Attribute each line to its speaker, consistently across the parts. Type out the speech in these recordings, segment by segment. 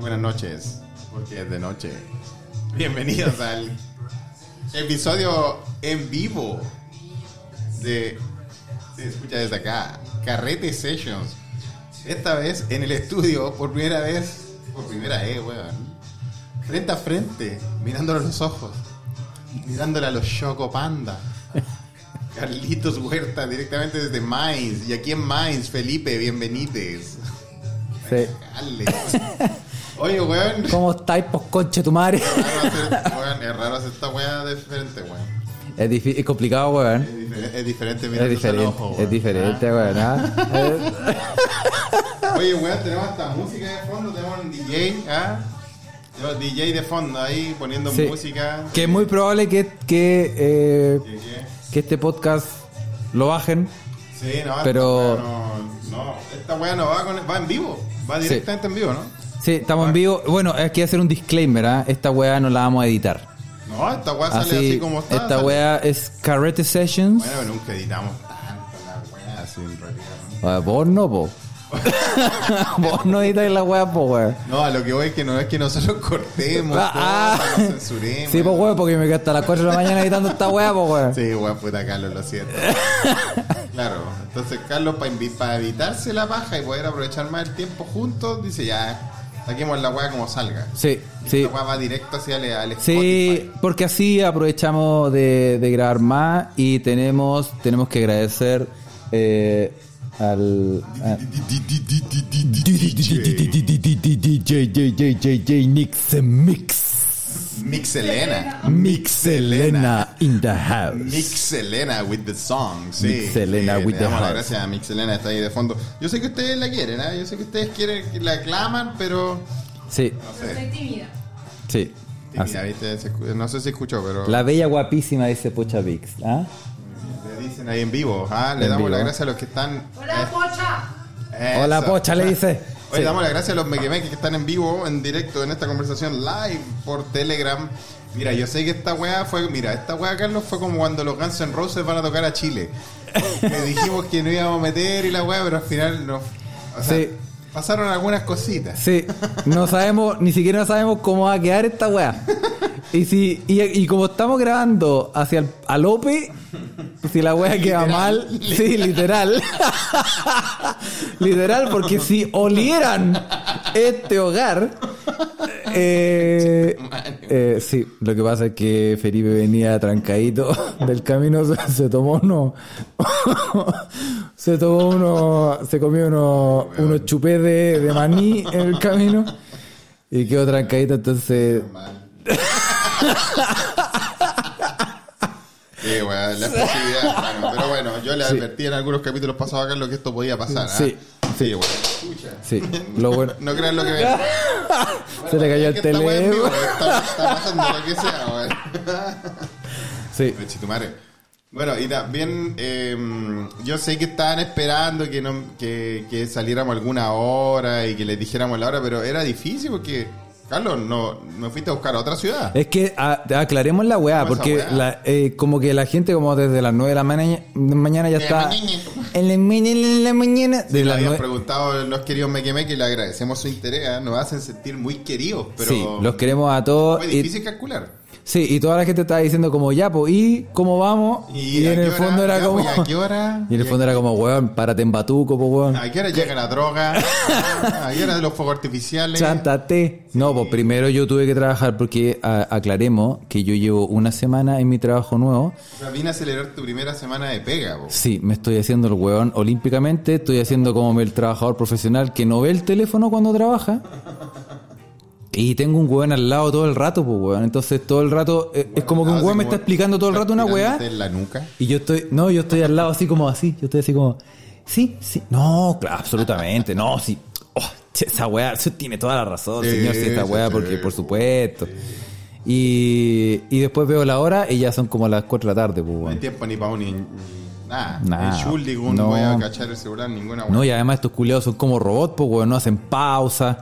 Speaker 1: buenas noches, porque es de noche. Bienvenidos al episodio en vivo de Se escucha desde acá, Carrete Sessions. Esta vez en el estudio, por primera vez, por primera vez, weón. Frente a frente, mirándole a los ojos, mirándole a los Choco Panda. Carlitos Huerta, directamente desde Mainz. Y aquí en Mainz, Felipe, bienvenides.
Speaker 2: Sí.
Speaker 1: Dale. pues. Oye, weón.
Speaker 2: ¿Cómo estáis, pues conche tu madre?
Speaker 1: Raro hacer- weón, Es raro hacer esta weá de frente, weón.
Speaker 2: Es, difí- es complicado, weón.
Speaker 1: Es difer- Es diferente
Speaker 2: Es
Speaker 1: mirándose al
Speaker 2: diferente,
Speaker 1: ojo, weón.
Speaker 2: es diferente, weón. ¿ah? Eh,
Speaker 1: Ah. Oye, weón, tenemos hasta música de fondo, tenemos un DJ, ¿ah? Tenemos DJ de fondo ahí poniendo
Speaker 2: sí.
Speaker 1: música.
Speaker 2: Que es muy probable que, que, eh,
Speaker 1: Que- que-
Speaker 2: que este podcast lo bajen.
Speaker 1: Sí, no,
Speaker 2: Pero-
Speaker 1: esta weá no, no, esta weá no va, con, va en vivo, va directamente en vivo, ¿no?
Speaker 2: Sí, estamos en vivo. Bueno, hay que hacer un disclaimer, ¿ah? Esta weá no la vamos a editar.
Speaker 1: No, esta weá sale
Speaker 2: Así,
Speaker 1: así como está.
Speaker 2: esta
Speaker 1: sale-
Speaker 2: weá es Carrete Sessions.
Speaker 1: Bueno, pero nunca editamos tanto la weá así en realidad. ¿no?
Speaker 2: Ah, vos no, po. vos no editáis la weá, po, weón.
Speaker 1: No, a lo que voy es que no es que nosotros cortemos,
Speaker 2: Ah,
Speaker 1: cosas,
Speaker 2: ah.
Speaker 1: nos censuremos.
Speaker 2: Sí, po, weón, porque me quedé hasta las 4 de la mañana editando esta weá, po, weón.
Speaker 1: Sí, weón, puta Carlos, lo siento. claro, entonces Carlos, para evitarse la baja y poder aprovechar más el tiempo juntos, dice ya, saquemos la weá como salga.
Speaker 2: Sí, sí.
Speaker 1: La weá va directo hacia el, al
Speaker 2: Sí,
Speaker 1: Spotify.
Speaker 2: porque así aprovechamos de, de grabar más y tenemos tenemos que agradecer eh, al a- Ah. DJ Nix eh, Mix
Speaker 1: Mixelena.
Speaker 2: Mixelena in the house.
Speaker 1: Mixelena with the song, sí.
Speaker 2: Mixelena
Speaker 1: Sí,
Speaker 2: with
Speaker 1: le
Speaker 2: the
Speaker 1: damos las
Speaker 2: house.
Speaker 1: gracias a Mixelena, está ahí de fondo. Yo sé que ustedes la quieren, ¿ah? yo sé que ustedes quieren, que la aclaman, pero
Speaker 2: Sí,
Speaker 1: no
Speaker 3: Pero
Speaker 1: sé.
Speaker 3: soy tímida.
Speaker 2: sí.
Speaker 1: Tímida,
Speaker 2: Así.
Speaker 1: ¿viste? Se escu- No sé si escuchó, pero...
Speaker 2: La bella guapísima dice Pocha Vix. ¿ah?
Speaker 1: Le dicen ahí en vivo, ¿ah? le
Speaker 2: En
Speaker 1: damos
Speaker 2: vivo.
Speaker 1: las gracias a los que están.
Speaker 3: ¡Hola, pocha!
Speaker 1: Eh,
Speaker 2: Hola
Speaker 1: eso.
Speaker 2: Pocha le dice.
Speaker 1: Hoy
Speaker 2: Sí.
Speaker 1: le damos las gracias a los mequemeques que están en vivo, en directo, en esta conversación live por Telegram. Mira, yo sé que esta weá fue. Mira, esta weá, Carlos, fue como cuando los Guns N' Roses van a tocar a Chile. Le dijimos que no íbamos a meter y la weá, pero al final no. O sea,
Speaker 2: Sí.
Speaker 1: pasaron algunas cositas.
Speaker 2: Sí, no sabemos, ni siquiera sabemos cómo va a quedar esta weá. Y si y, y como estamos grabando hacia el a Lope, si la weá queda
Speaker 1: Literal.
Speaker 2: mal, sí, literal. literal, porque si olieran este hogar. eh, eh, sí, lo que pasa es que Felipe venía trancadito del camino, se, se tomó uno. se tomó uno. Se comió uno, unos chupés de, de maní en el camino y quedó trancadito, entonces.
Speaker 1: Sí, weá, la posibilidad. bueno, pero bueno, yo le advertí en algunos capítulos pasados a Carlos que esto podía pasar. ¿ah?
Speaker 2: Sí,
Speaker 1: sí, weá.
Speaker 2: Sí, lo bueno.
Speaker 1: No crean lo que ven.
Speaker 2: Se le cayó el
Speaker 1: Que esta weá en vivo,
Speaker 2: teléfono.
Speaker 1: Está, está pasando lo que sea, weón.
Speaker 2: Sí,
Speaker 1: Pero chitumare. Bueno, y también eh, yo sé que estaban esperando que, no, que, que saliéramos alguna hora y que les dijéramos la hora, pero era difícil porque, Carlos, no, me fuiste a buscar a otra ciudad.
Speaker 2: es que a- aclaremos la weá,
Speaker 1: ¿Cómo esa
Speaker 2: porque
Speaker 1: weá?
Speaker 2: la- eh, como que la gente como desde las 9 de la mañana, mañana ya
Speaker 1: De
Speaker 2: está...
Speaker 1: mañana.
Speaker 2: En la mañana, en la mañana... De
Speaker 1: Si le
Speaker 2: las
Speaker 1: habían
Speaker 2: nueve-
Speaker 1: preguntado los queridos Mequemeque y le agradecemos su interés, ¿eh? nos hacen sentir muy queridos, pero
Speaker 2: Sí, los queremos a todos.
Speaker 1: fue
Speaker 2: Y,
Speaker 1: difícil calcular.
Speaker 2: sí, y toda la gente estaba diciendo como, ya, pues, ¿y cómo vamos? Y,
Speaker 1: a
Speaker 2: en
Speaker 1: qué
Speaker 2: el
Speaker 1: hora?
Speaker 2: fondo era
Speaker 1: Ya,
Speaker 2: como...
Speaker 1: pues, ¿y ¿A qué hora?
Speaker 2: Y en el fondo era como, weón, párate en Batuco, pues, weón.
Speaker 1: ¿A qué hora llega la droga? ¿A qué hora de los fuegos artificiales?
Speaker 2: Chántate. No, pues primero yo tuve que trabajar porque a- aclaremos que yo llevo una semana en mi trabajo nuevo.
Speaker 1: O sea, vine a celebrar tu primera semana de pega, po.
Speaker 2: Sí, me estoy haciendo el huevón olímpicamente, estoy haciendo como el trabajador profesional que no ve el teléfono cuando trabaja. Y tengo un huevón al lado todo el rato, pues huevón. Entonces todo el rato eh, es como que un
Speaker 1: Así
Speaker 2: huevón me está explicando todo el rato una
Speaker 1: explicándote
Speaker 2: hueá.
Speaker 1: en la nuca.
Speaker 2: Y yo estoy, no, yo estoy al lado así como así, yo estoy así como, sí, sí, no, claro, absolutamente, no, sí, oh, che, esa weá, usted tiene toda la razón,
Speaker 1: Sí,
Speaker 2: señor, sí, esta
Speaker 1: sí,
Speaker 2: weá,
Speaker 1: sí,
Speaker 2: porque por
Speaker 1: po.
Speaker 2: supuesto. Y, y después veo la hora y ya son como las 4 de la tarde, pues,
Speaker 1: No hay
Speaker 2: weón.
Speaker 1: tiempo ni pa' un... ni- ni- Nada.
Speaker 2: Nah,
Speaker 1: Ni shul, ningún-
Speaker 2: no.
Speaker 1: voy a cachar el celular, ninguna hueá.
Speaker 2: No, y además estos culiados son como robots, pues, weón, no hacen pausa.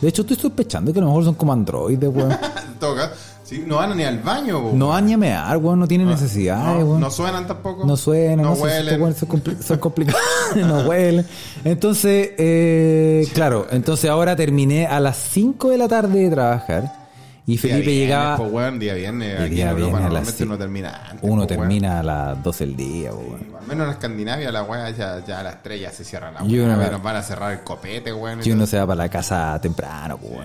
Speaker 2: De hecho, estoy sospechando que a lo mejor son como androides, weón.
Speaker 1: En todo caso, Sí, no van ni al baño, po.
Speaker 2: No van ni a mear, weón, no tienen
Speaker 1: No,
Speaker 2: necesidad,
Speaker 1: Ah, no,
Speaker 2: weón.
Speaker 1: no suenan tampoco.
Speaker 2: No suena, no,
Speaker 1: no
Speaker 2: sé,
Speaker 1: huelen.
Speaker 2: estos hueones son, compli- son complicados, no huelen. Entonces, eh, claro, entonces ahora terminé a las 5 de la tarde de trabajar y
Speaker 1: Día
Speaker 2: Felipe
Speaker 1: viernes,
Speaker 2: llegaba.
Speaker 1: po, weón, día viernes,
Speaker 2: Día
Speaker 1: aquí en
Speaker 2: viernes
Speaker 1: Europa
Speaker 2: a las
Speaker 1: normalmente
Speaker 2: cinco.
Speaker 1: uno termina antes.
Speaker 2: uno
Speaker 1: po, weón.
Speaker 2: termina a las 12 del día, weón.
Speaker 1: Al menos en Escandinavia la weá ya, ya a las 3 ya se cierra la
Speaker 2: Y
Speaker 1: weá.
Speaker 2: uno va-
Speaker 1: Nos van a cerrar el copete, weón.
Speaker 2: Y uno se va para la casa temprano,
Speaker 1: Pero
Speaker 2: weón.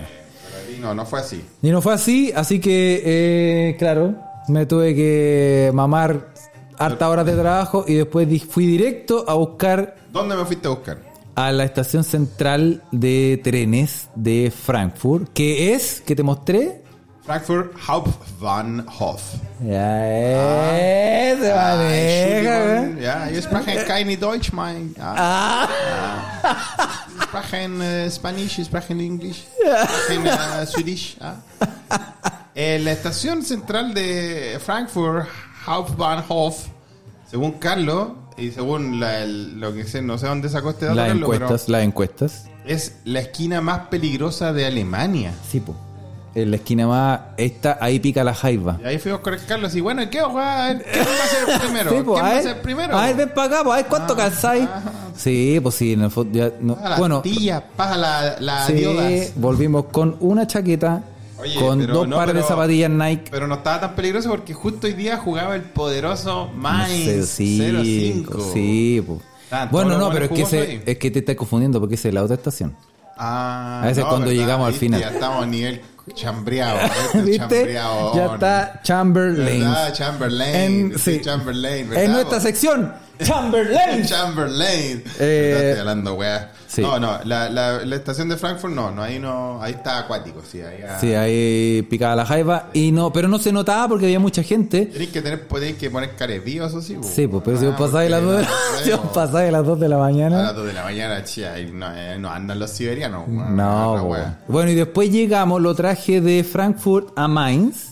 Speaker 1: a ti No, no fue así.
Speaker 2: Y no fue así, así que, eh, claro, me tuve que mamar hartas horas de trabajo y después di- fui directo a buscar
Speaker 1: ¿Dónde me fuiste a buscar?
Speaker 2: a la estación central de trenes de Frankfurt, que es, que te mostré.
Speaker 1: Frankfurt Hauptbahnhof.
Speaker 2: Ya es, se maneja,
Speaker 1: Entschuldigung.
Speaker 2: ¿eh?
Speaker 1: Ja, ich spreche keine Deutsch, mein. Ja.
Speaker 2: Ah,
Speaker 1: Ich spreche äh, Spanisch, ich spreche Englisch, ich spreche äh, Swedish. Ja. Eh, la estación central de Frankfurt, Hauptbahnhof, según Carlos, y según la- el- lo que sé, no sé dónde sacó este dato,
Speaker 2: las
Speaker 1: Carlos,
Speaker 2: encuestas, las encuestas.
Speaker 1: pero es la esquina más peligrosa de Alemania.
Speaker 2: Sí, po. En la esquina más, esta, ahí pica la jaiba.
Speaker 1: Y ahí fuimos con el Carlos y bueno, ¿y ¿qué, weá? A ver, ¿Quién va a ser primero?
Speaker 2: Sí, pues, po,
Speaker 1: ¿Quién
Speaker 2: a
Speaker 1: va a
Speaker 2: ver,
Speaker 1: ser primero? Ah,
Speaker 2: A ver, ven para acá, po, a ver cuánto calzáis. Sí, pues sí, en el fondo ya no-
Speaker 1: Paja la
Speaker 2: Bueno,
Speaker 1: tía, paja la, la
Speaker 2: sí,
Speaker 1: diodas.
Speaker 2: volvimos con una chaqueta,
Speaker 1: Oye,
Speaker 2: con
Speaker 1: pero
Speaker 2: dos
Speaker 1: no,
Speaker 2: pares de
Speaker 1: pero-
Speaker 2: zapatillas Nike.
Speaker 1: Pero no estaba tan peligroso porque justo hoy día jugaba el poderoso
Speaker 2: No sé,
Speaker 1: Mainz
Speaker 2: sí, pues,
Speaker 1: 05.
Speaker 2: sí, po.
Speaker 1: Ah,
Speaker 2: Bueno,
Speaker 1: todos
Speaker 2: no,
Speaker 1: los
Speaker 2: pero es que,
Speaker 1: buenos
Speaker 2: ese-
Speaker 1: jugos ahí.
Speaker 2: es que te estás confundiendo porque esa es la otra estación.
Speaker 1: Ah,
Speaker 2: A veces cuando
Speaker 1: ¿verdad?
Speaker 2: llegamos al
Speaker 1: Viste,
Speaker 2: final.
Speaker 1: Ya estamos a nivel chambreado. ¿viste?
Speaker 2: ¿Viste?
Speaker 1: Chambreado.
Speaker 2: Ya está Chamberlain.
Speaker 1: ¿Verdad? Chamberlain.
Speaker 2: En-
Speaker 1: sí,
Speaker 2: sí.
Speaker 1: Chamberlain. ¿verdad?
Speaker 2: En nuestra sección, Chamberlain.
Speaker 1: Chamberlain.
Speaker 2: Eh,
Speaker 1: ¿Verdad? Estoy hablando, weá.
Speaker 2: sí.
Speaker 1: No, no, la, la, la estación de Frankfurt no, no, ahí no, ahí está acuático, sí, ahí ah.
Speaker 2: Sí, ahí picaba la jaiba y no, pero no se notaba porque había mucha gente.
Speaker 1: Tenéis que tener, podéis que poner carevíos o sí,
Speaker 2: Sí, pues, pero si
Speaker 1: Ah,
Speaker 2: vos pasáis las
Speaker 1: porque
Speaker 2: 2 de
Speaker 1: no
Speaker 2: la,
Speaker 1: sé,
Speaker 2: si vos
Speaker 1: po.
Speaker 2: pasáis las dos de la
Speaker 1: A
Speaker 2: mañana.
Speaker 1: las 2 de la mañana, chía, ahí no, eh, no andan los siberianos. weón.
Speaker 2: No,
Speaker 1: La
Speaker 2: po.
Speaker 1: wea.
Speaker 2: bueno, y después llegamos, lo traje de Frankfurt a Mainz.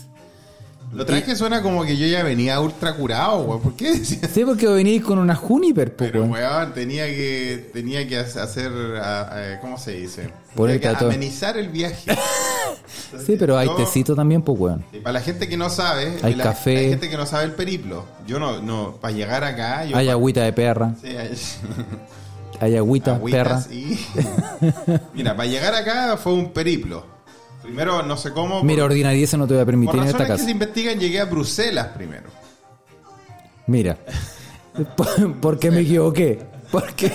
Speaker 1: Lo traje suena como que yo ya venía ultra curado, weón. ¿Por qué decías?
Speaker 2: Sí, porque venís con una Juniper, pues, po,
Speaker 1: Pero,
Speaker 2: weón.
Speaker 1: weón, tenía que, tenía que hac- hacer, ah, eh, ¿cómo se dice?
Speaker 2: Poner
Speaker 1: Tenía que
Speaker 2: tatu-
Speaker 1: amenizar el viaje. Entonces,
Speaker 2: Sí, pero hay
Speaker 1: yo-
Speaker 2: tecito también, pues, weón.
Speaker 1: y Para la gente que no sabe,
Speaker 2: Hay
Speaker 1: la-
Speaker 2: café.
Speaker 1: hay gente que no sabe el periplo. Yo no, no, para llegar acá, yo
Speaker 2: Hay agüita de perra,
Speaker 1: Sí, hay-
Speaker 2: hay agüita, perra.
Speaker 1: agüitas y... Mira, para llegar acá fue un periplo. Primero, no sé cómo. por-
Speaker 2: Mira, ordinariese no te voy a
Speaker 1: Por
Speaker 2: permitir en
Speaker 1: razones
Speaker 2: esta
Speaker 1: que
Speaker 2: casa.
Speaker 1: se investigan, llegué a Bruselas primero.
Speaker 2: Mira, por- porque me equivoqué. Porque,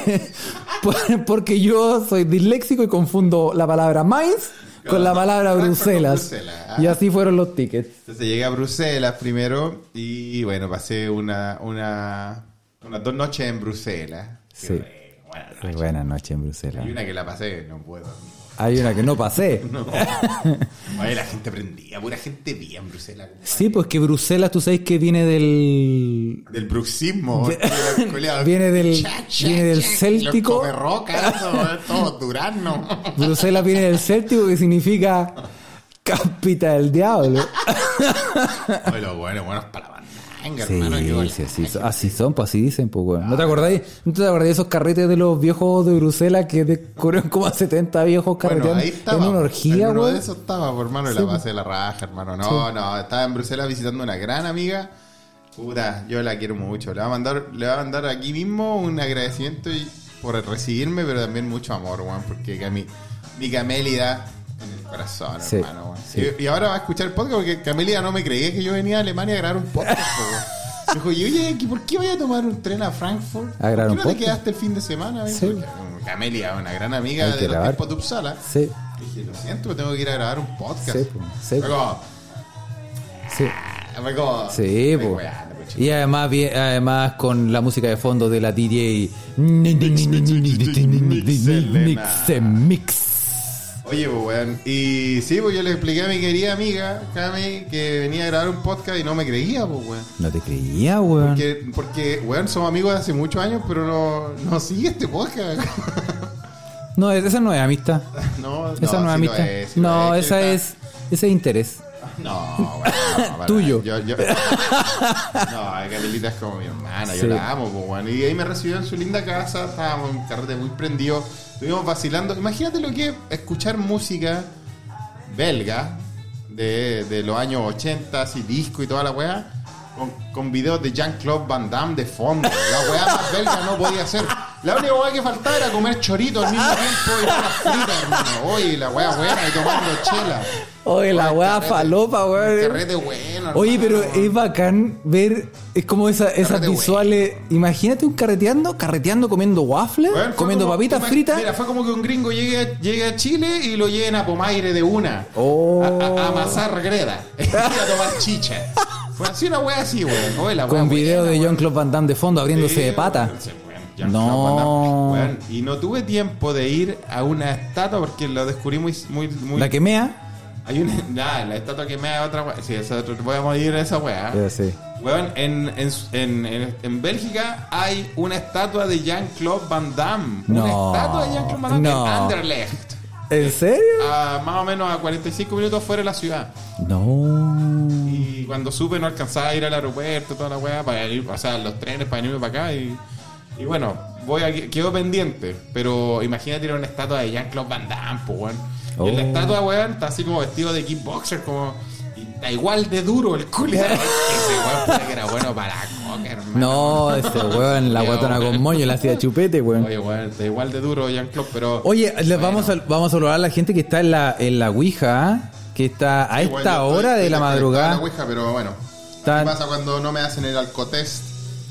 Speaker 2: por- porque yo soy disléxico y confundo la palabra Mainz con la palabra
Speaker 1: Frankfurt con
Speaker 2: Bruselas.
Speaker 1: Ah, Bruselas, ah.
Speaker 2: Y así fueron los tickets.
Speaker 1: Entonces llegué a Bruselas primero y bueno, pasé una, una, unas dos noches en Bruselas. Qué
Speaker 2: Sí.
Speaker 1: re- buena noche.
Speaker 2: Buenas noches en Bruselas.
Speaker 1: Hay una que la pasé, no puedo. dormir.
Speaker 2: Hay una que no pasé.
Speaker 1: Oye, la gente prendía, pura gente vía en Bruselas. compadre.
Speaker 2: Sí, pues que Bruselas, tú sabes que viene del.
Speaker 1: Del bruxismo. los culiados.
Speaker 2: viene del- viene del
Speaker 1: los
Speaker 2: céltico.
Speaker 1: come roca, eso, todo durazno.
Speaker 2: Bruselas viene del céltico que significa capita del diablo.
Speaker 1: Oye, los buenos, buenos para la mandanga,
Speaker 2: Sí,
Speaker 1: hermano. qué bola.
Speaker 2: sí, así, son- así son, pues así dicen, pues weón. ¿No te acordáis? ¿No te acordáis de esos carretes de los viejos de Bruselas que descubrieron como a 70 viejos
Speaker 1: Bueno,
Speaker 2: carreteando
Speaker 1: ahí estaba.
Speaker 2: en una orgía,
Speaker 1: en uno
Speaker 2: weón?
Speaker 1: de esos estaba, por hermano, y
Speaker 2: Sí,
Speaker 1: la pasé la raja, hermano. No, no, estaba en Bruselas visitando una gran amiga. Puta, yo la quiero mucho. Le va a mandar, le va a mandar aquí mismo un agradecimiento y- por recibirme, pero también mucho amor, weón, porque a mí, mi Camelida en el corazón,
Speaker 2: Sí,
Speaker 1: hermano, weón.
Speaker 2: sí.
Speaker 1: Y, y ahora va a escuchar el podcast porque Camelida no me creía que yo venía a Alemania a grabar un podcast, po, weón. Me Dijo, "Y oye, ¿qué- ¿por qué voy a tomar un tren a Frankfurt?
Speaker 2: A
Speaker 1: ¿Por
Speaker 2: grabar
Speaker 1: qué
Speaker 2: un
Speaker 1: no
Speaker 2: podcast?"
Speaker 1: te quedaste el fin de semana? ven?"
Speaker 2: Sí.
Speaker 1: Porque Camelia, una gran amiga
Speaker 2: Hay que
Speaker 1: de los
Speaker 2: grabar.
Speaker 1: tiempos de Uppsala.
Speaker 2: Sí,
Speaker 1: Dije, lo siento, tengo que ir a grabar un podcast.
Speaker 2: Sí, po, sí,
Speaker 1: Fue como, ah,
Speaker 2: sí.
Speaker 1: fue como,
Speaker 2: Sí,
Speaker 1: fue
Speaker 2: po.
Speaker 1: weando, po, chico.
Speaker 2: Y además, bien- además con la música de fondo de la DJ Mix Mix.
Speaker 1: Oye, pues, weón. Y sí, pues yo le expliqué a mi querida amiga, Cami, que venía a grabar un podcast y no me creía, pues, weón.
Speaker 2: No te creía, weón.
Speaker 1: Porque, porque, weón, somos amigos de hace muchos años, pero no, no sigue este podcast.
Speaker 2: No, esa no es amistad.
Speaker 1: no, no,
Speaker 2: Esa no,
Speaker 1: sí
Speaker 2: es
Speaker 1: lo
Speaker 2: amistad.
Speaker 1: es, sí lo
Speaker 2: no,
Speaker 1: es,
Speaker 2: esa
Speaker 1: que
Speaker 2: es, ese es interés.
Speaker 1: está- No, weón. no, para
Speaker 2: Tuyo.
Speaker 1: nada. Yo, yo... no, Gabrielita es como mi hermana,
Speaker 2: Sí.
Speaker 1: yo la amo, pues, weón. Y ahí me recibió en su linda casa, estábamos en un carrete muy prendido, estuvimos vacilando. Imagínate lo que es escuchar música belga
Speaker 4: de, de los años 80 y disco y toda la weá. Con, con videos de Jean-Claude Van Damme de fondo. La weá más belga no podía ser. La única weá que faltaba era comer choritos al mismo tiempo y una frita, hermano. Oye, la weá buena y tomando chela.
Speaker 2: Oye, la
Speaker 4: Oye,
Speaker 2: weá
Speaker 4: carrete.
Speaker 2: falopa,
Speaker 4: Un
Speaker 2: weón.
Speaker 4: Carrete bueno.
Speaker 2: Oye, pero eh,
Speaker 4: hermano.
Speaker 2: es bacán ver, es como esa- esas
Speaker 4: Carrete,
Speaker 2: visuales. Imagínate un carreteando, carreteando comiendo waffle,
Speaker 4: Weón, fue
Speaker 2: comiendo
Speaker 4: como-
Speaker 2: papitas
Speaker 4: ima-
Speaker 2: fritas.
Speaker 4: Mira, fue como que un gringo llegue a, llegue a Chile y lo lleven a Pomaire de una.
Speaker 2: Oh.
Speaker 4: A, a- a amasar greda. y a tomar chicha. Fue así una wea así, weón. Oye, la wea
Speaker 2: con video
Speaker 4: buena,
Speaker 2: de
Speaker 4: weón.
Speaker 2: John Claude Van Damme de fondo abriéndose
Speaker 4: Sí,
Speaker 2: de pata.
Speaker 4: weón, sí, weón, ya,
Speaker 2: No.
Speaker 4: weón, weón. Y no tuve tiempo de ir a una estatua porque lo descubrí muy. muy, muy
Speaker 2: La que mea.
Speaker 4: Hay una. Nah, la estatua que me da otra wea. Sí, esa otra- podemos ir a esa wea.
Speaker 2: Ya sé.
Speaker 4: Weón, en, en, en, en- en Bélgica hay una estatua de Jean-Claude Van Damme. Una
Speaker 2: No.
Speaker 4: estatua de Jean-Claude Van Damme
Speaker 2: No.
Speaker 4: en Anderlecht.
Speaker 2: ¿En serio?
Speaker 4: A más o menos a 45 minutos fuera de la ciudad.
Speaker 2: No.
Speaker 4: Y cuando supe no alcanzaba a ir al aeropuerto, toda la weá, para ir, o sea, los trenes para venirme para acá. Y, y bueno, voy a, quedo pendiente. Pero imagínate ir a una estatua de Jean-Claude Van Damme, po, weón. Y en la
Speaker 2: Oh.
Speaker 4: estatua, weón, está así como vestido de kickboxer, como... y Está igual de duro el culo. Ese weón puta que era bueno para la coca, hermano.
Speaker 2: No, ese weón, la
Speaker 4: Ya,
Speaker 2: guatona
Speaker 4: weón.
Speaker 2: con moño, la hacía chupete, weón.
Speaker 4: Oye, weón, está igual de duro Jean-Claude, pero...
Speaker 2: Oye, les
Speaker 4: Bueno.
Speaker 2: vamos, a, vamos a saludar a la gente que está en la, en la Ouija, ¿ah? que está a
Speaker 4: Sí,
Speaker 2: esta
Speaker 4: weón, yo
Speaker 2: hora
Speaker 4: estoy-
Speaker 2: de
Speaker 4: estoy
Speaker 2: la
Speaker 4: desconectado de
Speaker 2: madrugada.
Speaker 4: la Ouija, pero bueno. Así
Speaker 2: Tan-
Speaker 4: pasa cuando no me hacen el alcotest?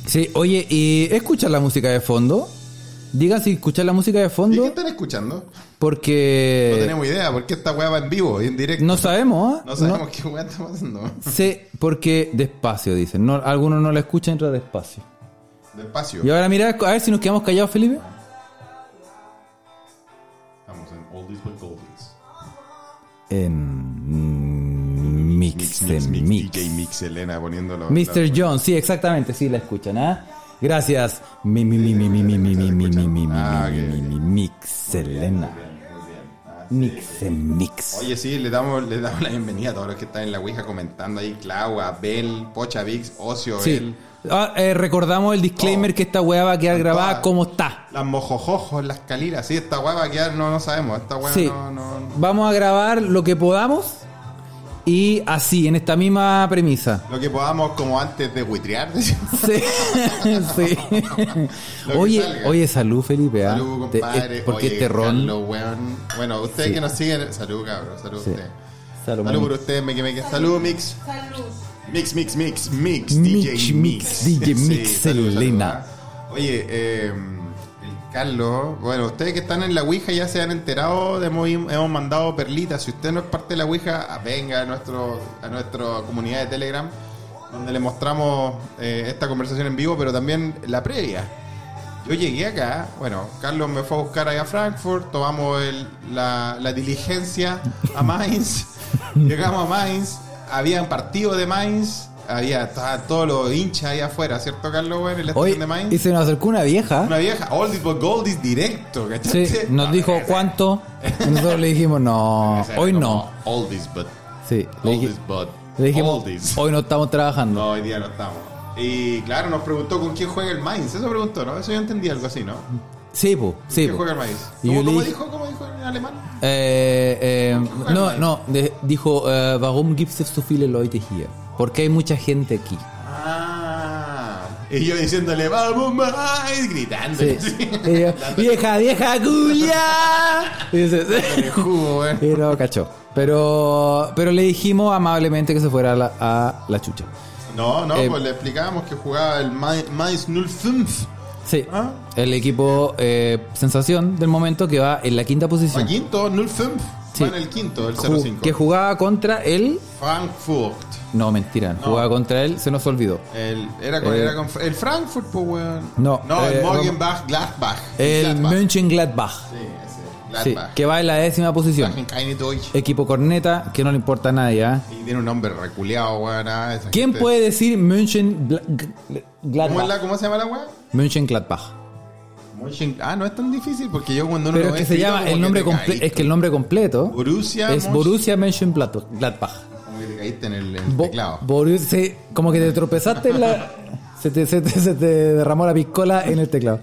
Speaker 2: Sí, oye, y escuchar la música de fondo. Digan si escuchar la música de
Speaker 4: ¿Y qué
Speaker 2: fondo,
Speaker 4: están escuchando?
Speaker 2: porque
Speaker 4: No tenemos idea, porque esta weá va en vivo y en directo.
Speaker 2: no sabemos, ¿ah?
Speaker 4: No sabemos qué weá está pasando.
Speaker 2: No- sí, porque despacio, dicen. No, algunos no la escuchan, entra despacio.
Speaker 4: Despacio.
Speaker 2: Y ahora mira, a ver si nos quedamos callados, Felipe.
Speaker 4: Estamos en Oldies but Goldies.
Speaker 2: En Mix, en Mix.
Speaker 4: DJ Mix Elena poniéndolo.
Speaker 2: Mr. John, sí, exactamente, sí la escuchan, ¿ah? Gracias. Mi mi mi mi mi mi mi mi mi mi mi mi
Speaker 4: Ah,
Speaker 2: mi
Speaker 4: ok,
Speaker 2: mi
Speaker 4: ok.
Speaker 2: mi mix Elena. Mix mix.
Speaker 4: Oye, sí, le damos, le damos la bienvenida a todos los que están en la Ouija comentando ahí. Clau, Abel, Pocha Vix, Ocio,
Speaker 2: Sí.
Speaker 4: él.
Speaker 2: Ah, eh, recordamos el disclaimer
Speaker 4: Oh.
Speaker 2: que esta weá va a quedar grabada
Speaker 4: Todas.
Speaker 2: como está.
Speaker 4: Las mojojojos, las calilas. Sí, esta weá va a quedar, no, no sabemos. Esta weá
Speaker 2: Sí.
Speaker 4: no, no, no.
Speaker 2: Vamos a grabar lo que podamos y así, en esta misma premisa.
Speaker 4: Lo que podamos, como antes de buitrear. decimos.
Speaker 2: Sí. sí.
Speaker 4: Lo que
Speaker 2: Oye,
Speaker 4: salga.
Speaker 2: oye, salud Felipe, ¿ah?
Speaker 4: Salud,
Speaker 2: Te- eh,
Speaker 4: compadre.
Speaker 2: porque
Speaker 4: Oye,
Speaker 2: este ron.
Speaker 4: Carlos, weón. Bueno, ustedes
Speaker 2: Sí.
Speaker 4: que nos siguen. Salud, cabrón. Salud,
Speaker 2: Sí.
Speaker 4: ustedes.
Speaker 2: Salomón.
Speaker 4: Salud por ustedes, me que me que. Salud, Mix.
Speaker 3: Salud.
Speaker 4: Mix, mix, mix, mix,
Speaker 2: Mix,
Speaker 4: DJ Mix.
Speaker 2: mix, DJ Mix,
Speaker 4: salud, salud,
Speaker 2: Elena.
Speaker 4: ah. Oye, eh, el Carlos, bueno, ustedes que están en la Ouija ya se han enterado, de movi- hemos mandado perlitas. Si usted no es parte de la Ouija, ah, venga a, nuestro, a nuestra comunidad de Telegram, donde le mostramos eh, esta conversación en vivo, pero también la previa. Yo llegué acá, bueno, Carlos me fue a buscar ahí a Frankfurt, tomamos el- la, la diligencia a Mainz, llegamos a Mainz, había un partido de Mainz, había estaban todos los hinchas ahí afuera, ¿cierto Carlos? güey, En el estadio
Speaker 2: Oye,
Speaker 4: de
Speaker 2: y
Speaker 4: Mainz.
Speaker 2: se nos acercó una vieja.
Speaker 4: Una vieja, Ah, eh, Oldies but Goldies directo,
Speaker 2: Sí,
Speaker 4: ¿cachai?
Speaker 2: nos dijo cuánto. Y nosotros le dijimos, no, hoy no.
Speaker 4: Oldies but,
Speaker 2: Sí, le, dij-
Speaker 4: oldies but,
Speaker 2: le dijimos,
Speaker 4: oldies.
Speaker 2: hoy no estamos trabajando.
Speaker 4: No, hoy día no estamos. Y claro, nos preguntó con quién juega el Mainz, eso preguntó, ¿no? Eso yo entendí algo así, ¿no?
Speaker 2: Sí, po, sí,
Speaker 4: ¿Quién
Speaker 2: po.
Speaker 4: juega el Mainz?
Speaker 2: Y yo
Speaker 4: ¿Cómo,
Speaker 2: le
Speaker 4: cómo
Speaker 2: dije-
Speaker 4: dijo, ¿Cómo dijo en alemán?
Speaker 2: Eh, eh,
Speaker 4: juega el
Speaker 2: no,
Speaker 4: Bayern?
Speaker 2: no, de- dijo, eh, warum gibt es so viele Leute hier? Porque hay mucha gente aquí.
Speaker 4: Ah, y yo diciéndole, vamos, Mainz, gritando.
Speaker 2: Sí.
Speaker 4: Sí.
Speaker 2: Y yo, vieja, vieja, culia. Y dice,
Speaker 4: El jugo, güey.
Speaker 2: Y no, cachó. Pero, pero le dijimos amablemente que se fuera a la, a la chucha.
Speaker 4: No, no,
Speaker 2: Eh,
Speaker 4: pues le explicábamos que jugaba el Mai- Mainz 05.
Speaker 2: Sí,
Speaker 4: Ah.
Speaker 2: el equipo eh, sensación del momento que va en la quinta
Speaker 4: ¿Va
Speaker 2: posición.
Speaker 4: quinto? 05.
Speaker 2: Sí.
Speaker 4: Va en el quinto, el
Speaker 2: Ju-
Speaker 4: 05.
Speaker 2: que jugaba contra él.
Speaker 4: Frankfurt.
Speaker 2: No, mentira.
Speaker 4: No.
Speaker 2: Jugaba contra él, se nos olvidó.
Speaker 4: El, era con,
Speaker 2: Eh,
Speaker 4: era con- el Frankfurt, pues, weón.
Speaker 2: No,
Speaker 4: no
Speaker 2: eh,
Speaker 4: el Morgenbach, Gladbach.
Speaker 2: El
Speaker 4: Gladbach.
Speaker 2: Mönchengladbach.
Speaker 4: Sí, ese.
Speaker 2: Sí, Eh.
Speaker 4: Gladbach.
Speaker 2: que va en la décima posición.
Speaker 4: Keine Deutsch.
Speaker 2: Equipo corneta, que no le importa a nadie. ¿ah?
Speaker 4: Y tiene un nombre reculeado, weón. ah, esa
Speaker 2: ¿Quién
Speaker 4: gente.
Speaker 2: puede decir
Speaker 4: ¿Cómo, es
Speaker 2: Mönchengladbach?
Speaker 4: la- ¿Cómo se llama la weón?
Speaker 2: Mönchengladbach.
Speaker 4: Mönchen- Ah, no es tan difícil porque yo cuando uno
Speaker 2: Pero
Speaker 4: lo
Speaker 2: es que
Speaker 4: ve
Speaker 2: se
Speaker 4: escrito
Speaker 2: llama
Speaker 4: como
Speaker 2: el nombre
Speaker 4: te
Speaker 2: completo.
Speaker 4: caíste.
Speaker 2: Es que el nombre completo
Speaker 4: Borussia
Speaker 2: es
Speaker 4: Mönch-
Speaker 2: Borussia Mönchengladbach.
Speaker 4: Como que te caíste en el, en el
Speaker 2: Bo-
Speaker 4: teclado.
Speaker 2: Borus- sí, como que te tropezaste en la. Se te, se te- se te derramó la piscola en el teclado.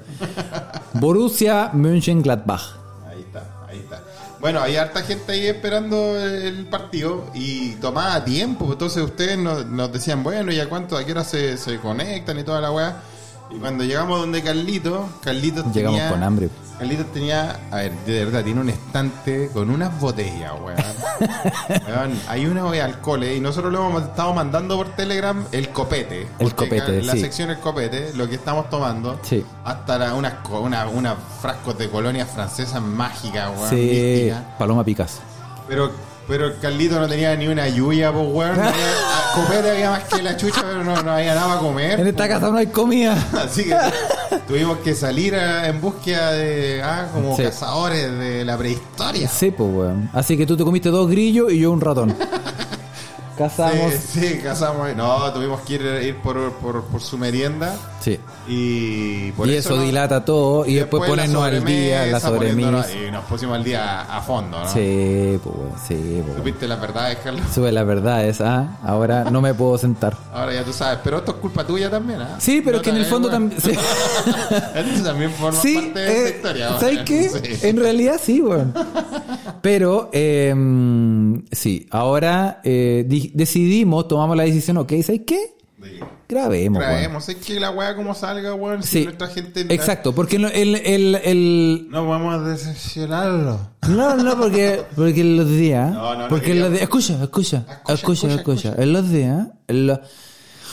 Speaker 2: Borussia Mönchengladbach.
Speaker 4: Ahí está, ahí está. Bueno, hay harta gente ahí esperando el partido y tomaba tiempo. Entonces ustedes nos, nos decían, bueno, ¿y a cuánto, a qué hora se, se conectan y toda la weá? Y cuando llegamos donde Carlito, Carlitos
Speaker 2: Llegamos
Speaker 4: tenía,
Speaker 2: con hambre.
Speaker 4: Carlitos tenía, a ver, de verdad, tiene un estante con unas botellas, weón. Weón, hay una de alcohol eh, y nosotros lo hemos estado mandando por Telegram el copete. Porque
Speaker 2: copete,
Speaker 4: acá en La
Speaker 2: sí.
Speaker 4: sección el copete, lo que estamos tomando.
Speaker 2: Sí.
Speaker 4: Hasta la- unas co- una- unas frascos de colonias francesas mágicas, weón.
Speaker 2: Sí,
Speaker 4: místicas.
Speaker 2: Paloma Picas.
Speaker 4: Pero, pero el Carlito no tenía ni una lluvia, pues, weón. No había- a- copete había más que la chucha, pero no, no había nada para comer.
Speaker 2: En esta casa no hay comida.
Speaker 4: Así que tuvimos que salir a- en búsqueda de, ah, como
Speaker 2: Sí.
Speaker 4: cazadores de la prehistoria.
Speaker 2: Sí, pues, weón. Así que tú te comiste dos grillos y yo un ratón. Cazamos.
Speaker 4: Sí, sí, cazamos. No, tuvimos que ir, ir por, por, por su merienda
Speaker 2: Sí.
Speaker 4: y por
Speaker 2: Y eso
Speaker 4: no-
Speaker 2: dilata todo y después,
Speaker 4: la
Speaker 2: ponernos al día, la
Speaker 4: sobremesa, poniéndonos-
Speaker 2: sobremesa.
Speaker 4: Y nos pusimos al día a, a fondo, ¿no?
Speaker 2: Sí, pues, weón. Sí, pues. weón.
Speaker 4: Supiste la verdad, Carlos.
Speaker 2: Sube la verdad es, ah, ahora no me puedo sentar.
Speaker 4: Ahora ya tú sabes, pero esto es culpa tuya también, ¿ah?
Speaker 2: Sí, pero
Speaker 4: No
Speaker 2: que en
Speaker 4: te
Speaker 2: el
Speaker 4: hagas,
Speaker 2: fondo
Speaker 4: weón.
Speaker 2: también... Sí,
Speaker 4: Esto también forma
Speaker 2: Sí,
Speaker 4: parte de esta
Speaker 2: eh,
Speaker 4: historia. weón.
Speaker 2: ¿sabes qué?
Speaker 4: Sí.
Speaker 2: En realidad sí, weón. Pero, eh, sí, ahora eh, di- decidimos, tomamos la decisión, ok, ¿sabes qué?
Speaker 4: Sí.
Speaker 2: Grabemos, weón.
Speaker 4: Traemos, es que la weá como salga, weón. si
Speaker 2: Sí,
Speaker 4: nuestra gente.
Speaker 2: exacto, porque el, el- el- el-
Speaker 4: No vamos a decepcionarlo.
Speaker 2: No, no, porque, porque en los días...
Speaker 4: No, no, no
Speaker 2: porque en los días... Escucha, escucha,
Speaker 4: Escucha,
Speaker 2: escucha,
Speaker 4: escucha,
Speaker 2: escucha. En los días... en los-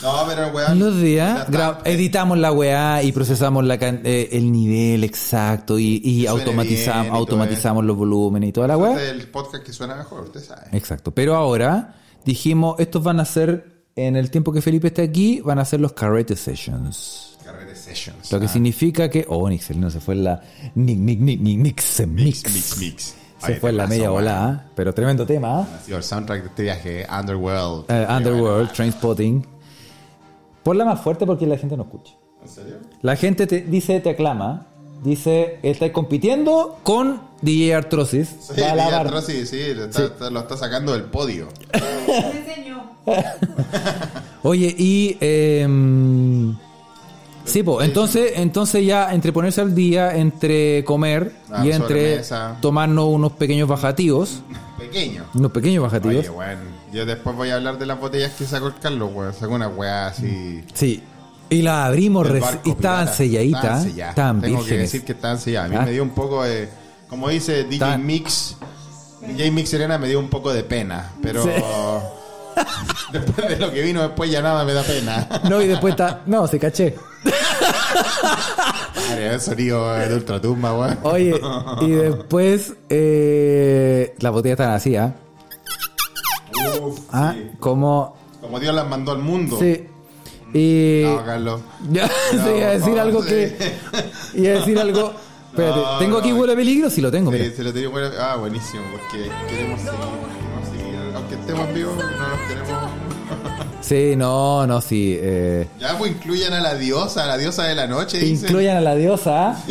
Speaker 4: No, pero weón.
Speaker 2: En los días
Speaker 4: ya
Speaker 2: gra-
Speaker 4: está.
Speaker 2: editamos la weá y procesamos la can- eh, el nivel exacto y, y
Speaker 4: Que suene
Speaker 2: automatizamos,
Speaker 4: bien y todo
Speaker 2: automatizamos los volúmenes y toda la
Speaker 4: Este
Speaker 2: weá.
Speaker 4: es el podcast que suena mejor, usted sabe.
Speaker 2: Exacto. Pero ahora dijimos, estos van a ser, en el tiempo que Felipe esté aquí, van a ser los carrete sessions.
Speaker 4: Carrete Sessions.
Speaker 2: Lo que significa que, oh, Nixelino se fue en la Nick, Nick, Nick, Nick, Nix, Mix.
Speaker 4: Mix, mix, mix.
Speaker 2: Se
Speaker 4: Ay,
Speaker 2: fue en la
Speaker 4: temazo,
Speaker 2: media
Speaker 4: weón.
Speaker 2: volada, ¿eh? pero tremendo tema. ¿eh?
Speaker 4: Ha sido el soundtrack de este viaje, Underworld.
Speaker 2: Eh, Underworld, Trainspotting. Ponla más fuerte porque la gente no escucha.
Speaker 4: ¿En serio?
Speaker 2: La gente te dice, te aclama, dice, estáis compitiendo con DJ Artrosis.
Speaker 4: Sí,
Speaker 2: Va a la
Speaker 4: Villa
Speaker 2: bar-
Speaker 4: Atrosi, sí, lo está, está- lo está sacando del podio.
Speaker 3: Me enseñó.
Speaker 2: Oye, y... em, sí, pues, entonces, entonces ya entre ponerse al día, entre comer
Speaker 4: Ah,
Speaker 2: y entre
Speaker 4: sobremesa.
Speaker 2: tomarnos unos pequeños bajativos,
Speaker 4: Pequeño.
Speaker 2: unos pequeños bajativos.
Speaker 4: Oye, weón. Yo después voy a hablar de las botellas que sacó el Carlos, weón. Sacó una weá así.
Speaker 2: sí. Y las abrimos
Speaker 4: del
Speaker 2: reci-
Speaker 4: barco
Speaker 2: y estaban
Speaker 4: pirata.
Speaker 2: selladitas,
Speaker 4: Estaban
Speaker 2: estaban,
Speaker 4: selladas. Tengo que
Speaker 2: vírgenes.
Speaker 4: decir que estaban selladas. A mí
Speaker 2: Ah.
Speaker 4: me dio un poco de. Como dice DJ
Speaker 2: Estaban-
Speaker 4: Mix, DJ Mix Serena me dio un poco de pena. Pero.
Speaker 2: Sí.
Speaker 4: después de lo que vino después ya nada me da pena.
Speaker 2: No, y después está... No, se caché.
Speaker 4: Madre, el sonido de ultratumba, weón.
Speaker 2: Oye, y después eh, las botellas están así, ¿ah?
Speaker 4: Uf,
Speaker 2: Ah,
Speaker 4: sí.
Speaker 2: como.
Speaker 4: Como Dios las mandó al mundo.
Speaker 2: Sí. eh, Y.
Speaker 4: No, Carlos.
Speaker 2: Ya,
Speaker 4: No,
Speaker 2: sí, iba a decir
Speaker 4: no,
Speaker 2: algo
Speaker 4: sí.
Speaker 2: que. Iba a decir algo. Espérate,
Speaker 4: No,
Speaker 2: ¿tengo aquí
Speaker 4: no.
Speaker 2: vuelo de peligro? Sí, lo tengo, mira.
Speaker 4: Sí, se lo tenía bueno. Ah, buenísimo, porque queremos seguir. queremos seguir. Aunque estemos vivos, no nos queremos.
Speaker 2: Sí, no, no, sí. eh,
Speaker 4: Ya, pues incluyan a la diosa, a la diosa de la noche. dicen.
Speaker 2: Incluyan a la diosa. ¿ah?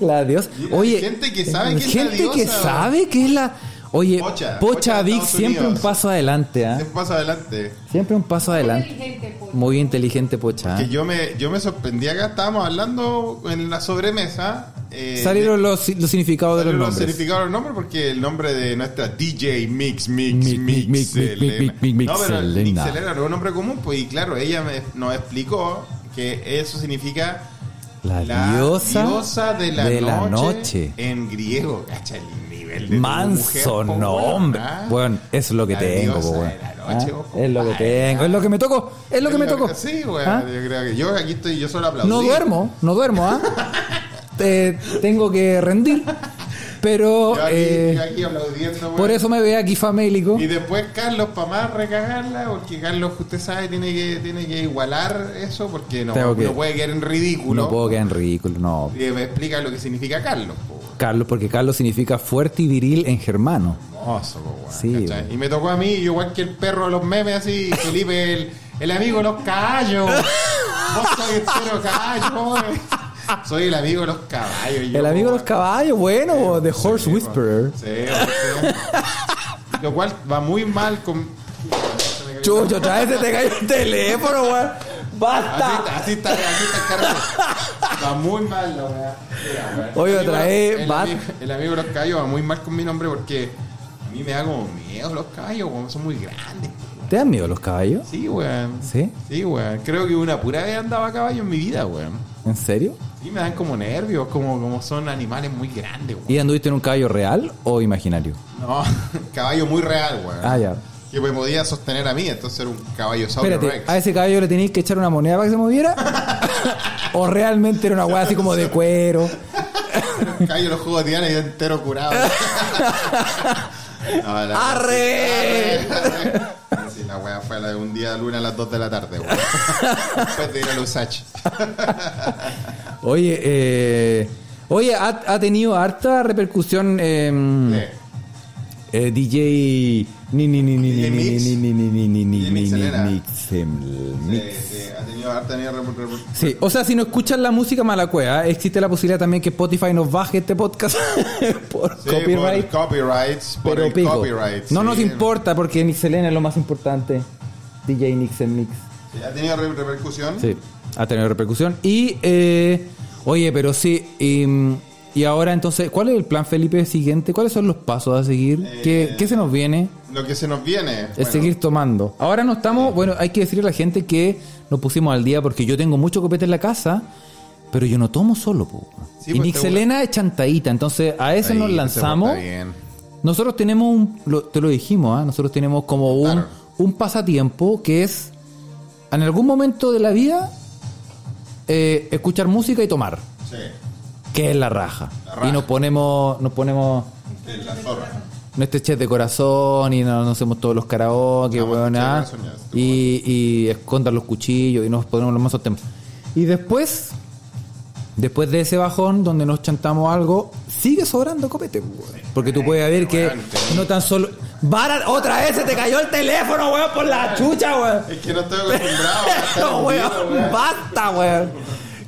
Speaker 2: La diosa.
Speaker 4: Mira,
Speaker 2: Oye.
Speaker 4: hay gente que sabe que es la
Speaker 2: gente que
Speaker 4: diosa.
Speaker 2: sabe que es la. Oye,
Speaker 4: Pocha,
Speaker 2: Pocha,
Speaker 4: Pocha de
Speaker 2: Vic
Speaker 4: Estados
Speaker 2: siempre un
Speaker 4: Unidos.
Speaker 2: paso adelante, ¿ah?
Speaker 4: Un paso adelante.
Speaker 2: Siempre un paso adelante.
Speaker 3: Inteligente, pues.
Speaker 2: Muy inteligente, Pocha. ¿ah?
Speaker 4: Que yo me, yo me sorprendí acá, estábamos hablando en la sobremesa. eh,
Speaker 2: Salieron los, los significados de los
Speaker 4: salieron los
Speaker 2: nombres.
Speaker 4: significados de los nombres porque el nombre de nuestra DJ Mix Mix
Speaker 2: Mix,
Speaker 4: Mix
Speaker 2: mix, mix,
Speaker 4: Selena.
Speaker 2: mix, mix,
Speaker 4: No, pero
Speaker 2: Selena.
Speaker 4: Mix Selena no es un nombre común, pues y claro, ella me- nos explicó que eso significa
Speaker 2: La diosa
Speaker 4: diosa de la,
Speaker 2: de la
Speaker 4: noche,
Speaker 2: noche.
Speaker 4: en griego. Cacha el nivel de tu mujer, po,
Speaker 2: Manso
Speaker 4: weón,
Speaker 2: nombre.
Speaker 4: ¿ah?
Speaker 2: Bueno, es lo que
Speaker 4: La
Speaker 2: tengo,
Speaker 4: diosa
Speaker 2: po,
Speaker 4: de
Speaker 2: weón.
Speaker 4: la noche,
Speaker 2: ¿Ah?
Speaker 4: ojo,
Speaker 2: Es lo que
Speaker 4: padre.
Speaker 2: tengo, es lo que me tocó, es lo que me tocó.
Speaker 4: Sí, weón,
Speaker 2: ¿Ah?
Speaker 4: yo creo que yo aquí estoy, yo solo aplaudí.
Speaker 2: No duermo, no duermo, ¿ah? Te- tengo que rendir, pero
Speaker 4: Yo aquí,
Speaker 2: eh,
Speaker 4: yo aquí aplaudiendo, weón.
Speaker 2: por eso me ve aquí famélico.
Speaker 4: Y después Carlos, para más recagarla, porque Carlos, usted sabe, tiene que, tiene que igualar eso, porque no,
Speaker 2: Tengo que-
Speaker 4: no puede quedar en ridículo.
Speaker 2: No puedo quedar en ridículo, no.
Speaker 4: Y me explica lo que significa Carlos, po, weón.
Speaker 2: Carlos, porque Carlos significa fuerte y viril en germano.
Speaker 4: Hermoso, po, weón,
Speaker 2: Sí,
Speaker 4: ¿cachai?
Speaker 2: weón.
Speaker 4: Y me tocó a mí, yo igual que el perro de los memes, así, Felipe, el, el amigo de los caballos. Vos soy el perro de caballo, weón. Soy el amigo de los caballos. yo,
Speaker 2: El amigo de
Speaker 4: po,
Speaker 2: los caballos, bueno, The Horse
Speaker 4: Sí,
Speaker 2: Whisperer.
Speaker 4: po. Sí, weón. Lo cual va muy mal con.
Speaker 2: Chucho, otra vez se te cayó el teléfono, weón.
Speaker 4: Así,
Speaker 2: Basta.
Speaker 4: está- así está, así está el carro. Va muy mal la weá. Mira, weá.
Speaker 2: Oye,
Speaker 4: El amigo-
Speaker 2: otra vez,
Speaker 4: el
Speaker 2: Bat.
Speaker 4: amigo- El amigo de los caballos va muy mal con mi nombre porque a mí me da como miedo los caballos, weón. Son muy grandes.
Speaker 2: ¿Te dan miedo los caballos?
Speaker 4: Sí, weón.
Speaker 2: ¿Sí?
Speaker 4: Sí, weón. Creo que una pura vez andaba a caballo en mi vida, weón.
Speaker 2: ¿En serio?
Speaker 4: Sí, me dan como nervios, como, como son animales muy grandes, weón.
Speaker 2: ¿Y anduviste en un caballo real o imaginario?
Speaker 4: No, caballo muy real, weón.
Speaker 2: Ah, ya.
Speaker 4: Que me podía sostener a mí, entonces era un caballo saurio
Speaker 2: Espérate,
Speaker 4: rex.
Speaker 2: ¿a ese caballo le tenías que echar una moneda para que se moviera? ¿O realmente era una weá así como de cuero?
Speaker 4: Caballo en los juegos de Diana y yo entero curado. No, la- la-
Speaker 2: ¡Arre!
Speaker 4: ¡Arre! Sí, la weá fue la de un día luna a las 2 de la tarde, weón. Después de ir al Usach.
Speaker 2: Oye, eh, oye ha, ha tenido harta repercusión em,
Speaker 4: Eh,
Speaker 2: eh, DJ ni ni ni ni ni
Speaker 4: DJ
Speaker 2: ni
Speaker 4: Mix.
Speaker 2: ni ni ni ni ni ni
Speaker 4: DJ
Speaker 2: ni
Speaker 4: Mix
Speaker 2: ni
Speaker 4: Elena.
Speaker 2: Mix, em,
Speaker 4: eh,
Speaker 2: Mix.
Speaker 4: eh, ha tenido harta tenido repor- repor-
Speaker 2: Sí, o sea, si no escuchan la música malacuea, existe la posibilidad también que Spotify nos baje este podcast por
Speaker 4: Sí,
Speaker 2: copyright.
Speaker 4: Por copyrights, por
Speaker 2: pero
Speaker 4: el
Speaker 2: pico.
Speaker 4: copyright.
Speaker 2: no
Speaker 4: sí.
Speaker 2: nos importa porque Nick Selena es lo más importante. DJ Nick en Mix.
Speaker 4: Sí, ¿Ha tenido re- repercusión?
Speaker 2: Sí, ha tenido repercusión. Y, eh, oye, pero sí. Y, y ahora entonces, ¿cuál es el plan Felipe siguiente? ¿Cuáles son los pasos a seguir? ¿Qué,
Speaker 4: Eh,
Speaker 2: qué se nos viene?
Speaker 4: Lo que se nos viene.
Speaker 2: Es
Speaker 4: bueno,
Speaker 2: seguir tomando. Este Ahora no estamos, bueno, hay que decirle a la gente que nos pusimos al día porque yo tengo mucho copete en la casa, pero yo no tomo solo. po.
Speaker 4: Sí,
Speaker 2: y
Speaker 4: pues,
Speaker 2: Nick
Speaker 4: te-
Speaker 2: Selena es chantadita, entonces a eso
Speaker 4: ahí
Speaker 2: nos
Speaker 4: se
Speaker 2: lanzamos.
Speaker 4: porta bien.
Speaker 2: Nosotros tenemos un, lo- te lo dijimos, ¿ah? nosotros tenemos como un,
Speaker 4: Claro.
Speaker 2: un pasatiempo que es, en algún momento de la vida, eh, escuchar música y tomar,
Speaker 4: Sí,
Speaker 2: que es la raja.
Speaker 4: La raja.
Speaker 2: Y nos ponemos, nos ponemos
Speaker 4: es la zorra.
Speaker 2: nuestro chef de corazón y nos, nos hacemos todos los karaoke,
Speaker 4: Ah, bueno,
Speaker 2: weón,
Speaker 4: chef de
Speaker 2: ah,
Speaker 4: corazón, ya, estuvo
Speaker 2: y, y escondan los cuchillos y nos ponemos los mazos temas. Y después, después de ese bajón donde nos chantamos algo, sigue sobrando copete, weón. Porque tú puedes ver que
Speaker 4: weón,
Speaker 2: no tan solo. ¡Vara! ¡Otra vez se te cayó el teléfono, weón! ¡Por la chucha, weón!
Speaker 4: Es que no estoy acostumbrado. a estar
Speaker 2: Pero,
Speaker 4: en vivo,
Speaker 2: weón,
Speaker 4: weón.
Speaker 2: ¡Basta, weón!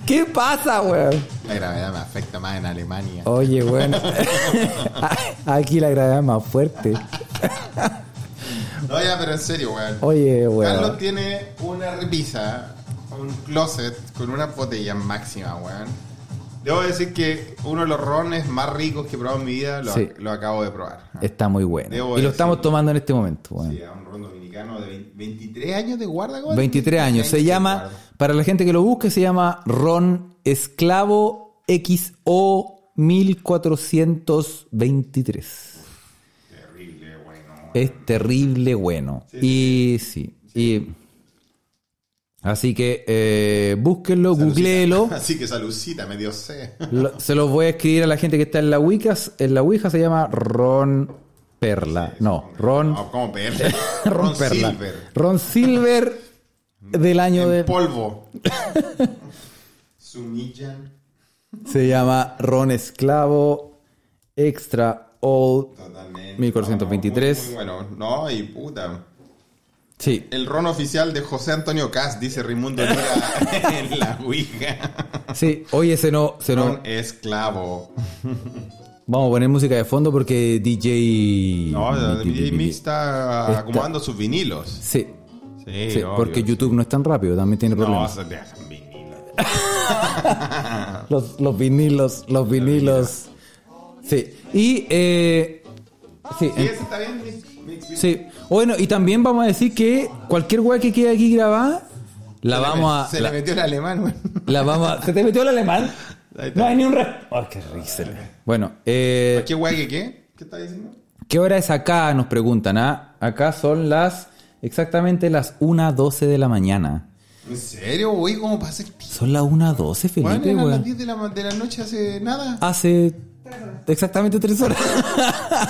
Speaker 2: ¿Qué pasa, weón?
Speaker 4: La gravedad me afecta más en Alemania.
Speaker 2: Oye, bueno. Aquí la gravedad es más fuerte.
Speaker 4: No, ya, pero en serio, weón.
Speaker 2: Oye, weón.
Speaker 4: Carlos tiene una repisa, un closet con una botella máxima, weón. Debo decir que uno de los rones más ricos que he probado en mi vida lo,
Speaker 2: Sí.
Speaker 4: lo acabo de probar.
Speaker 2: Ah. Está muy bueno.
Speaker 4: Debo
Speaker 2: y lo
Speaker 4: decir-
Speaker 2: estamos tomando en este momento. weón.
Speaker 4: Sí, a un ron dominicano de 20 23 años de guarda, weón.
Speaker 2: 23 años. Se
Speaker 4: 23
Speaker 2: llama,
Speaker 4: de guarda.
Speaker 2: para la gente que lo busque, se llama Ron Esclavo XO 1423.
Speaker 4: Terrible, bueno.
Speaker 2: Es terrible bueno. y sí. Y, así que eh, búsquenlo, googleelo.
Speaker 4: Así que salucita, me dio sed.
Speaker 2: Lo- se los voy a escribir a la gente que está en la Wicca. En la Ouija se llama Ron Perla. No, Ron
Speaker 4: No, como perla.
Speaker 2: Ron Perla.
Speaker 4: Silver.
Speaker 2: Ron Silver del año
Speaker 4: En
Speaker 2: de.
Speaker 4: polvo. Sumillan.
Speaker 2: Se llama Ron Esclavo Extra Old. 1423.
Speaker 4: Totalmente. No, muy- muy bueno, no, y puta.
Speaker 2: Sí.
Speaker 4: El ron oficial de José Antonio Cas, dice Raimundo Lira en la Ouija.
Speaker 2: Sí. Oye, se no, se no.
Speaker 4: Ron esclavo.
Speaker 2: Vamos a poner música de fondo porque DJ.
Speaker 4: No, DJ Mix
Speaker 2: Está-
Speaker 4: está acomodando sus vinilos.
Speaker 2: Sí.
Speaker 4: Sí,
Speaker 2: sí,
Speaker 4: obvio.
Speaker 2: porque YouTube no Eh. es tan rápido, también tiene
Speaker 4: No,
Speaker 2: problemas.
Speaker 4: se te dejan vinilos.
Speaker 2: Los, los vinilos, los vinilos. Sí. Y. Eh, sí.
Speaker 4: Sí, eso está bien, Mix. Mix, Mix.
Speaker 2: Sí. Bueno, y también vamos a decir que cualquier weá que quede aquí grabada, la
Speaker 4: Se le
Speaker 2: vamos
Speaker 4: me-
Speaker 2: a.
Speaker 4: Se
Speaker 2: la-
Speaker 4: le metió el alemán, güey.
Speaker 2: La vamos a- ¿Se te metió el alemán?
Speaker 4: Ahí está.
Speaker 2: No hay ni un re... Oh, qué risa. Bueno, eh,
Speaker 4: ¿Qué guay que qué? ¿Qué está diciendo?
Speaker 2: ¿qué hora es acá? Nos preguntan, ¿ah? Acá son las... Exactamente las 1.12 de la mañana.
Speaker 4: ¿En serio, güey? ¿Cómo pasa el tiempo?
Speaker 2: Son las 1.12,
Speaker 4: Bueno,
Speaker 2: Felipe,
Speaker 4: eran las
Speaker 2: weón.
Speaker 4: 10 de la, de la noche hace nada.
Speaker 2: Hace exactamente tres horas.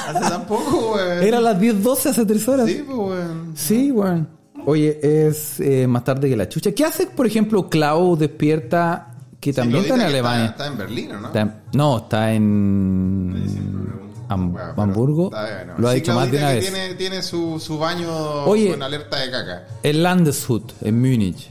Speaker 4: Hace tampoco, güey.
Speaker 2: Era las 10.12 hace tres horas.
Speaker 4: Sí, pues, güey.
Speaker 2: Sí, weón. Oye, es eh, más tarde que la chucha. ¿Qué hace, por ejemplo, Clau despierta, que
Speaker 4: Sí, lo
Speaker 2: también está en
Speaker 4: dice que
Speaker 2: Alemania?
Speaker 4: Está, en Berlín, ¿o ¿no?
Speaker 2: Está en- no, está
Speaker 4: Sí, siempre
Speaker 2: en...
Speaker 4: pregunto.
Speaker 2: Ham-
Speaker 4: Bueno, pero
Speaker 2: Hamburgo.
Speaker 4: está bien, ¿no?
Speaker 2: Lo ha
Speaker 4: Sí,
Speaker 2: dicho más de
Speaker 4: Claudita
Speaker 2: una
Speaker 4: que
Speaker 2: vez.
Speaker 4: Tiene, tiene su, su baño
Speaker 2: Oye.
Speaker 4: con alerta de caca.
Speaker 2: El Landeshut en Múnich.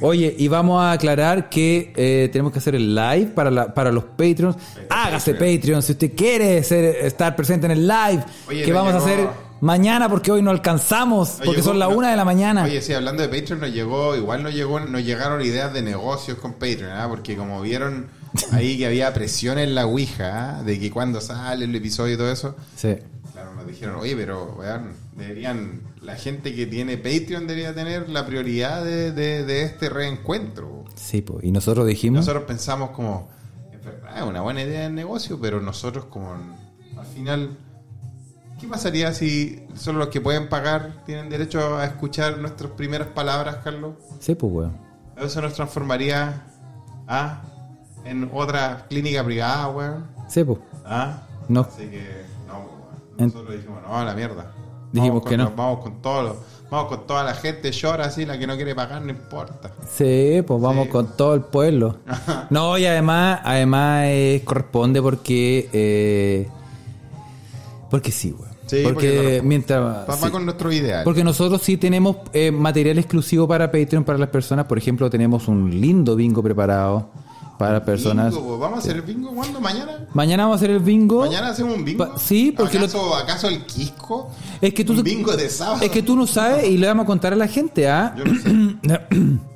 Speaker 2: Oye, y vamos a aclarar que eh, tenemos que hacer el live para, la- para los Patreons. Hágase Patreon si usted quiere ser- estar presente en el live.
Speaker 4: Oye,
Speaker 2: que
Speaker 4: no
Speaker 2: vamos a
Speaker 4: llegó-
Speaker 2: hacer Mañana, porque hoy no alcanzamos,
Speaker 4: Nos
Speaker 2: porque
Speaker 4: llegó-
Speaker 2: son las
Speaker 4: no-
Speaker 2: una de la mañana.
Speaker 4: Oye, sí, hablando de Patreon, nos llegó, igual nos llegó, nos llegaron ideas de negocios con Patreon, ¿ah? porque como vieron ahí que había presión en la Ouija, ¿ah? de que cuando sale el episodio y todo eso,
Speaker 2: Sí.
Speaker 4: claro, nos dijeron, oye, pero weón, deberían, la gente que tiene Patreon debería tener la prioridad de, de- de este reencuentro.
Speaker 2: Sí, po. y nosotros dijimos.
Speaker 4: Nosotros pensamos como, es verdad, es una buena idea de negocio, pero nosotros como, al final, ¿qué pasaría si solo los que pueden pagar tienen derecho a escuchar nuestras primeras palabras, Carlos?
Speaker 2: Sí, pues, weón.
Speaker 4: Eso nos transformaría a, en otra clínica privada, weón.
Speaker 2: Sí, pues.
Speaker 4: ¿Ah?
Speaker 2: No.
Speaker 4: Así que, no, weón.
Speaker 2: En-
Speaker 4: nosotros dijimos, no, a la mierda.
Speaker 2: Dijimos
Speaker 4: Vamos con-
Speaker 2: que no.
Speaker 4: Vamos con todo, lo- vamos con toda la gente, llora así, la que no quiere pagar, no importa.
Speaker 2: Sí, pues vamos
Speaker 4: Sí.
Speaker 2: con todo el pueblo. No, y además, además eh, corresponde porque. eh, porque sí, weón.
Speaker 4: Sí, porque
Speaker 2: porque
Speaker 4: corresponde.
Speaker 2: mientras.
Speaker 4: Papá
Speaker 2: sí.
Speaker 4: con nuestro ideal.
Speaker 2: Porque nosotros sí tenemos eh, material exclusivo para Patreon para las personas. Por ejemplo, tenemos un lindo bingo preparado para personas.
Speaker 4: Bingo, po. vamos a hacer bingo cuando mañana.
Speaker 2: Mañana vamos a hacer el bingo.
Speaker 4: Mañana hacemos un bingo.
Speaker 2: Pa- sí, porque lo-
Speaker 4: ¿Acaso, acaso el Quisco?
Speaker 2: Es que tú
Speaker 4: Un bingo de sábado.
Speaker 2: Es que tú no sabes y le vamos a contar a la gente, ¿ah?
Speaker 4: Yo no sé.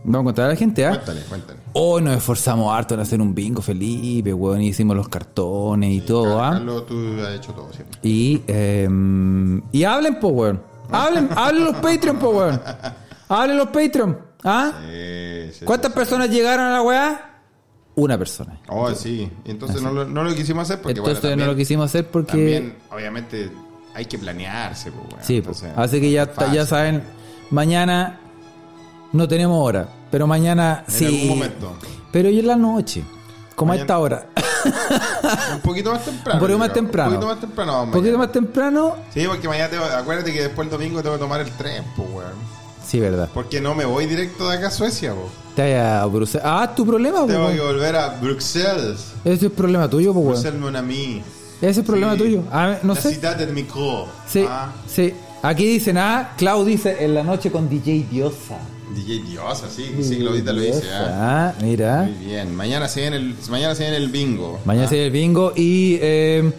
Speaker 2: vamos a contar a la gente, ¿ah?
Speaker 4: Cuéntale, cuéntale.
Speaker 2: Hoy nos esforzamos harto en hacer un bingo, Felipe, weón, y hicimos los cartones y todo, ¿ah?
Speaker 4: Carlos, tú has hecho todo siempre.
Speaker 2: Y, eh, y hablen, po, weón. Hablen, hablen los Patreon, po, weón. Hablen los Patreon, ¿ah?
Speaker 4: Eh, sí,
Speaker 2: ¿Cuántas personas llegaron a la weá? Una persona.
Speaker 4: sí. Oh, sí. Entonces no lo, no lo quisimos hacer porque
Speaker 2: Entonces
Speaker 4: bueno, también,
Speaker 2: no lo quisimos hacer porque...
Speaker 4: también, obviamente, hay que planearse. Pues, bueno.
Speaker 2: sí,
Speaker 4: Entonces,
Speaker 2: po. así que
Speaker 4: no
Speaker 2: ya,
Speaker 4: es
Speaker 2: está- ya
Speaker 4: fácil.
Speaker 2: saben, mañana no tenemos hora, pero mañana
Speaker 4: En
Speaker 2: sí.
Speaker 4: algún momento.
Speaker 2: Pero hoy en la noche, como a
Speaker 4: Mañana-
Speaker 2: esta hora.
Speaker 4: Un poquito más temprano.
Speaker 2: Un poquito
Speaker 4: yo
Speaker 2: más
Speaker 4: creo.
Speaker 2: temprano.
Speaker 4: Un poquito más temprano.
Speaker 2: Un
Speaker 4: vamos
Speaker 2: poquito
Speaker 4: mañana.
Speaker 2: más temprano.
Speaker 4: Sí, porque mañana tengo, acuérdate que después el domingo tengo que tomar el tren, pues, weón.
Speaker 2: Sí, verdad.
Speaker 4: Porque no me voy directo de acá a Suecia, pues.
Speaker 2: Te vaya a Bruselas. Ah, tu problema, po,
Speaker 4: Tengo
Speaker 2: weón.
Speaker 4: que volver a Bruxelles.
Speaker 2: Ese es problema tuyo, po, weón.
Speaker 4: Bruxelles, mon ami.
Speaker 2: Ese es problema
Speaker 4: Sí.
Speaker 2: tuyo. Ah, no
Speaker 4: La
Speaker 2: sé.
Speaker 4: ciudad del micro.
Speaker 2: Sí,
Speaker 4: Ah,
Speaker 2: sí. Aquí dicen, ah, Clau dice en la noche con DJ Diosa.
Speaker 4: DJ Diosa, sí. Sí, Claudita lo dice.
Speaker 2: Ah,
Speaker 4: ah.
Speaker 2: mira.
Speaker 4: Muy bien. Mañana se viene el, mañana se viene el bingo. Ah,
Speaker 2: Mañana sería el bingo y... eh,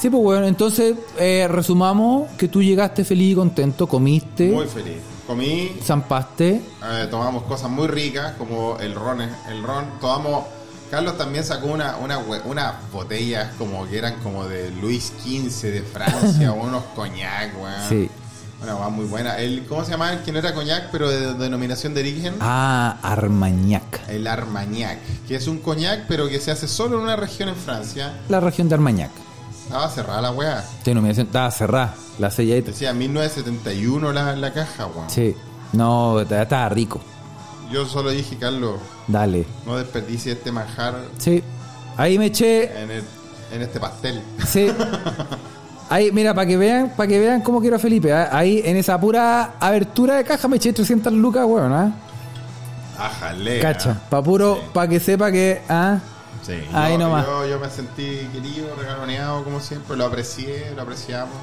Speaker 2: sí, pues bueno, entonces eh, resumamos que tú llegaste feliz y contento, comiste,
Speaker 4: Muy feliz. Comí,
Speaker 2: zampaste.
Speaker 4: eh, tomamos cosas muy ricas como el ron. eh, El ron, tomamos... Carlos también sacó una, una, hue- unas botellas como que eran como de Luis XV de Francia, unos coñac, weón.
Speaker 2: Sí.
Speaker 4: Una weá muy buena. El, ¿Cómo se llamaba el que no era coñac, pero de, denominación de origen?
Speaker 2: Ah, Armañac.
Speaker 4: El Armagnac, que es un coñac, pero que se hace solo en una región en Francia.
Speaker 2: La región de Armañac.
Speaker 4: Estaba cerrada la weá.
Speaker 2: Denominación, estaba cerrada, la selladita.
Speaker 4: Decía 1971 la, la caja, weón.
Speaker 2: Sí. No, está- estaba rico.
Speaker 4: Yo solo dije, Carlos,
Speaker 2: Dale.
Speaker 4: no desperdicie este manjar
Speaker 2: Sí. Ahí me eché
Speaker 4: en, el- en este pastel.
Speaker 2: Sí. Ahí, mira, para que vean, para que vean cómo quiero a Felipe. ¿ah? Ahí en esa pura abertura de caja me eché 300 lucas, weón, ¿ah?
Speaker 4: Ajale. ah.
Speaker 2: Cacha. Para puro, para que sepa que, ¿ah?
Speaker 4: Sí.
Speaker 2: Ahí
Speaker 4: yo,
Speaker 2: nomás.
Speaker 4: Yo, yo me sentí querido, regaloneado, como siempre. Lo aprecié, lo apreciamos.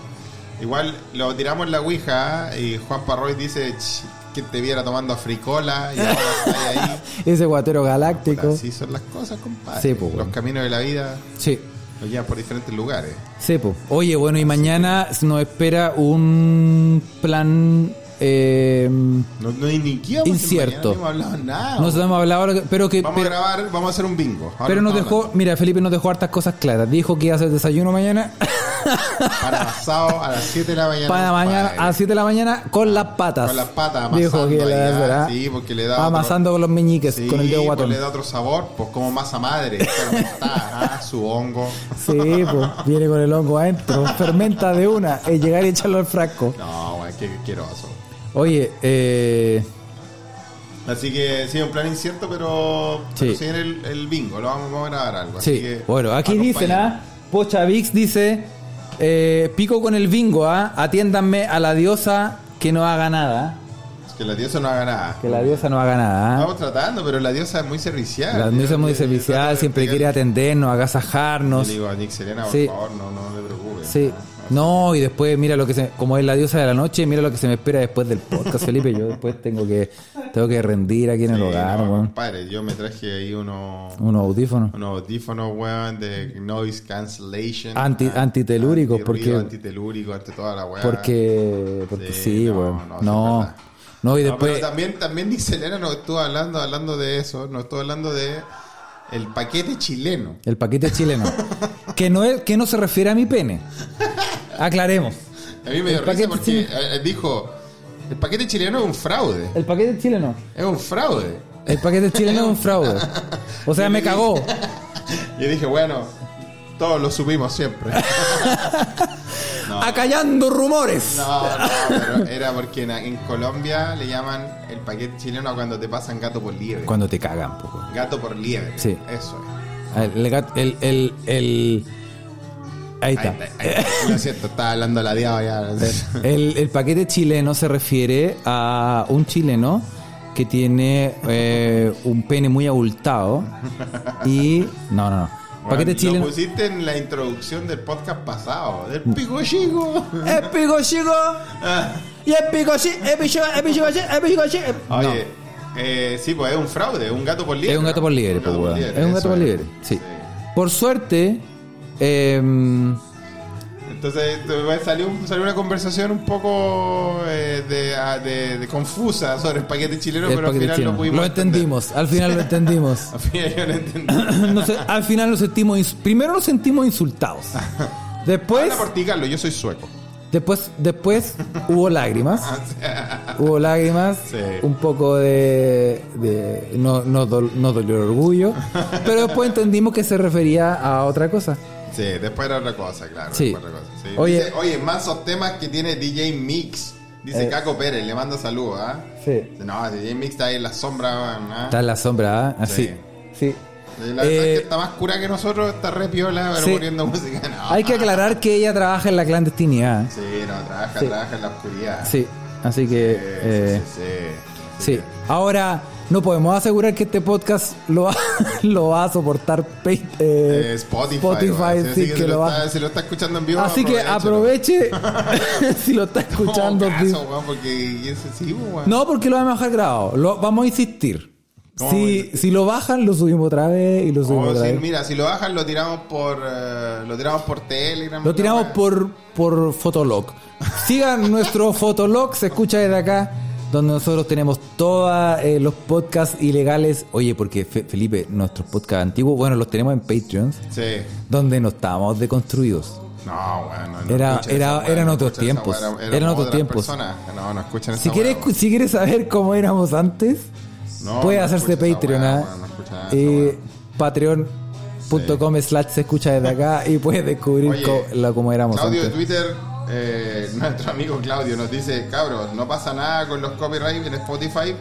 Speaker 4: Igual lo tiramos en la ouija ¿ah? y Juan Parroy dice "Ch, que te viera tomando fricola y ahora está ahí.
Speaker 2: Ese guatero galáctico.
Speaker 4: Así son las cosas, compadre.
Speaker 2: Sí, pues,
Speaker 4: Los
Speaker 2: bueno.
Speaker 4: caminos de la vida
Speaker 2: Sí.
Speaker 4: nos llevan por diferentes lugares.
Speaker 2: Sepo. Oye, bueno, y mañana nos espera un plan. eh,
Speaker 4: No, no hay ni guía, porque
Speaker 2: Incierto.
Speaker 4: mañana No hemos hablado nada.
Speaker 2: no sabemos hablar ahora, pero que.
Speaker 4: vamos
Speaker 2: pero-
Speaker 4: a grabar, vamos a hacer un bingo. Ahora
Speaker 2: pero nos
Speaker 4: estamos
Speaker 2: dejó, mira, Felipe nos dejó hartas cosas claras. Dijo que iba a hacer desayuno mañana,
Speaker 4: hablando. Para pasado a las 7 de la mañana.
Speaker 2: para mañana, a las
Speaker 4: así
Speaker 2: 7 de la mañana, con las patas.
Speaker 4: Ah, Con las patas
Speaker 2: Dijo
Speaker 4: amasando
Speaker 2: que le
Speaker 4: ahí,
Speaker 2: va a hacer,
Speaker 4: ah,
Speaker 2: ah.
Speaker 4: sí, porque le da
Speaker 2: Amasando con los
Speaker 4: otro,
Speaker 2: meñiques,
Speaker 4: sí,
Speaker 2: con el dedo
Speaker 4: pues
Speaker 2: guatón.
Speaker 4: le da otro sabor, pues como masa madre, fermentada, ah, su hongo.
Speaker 2: Sí, pues, viene con el hongo adentro. Fermenta de una. Es llegar y echarlo al frasco.
Speaker 4: No, güey, qué asqueroso.
Speaker 2: Oye, eh,
Speaker 4: Así que sí, un plan incierto, pero,
Speaker 2: Sí.
Speaker 4: pero se viene el, el bingo, lo vamos, vamos a grabar algo. así
Speaker 2: sí.
Speaker 4: que
Speaker 2: Bueno, aquí dicen,
Speaker 4: acompáñenos.
Speaker 2: ¿ah? Pocha Vix dice: eh, Pico con el bingo, ¿ah? Atiéndanme a la diosa que no haga nada. ¿ah?
Speaker 4: Que la diosa no haga nada.
Speaker 2: Que la diosa no haga nada, ¿ah?
Speaker 4: Estamos tratando, pero la diosa es muy servicial.
Speaker 2: La diosa es muy
Speaker 4: Yo- yo- yo trato
Speaker 2: servicial,
Speaker 4: de
Speaker 2: siempre quiere
Speaker 4: explicar-
Speaker 2: atendernos,
Speaker 4: Yo
Speaker 2: agasajarnos.
Speaker 4: le digo a Nick Serena, por
Speaker 2: Sí.
Speaker 4: favor, no, no te preocupes.
Speaker 2: Sí. No, y después mira lo que se... Como es la diosa de la noche, mira lo que se me espera después del podcast, Felipe. Yo después tengo que Tengo que rendir aquí en el
Speaker 4: Sí,
Speaker 2: hogar,
Speaker 4: Eh, no,
Speaker 2: weón.
Speaker 4: compadre, yo me traje ahí unos
Speaker 2: Unos audífonos.
Speaker 4: unos audífonos, weón, de noise cancellation.
Speaker 2: Anti-
Speaker 4: Ah,
Speaker 2: antitelúricos,
Speaker 4: antirruido,
Speaker 2: porque-
Speaker 4: Antitelúrico, ante toda la weá.
Speaker 2: Porque, porque
Speaker 4: Ah, Sí,
Speaker 2: sí,
Speaker 4: no,
Speaker 2: weón.
Speaker 4: no,
Speaker 2: No,
Speaker 4: sí, es
Speaker 2: no.
Speaker 4: verdad.
Speaker 2: y
Speaker 4: No,
Speaker 2: después.
Speaker 4: pero también, también Nicelena nos estuvo hablando, hablando de eso, nos estuvo hablando de el paquete chileno.
Speaker 2: El paquete chileno. que, no es, que no se refiere a mi pene. Aclaremos.
Speaker 4: A mí me
Speaker 2: El
Speaker 4: dio risa
Speaker 2: paquete
Speaker 4: porque
Speaker 2: chileno.
Speaker 4: eh, eh, dijo, el paquete chileno es un fraude,
Speaker 2: El paquete chileno.
Speaker 4: es un fraude.
Speaker 2: El paquete chileno es un fraude. O sea, me cagó.
Speaker 4: Y dije, bueno, todos lo subimos siempre.
Speaker 2: Acallando rumores.
Speaker 4: No, no, pero era porque en, en Colombia le llaman el paquete chileno a cuando te pasan gato por liebre.
Speaker 2: Cuando te cagan, poco.
Speaker 4: Gato por liebre.
Speaker 2: Sí.
Speaker 4: Eso es.
Speaker 2: El, gat- el, el, el- Ahí
Speaker 4: Ahí
Speaker 2: está.
Speaker 4: está, ahí está. Lo siento, estaba hablando la diaba ya.
Speaker 2: El, el paquete chileno se refiere a un chileno que tiene eh, un pene muy abultado y... No, no, no. Paquete
Speaker 4: Bueno, pues,
Speaker 2: chileno...
Speaker 4: Lo pusiste en la introducción del podcast pasado, del pico chico.
Speaker 2: ¡Es pico chico!
Speaker 4: Ah.
Speaker 2: ¡Y es pico chi- es pico- es pico chi- es pico chi- es- No.
Speaker 4: Oye, eh, sí, pues es un fraude, es un gato por liebre.
Speaker 2: Es un gato por liebre,
Speaker 4: Un gato
Speaker 2: po,
Speaker 4: por
Speaker 2: weón.
Speaker 4: liebre,
Speaker 2: Es un
Speaker 4: eso
Speaker 2: gato por
Speaker 4: es.
Speaker 2: liebre, sí. Por suerte, em,
Speaker 4: Entonces te- me salió, un- salió una conversación un poco eh, de, ah, de- de confusa sobre el paquete chileno,
Speaker 2: el
Speaker 4: pero al
Speaker 2: paquete
Speaker 4: final
Speaker 2: chileno.
Speaker 4: lo
Speaker 2: Lo,
Speaker 4: pudimos entender.
Speaker 2: entendimos, al final lo entendimos.
Speaker 4: Al final yo no entendí.
Speaker 2: No sé, al final nos sentimos... ins- Primero nos sentimos insultados. Después...
Speaker 4: Habla por ti, Carlos, yo soy sueco.
Speaker 2: Después, después hubo lágrimas. hubo lágrimas.
Speaker 4: Sí.
Speaker 2: Un poco de. de- no, no dol- no dolió el orgullo. Pero después entendimos que se refería a otra cosa.
Speaker 4: Sí, después era otra cosa, claro.
Speaker 2: Sí.
Speaker 4: después era otra cosa, sí.
Speaker 2: Oye-
Speaker 4: Dice, oye, mansos temas que tiene DJ Mix. Dice
Speaker 2: Eh.
Speaker 4: Caco Pérez, le mando saludos, ¿ah?
Speaker 2: Sí.
Speaker 4: No, DJ Mix está ahí en la sombra, weón, ¿ah?
Speaker 2: Está en la sombra, ¿ah? así. Sí.
Speaker 4: Sí, La verdad
Speaker 2: Eh,
Speaker 4: es que está más cura que nosotros, está re piola, pero
Speaker 2: sí.
Speaker 4: poniendo música. No.
Speaker 2: Hay que aclarar que ella trabaja en la clandestinidad.
Speaker 4: Sí, no, trabaja,
Speaker 2: Sí.
Speaker 4: trabaja en la oscuridad.
Speaker 2: Sí. Así que.
Speaker 4: Sí, sí,
Speaker 2: eh,
Speaker 4: sí, sí.
Speaker 2: sí. Ahora. No podemos asegurar que este podcast lo va, lo va a soportar Pay- eh,
Speaker 4: Eh, Spotify.
Speaker 2: Spotify,
Speaker 4: weón. Sí,
Speaker 2: sí,
Speaker 4: así que
Speaker 2: que
Speaker 4: si
Speaker 2: lo va
Speaker 4: está, si lo está escuchando en vivo,
Speaker 2: Así que
Speaker 4: aprovéchalo.
Speaker 2: aproveche si lo está escuchando.
Speaker 4: No,
Speaker 2: Chris.
Speaker 4: caso, weón, porque ese sí, weón.
Speaker 2: No, porque lo vamos a dejar grabado. Lo, vamos a insistir.
Speaker 4: ¿Cómo voy a
Speaker 2: Si,
Speaker 4: insistir?
Speaker 2: si lo bajan, lo subimos otra vez y lo subimos
Speaker 4: Vamos a
Speaker 2: otra vez.
Speaker 4: decir, Oh, mira, si lo bajan lo tiramos por eh, lo tiramos por Telegram.
Speaker 2: Lo tiramos
Speaker 4: weón.
Speaker 2: por, por Fotolog. Sigan nuestro Fotolog, se escucha desde acá, donde nosotros tenemos todos eh, los podcasts ilegales. Oye, porque Fe- Felipe, nuestros podcasts antiguos, bueno, los tenemos en Patreons,
Speaker 4: Sí.
Speaker 2: donde no estábamos deconstruidos.
Speaker 4: No, weón. No, no
Speaker 2: Era-
Speaker 4: escuchen
Speaker 2: era-
Speaker 4: esa weá,
Speaker 2: eran
Speaker 4: no
Speaker 2: otros
Speaker 4: escuchen esa
Speaker 2: tiempos.
Speaker 4: weá, era-
Speaker 2: Eran
Speaker 4: éramos
Speaker 2: otros
Speaker 4: otras
Speaker 2: tiempos.
Speaker 4: personas. No, no escuchan
Speaker 2: Si
Speaker 4: esa
Speaker 2: quieres,
Speaker 4: weá,
Speaker 2: escu- si quieres saber cómo éramos antes,
Speaker 4: No,
Speaker 2: puedes
Speaker 4: no
Speaker 2: hacerse
Speaker 4: escucha esa
Speaker 2: Patreon.
Speaker 4: weá,
Speaker 2: ¿ah? Eh,
Speaker 4: weón, no escucha nada de esa
Speaker 2: y
Speaker 4: weá.
Speaker 2: patreon.com slash se escucha desde acá y puedes descubrir
Speaker 4: Oye,
Speaker 2: co- lo- cómo éramos
Speaker 4: Claudio de
Speaker 2: antes.
Speaker 4: Twitter, eh, nuestro amigo Claudio nos dice, cabros, no pasa nada con los copyrights en Spotify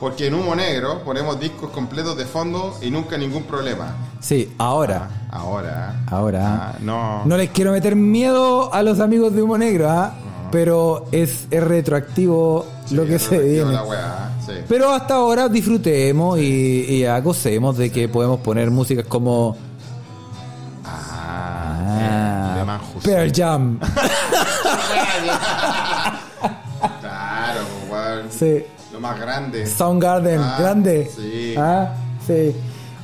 Speaker 4: porque en humo negro ponemos discos completos de fondo y nunca ningún problema.
Speaker 2: Sí, ahora.
Speaker 4: Ahora.
Speaker 2: Ahora.
Speaker 4: Ah, no.
Speaker 2: No les quiero meter miedo a los amigos de Humo Negro, ¿ah? pero es, es retroactivo
Speaker 4: Sí,
Speaker 2: lo que se
Speaker 4: retiro
Speaker 2: viene.
Speaker 4: la weá, sí.
Speaker 2: Pero hasta ahora disfrutemos y, y acosemos de que podemos poner músicas como
Speaker 4: Ah,
Speaker 2: ah,
Speaker 4: de Manjus.
Speaker 2: Pearl Jam.
Speaker 4: Claro, weón.
Speaker 2: Sí.
Speaker 4: Lo más grande.
Speaker 2: Soundgarden,
Speaker 4: Ah,
Speaker 2: grande.
Speaker 4: sí.
Speaker 2: Ah, sí.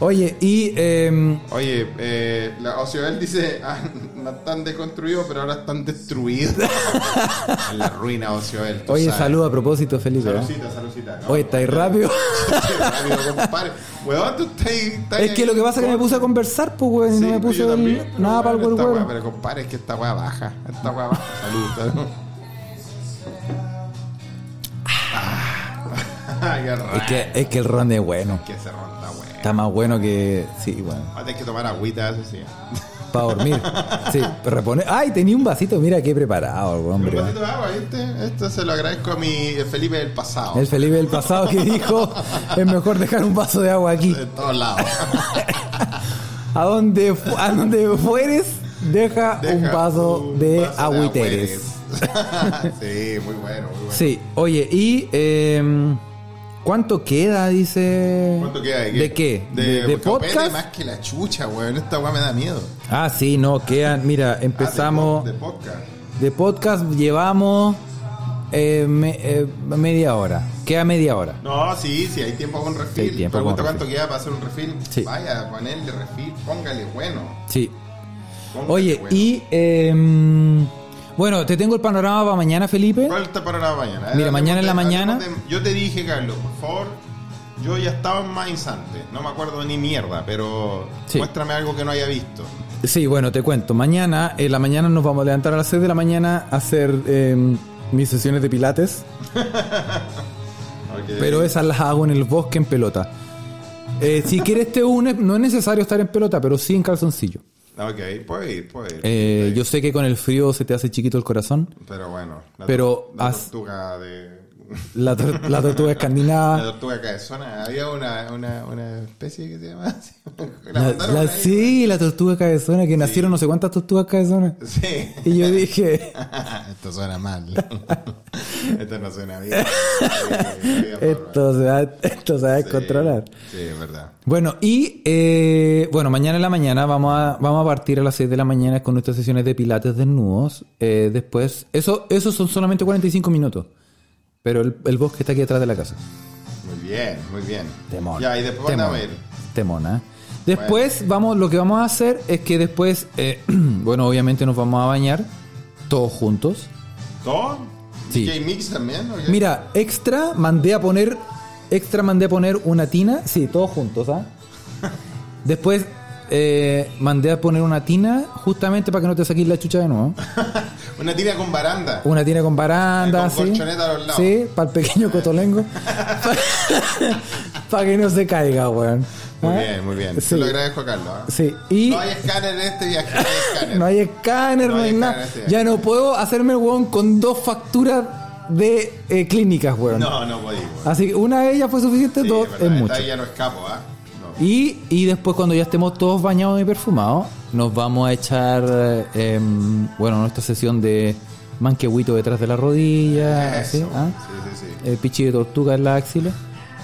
Speaker 2: Oye, y em,
Speaker 4: Oye, eh, la Ocioel dice, ah, no están deconstruidos, pero ahora están destruidos. en la ruina, Ocioel. tú
Speaker 2: oye,
Speaker 4: sabes.
Speaker 2: saludo a propósito, Felipe. ¿eh?
Speaker 4: Saludcita, saludcita. No,
Speaker 2: Oye, estáis rápido.
Speaker 4: rápido, compadre. Weón, tú estás... estás-
Speaker 2: es que lo que pasa es que me puse a conversar, pues, weón, y
Speaker 4: Sí,
Speaker 2: no me
Speaker 4: pues
Speaker 2: puse
Speaker 4: yo
Speaker 2: el-
Speaker 4: también, pero
Speaker 2: nada para
Speaker 4: weón,
Speaker 2: el
Speaker 4: esta
Speaker 2: weón.
Speaker 4: weá, Pero compadre, es que esta weá baja. Esta weá baja. Salud, salud. Ah, qué raro.
Speaker 2: Es que, es que el ron es bueno.
Speaker 4: Que se ronda, weón.
Speaker 2: Está más bueno que. Sí, bueno.
Speaker 4: Ah, Tienes que tomar agüita, eso sí.
Speaker 2: Para dormir. Sí, reponer. ¡Ay! Tenía un vasito, mira qué preparado, el
Speaker 4: Un
Speaker 2: hombre. weón.
Speaker 4: vasito de agua, ¿viste? Esto se lo agradezco a mi Felipe del pasado.
Speaker 2: El Felipe del pasado que dijo: es mejor dejar un vaso de agua aquí.
Speaker 4: De todos lados.
Speaker 2: A donde, fu- a donde fueres, deja, un
Speaker 4: Deja
Speaker 2: vaso
Speaker 4: un
Speaker 2: de
Speaker 4: vaso
Speaker 2: agüiteres.
Speaker 4: agüiteres. sí, muy bueno, muy bueno.
Speaker 2: Sí, oye, y em, ¿cuánto queda? Dice.
Speaker 4: ¿Cuánto queda de qué?
Speaker 2: ¿De qué?
Speaker 4: De,
Speaker 2: ¿De- de
Speaker 4: porque opere
Speaker 2: podcast?
Speaker 4: más que la chucha, weón. Esta weá me da miedo.
Speaker 2: Ah, sí, no, quedan. Mira, empezamos.
Speaker 4: Ah, de, po- de podcast.
Speaker 2: De podcast llevamos eh, me- eh, media hora. queda media hora.
Speaker 4: No, sí, sí, hay tiempo con
Speaker 2: Sí, hay
Speaker 4: refil.
Speaker 2: tiempo
Speaker 4: Pregunta
Speaker 2: con
Speaker 4: cuánto
Speaker 2: refil.
Speaker 4: queda para hacer un refil.
Speaker 2: Sí.
Speaker 4: Vaya, ponerle refil, póngale bueno.
Speaker 2: Sí.
Speaker 4: póngale
Speaker 2: Oye,
Speaker 4: bueno.
Speaker 2: y. em, bueno, te tengo el panorama para mañana, Felipe.
Speaker 4: ¿Cuál está para la mañana? eh,
Speaker 2: Mira,
Speaker 4: Hablemos
Speaker 2: mañana en
Speaker 4: de-
Speaker 2: la mañana-
Speaker 4: hablemos de- yo te dije, Carlos, por favor, yo ya estaba en Mainz antes. No me acuerdo ni mierda, pero
Speaker 2: Sí.
Speaker 4: muéstrame algo que no haya visto.
Speaker 2: Sí, bueno, te cuento. Mañana, en la mañana nos vamos a levantar a las 6 de la mañana a hacer em, mis sesiones de pilates.
Speaker 4: Ok.
Speaker 2: Pero esas las hago en el bosque en pelota. Eh, si quieres te unes, no es necesario estar en pelota, pero sí en calzoncillo.
Speaker 4: Ok, puede ir, puede ir.
Speaker 2: Eh, Yo sé que con el frío se te hace chiquito el corazón.
Speaker 4: Pero bueno, la,
Speaker 2: pero
Speaker 4: tor- la
Speaker 2: haz-
Speaker 4: tortuga de.
Speaker 2: La, tor- la tortuga
Speaker 4: La
Speaker 2: escandinava.
Speaker 4: tortuga cabezona, había una, una, una especie que se llama así. La
Speaker 2: La-
Speaker 4: mandaron
Speaker 2: la-
Speaker 4: ahí.
Speaker 2: sí, la tortuga cabezona, que nacieron no sé cuántas tortugas cabezonas.
Speaker 4: Sí.
Speaker 2: Y yo dije,
Speaker 4: Esto suena mal. Esto no suena bien.
Speaker 2: esto se va, esto se va a descontrolar.
Speaker 4: Sí, es verdad.
Speaker 2: Bueno, y eh, bueno, mañana en la mañana vamos a, vamos a partir a las 6 de la mañana con nuestras sesiones de pilates desnudos. Eh, después, eso, esos son solamente 45 minutos. Pero el, el bosque está aquí atrás de la casa.
Speaker 4: Muy bien, muy bien.
Speaker 2: Temón.
Speaker 4: Ya, y después van
Speaker 2: Temón.
Speaker 4: a ver.
Speaker 2: Temón, ¿eh? Después, vamos, lo que vamos a hacer es que después, eh, bueno, obviamente nos vamos a bañar todos juntos.
Speaker 4: ¿Todo?
Speaker 2: Sí.
Speaker 4: DJ Mix también? ¿o qué?
Speaker 2: Mira, extra mandé a poner. Extra mandé a poner una tina. Sí, todos juntos, ¿ah? Después eh, mandé a poner una tina justamente para que no te saquís la chucha de nuevo.
Speaker 4: Una tira con baranda.
Speaker 2: Una tina con baranda,
Speaker 4: Con
Speaker 2: sí.
Speaker 4: colchoneta a los lados.
Speaker 2: Sí, para el pequeño cotolengo. para que no se caiga, weón.
Speaker 4: Muy
Speaker 2: ¿Ah?
Speaker 4: bien, muy bien.
Speaker 2: Sí.
Speaker 4: Se lo agradezco a Carlos. ¿eh?
Speaker 2: Sí, y
Speaker 4: No hay escáner en este viaje. No hay escáner.
Speaker 2: no hay escáner, no,
Speaker 4: No hay
Speaker 2: hay nada.
Speaker 4: escáner, sí.
Speaker 2: Ya no puedo hacerme el weón con dos facturas de eh, clínicas, weón.
Speaker 4: no, no podía.
Speaker 2: Así que una de ellas fue suficiente, Este dos es mucho.
Speaker 4: Ahí ya no escapo, ¿ah? No.
Speaker 2: Y, y después cuando ya estemos todos bañados y perfumados, nos vamos a echar, eh, em, bueno, nuestra sesión de manquehuito detrás de la rodilla,
Speaker 4: Eso.
Speaker 2: así, ¿ah?
Speaker 4: Sí, sí, sí.
Speaker 2: Eh, pichi de tortuga en la axila,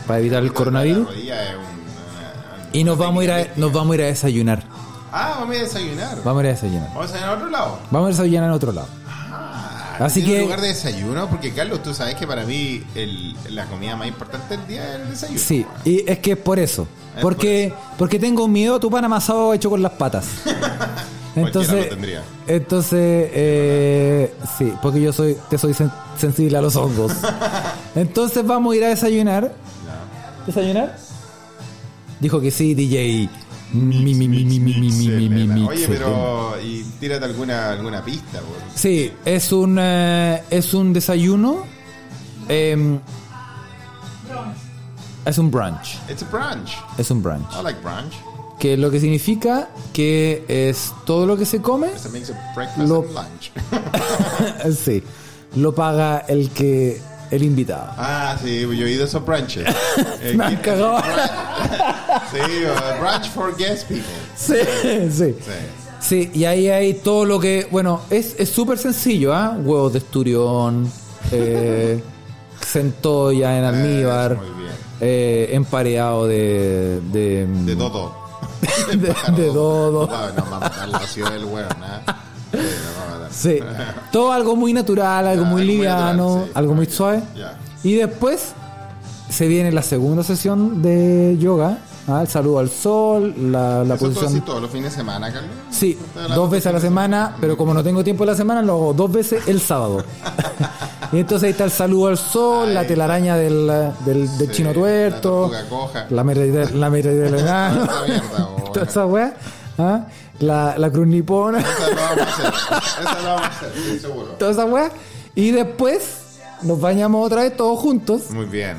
Speaker 2: para evitar el
Speaker 4: La
Speaker 2: coronavirus.
Speaker 4: rodilla es ah, un-
Speaker 2: Y nos vamos a ir a, nos vamos a ir a desayunar,
Speaker 4: Ah, vamos a desayunar.
Speaker 2: vamos a ir a desayunar.
Speaker 4: Vamos a desayunar a otro lado.
Speaker 2: Vamos a desayunar en otro lado.
Speaker 4: Ah,
Speaker 2: Así
Speaker 4: ¿tiene
Speaker 2: que-
Speaker 4: lugar de desayuno? Porque, Carlos, tú sabes que para mí el- la comida más importante del día es el desayuno.
Speaker 2: Sí, y es que es por eso.
Speaker 4: Es
Speaker 2: Porque, porque tengo miedo a tu pan amasado hecho con las patas.
Speaker 4: Cualquiera
Speaker 2: Entonces,
Speaker 4: lo tendría.
Speaker 2: entonces eh, sí, porque yo soy, te soy sen- sensible a los hongos. Entonces vamos a ir a desayunar.
Speaker 4: Ya.
Speaker 2: ¿Desayunar? Dijo que sí, DJ. Mi, mi, mi, mi, mi, mi, mi, mi, mi, mi,
Speaker 4: Oye,
Speaker 2: mi,
Speaker 4: pero. Y tírate alguna, alguna pista, por-
Speaker 2: Sí, es un, eh, es un desayuno. em, es un brunch.
Speaker 4: It's a brunch.
Speaker 2: Es un brunch.
Speaker 4: I like brunch.
Speaker 2: que lo que significa que es todo lo que se come,
Speaker 4: It makes a breakfast
Speaker 2: Lo-
Speaker 4: and lunch.
Speaker 2: sí, lo paga el que el invitado.
Speaker 4: ah, sí, yo he ido a esos brunches. Eh,
Speaker 2: Me han cagado.
Speaker 4: sí, uh, brunch for guest people.
Speaker 2: Sí, sí.
Speaker 4: Sí.
Speaker 2: Sí, y ahí hay todo lo que, bueno, es es súper sencillo, ¿ah? Huevos de esturión, eh, centolla en almíbar,
Speaker 4: muy bien.
Speaker 2: eh, empareado de de,
Speaker 4: De todo. Ah,
Speaker 2: de- de dodo.
Speaker 4: No, no, va a matar la ciudad del weón, ¿ah? Sí, no, va a matar.
Speaker 2: Sí, todo algo muy natural, algo
Speaker 4: Ya,
Speaker 2: muy
Speaker 4: algo muy
Speaker 2: liviano,
Speaker 4: natural, sí.
Speaker 2: algo muy suave.
Speaker 4: Ya.
Speaker 2: Y después se viene la segunda sesión de yoga, ¿ah? el saludo al sol, la, la
Speaker 4: Eso tú
Speaker 2: posición...
Speaker 4: haces todos los fines de semana, Carlos?
Speaker 2: Sí,
Speaker 4: Todas las-
Speaker 2: dos veces a la semana, pero como no tengo tiempo en la semana, lo hago dos veces el sábado. y entonces ahí está el saludo al sol,
Speaker 4: Ahí
Speaker 2: la
Speaker 4: está.
Speaker 2: telaraña del, del, del
Speaker 4: Sí,
Speaker 2: chino
Speaker 4: la
Speaker 2: tuerto,
Speaker 4: tortuga coja.
Speaker 2: la merida la merida del enano,
Speaker 4: Esa mierda, bo,
Speaker 2: toda esa weá, ¿ah? la, la cruz nipona.
Speaker 4: Esa lo vamos a hacer. Esa lo vamos a hacer, sí, seguro.
Speaker 2: toda esa weá. Y después nos bañamos otra vez todos juntos.
Speaker 4: Muy bien.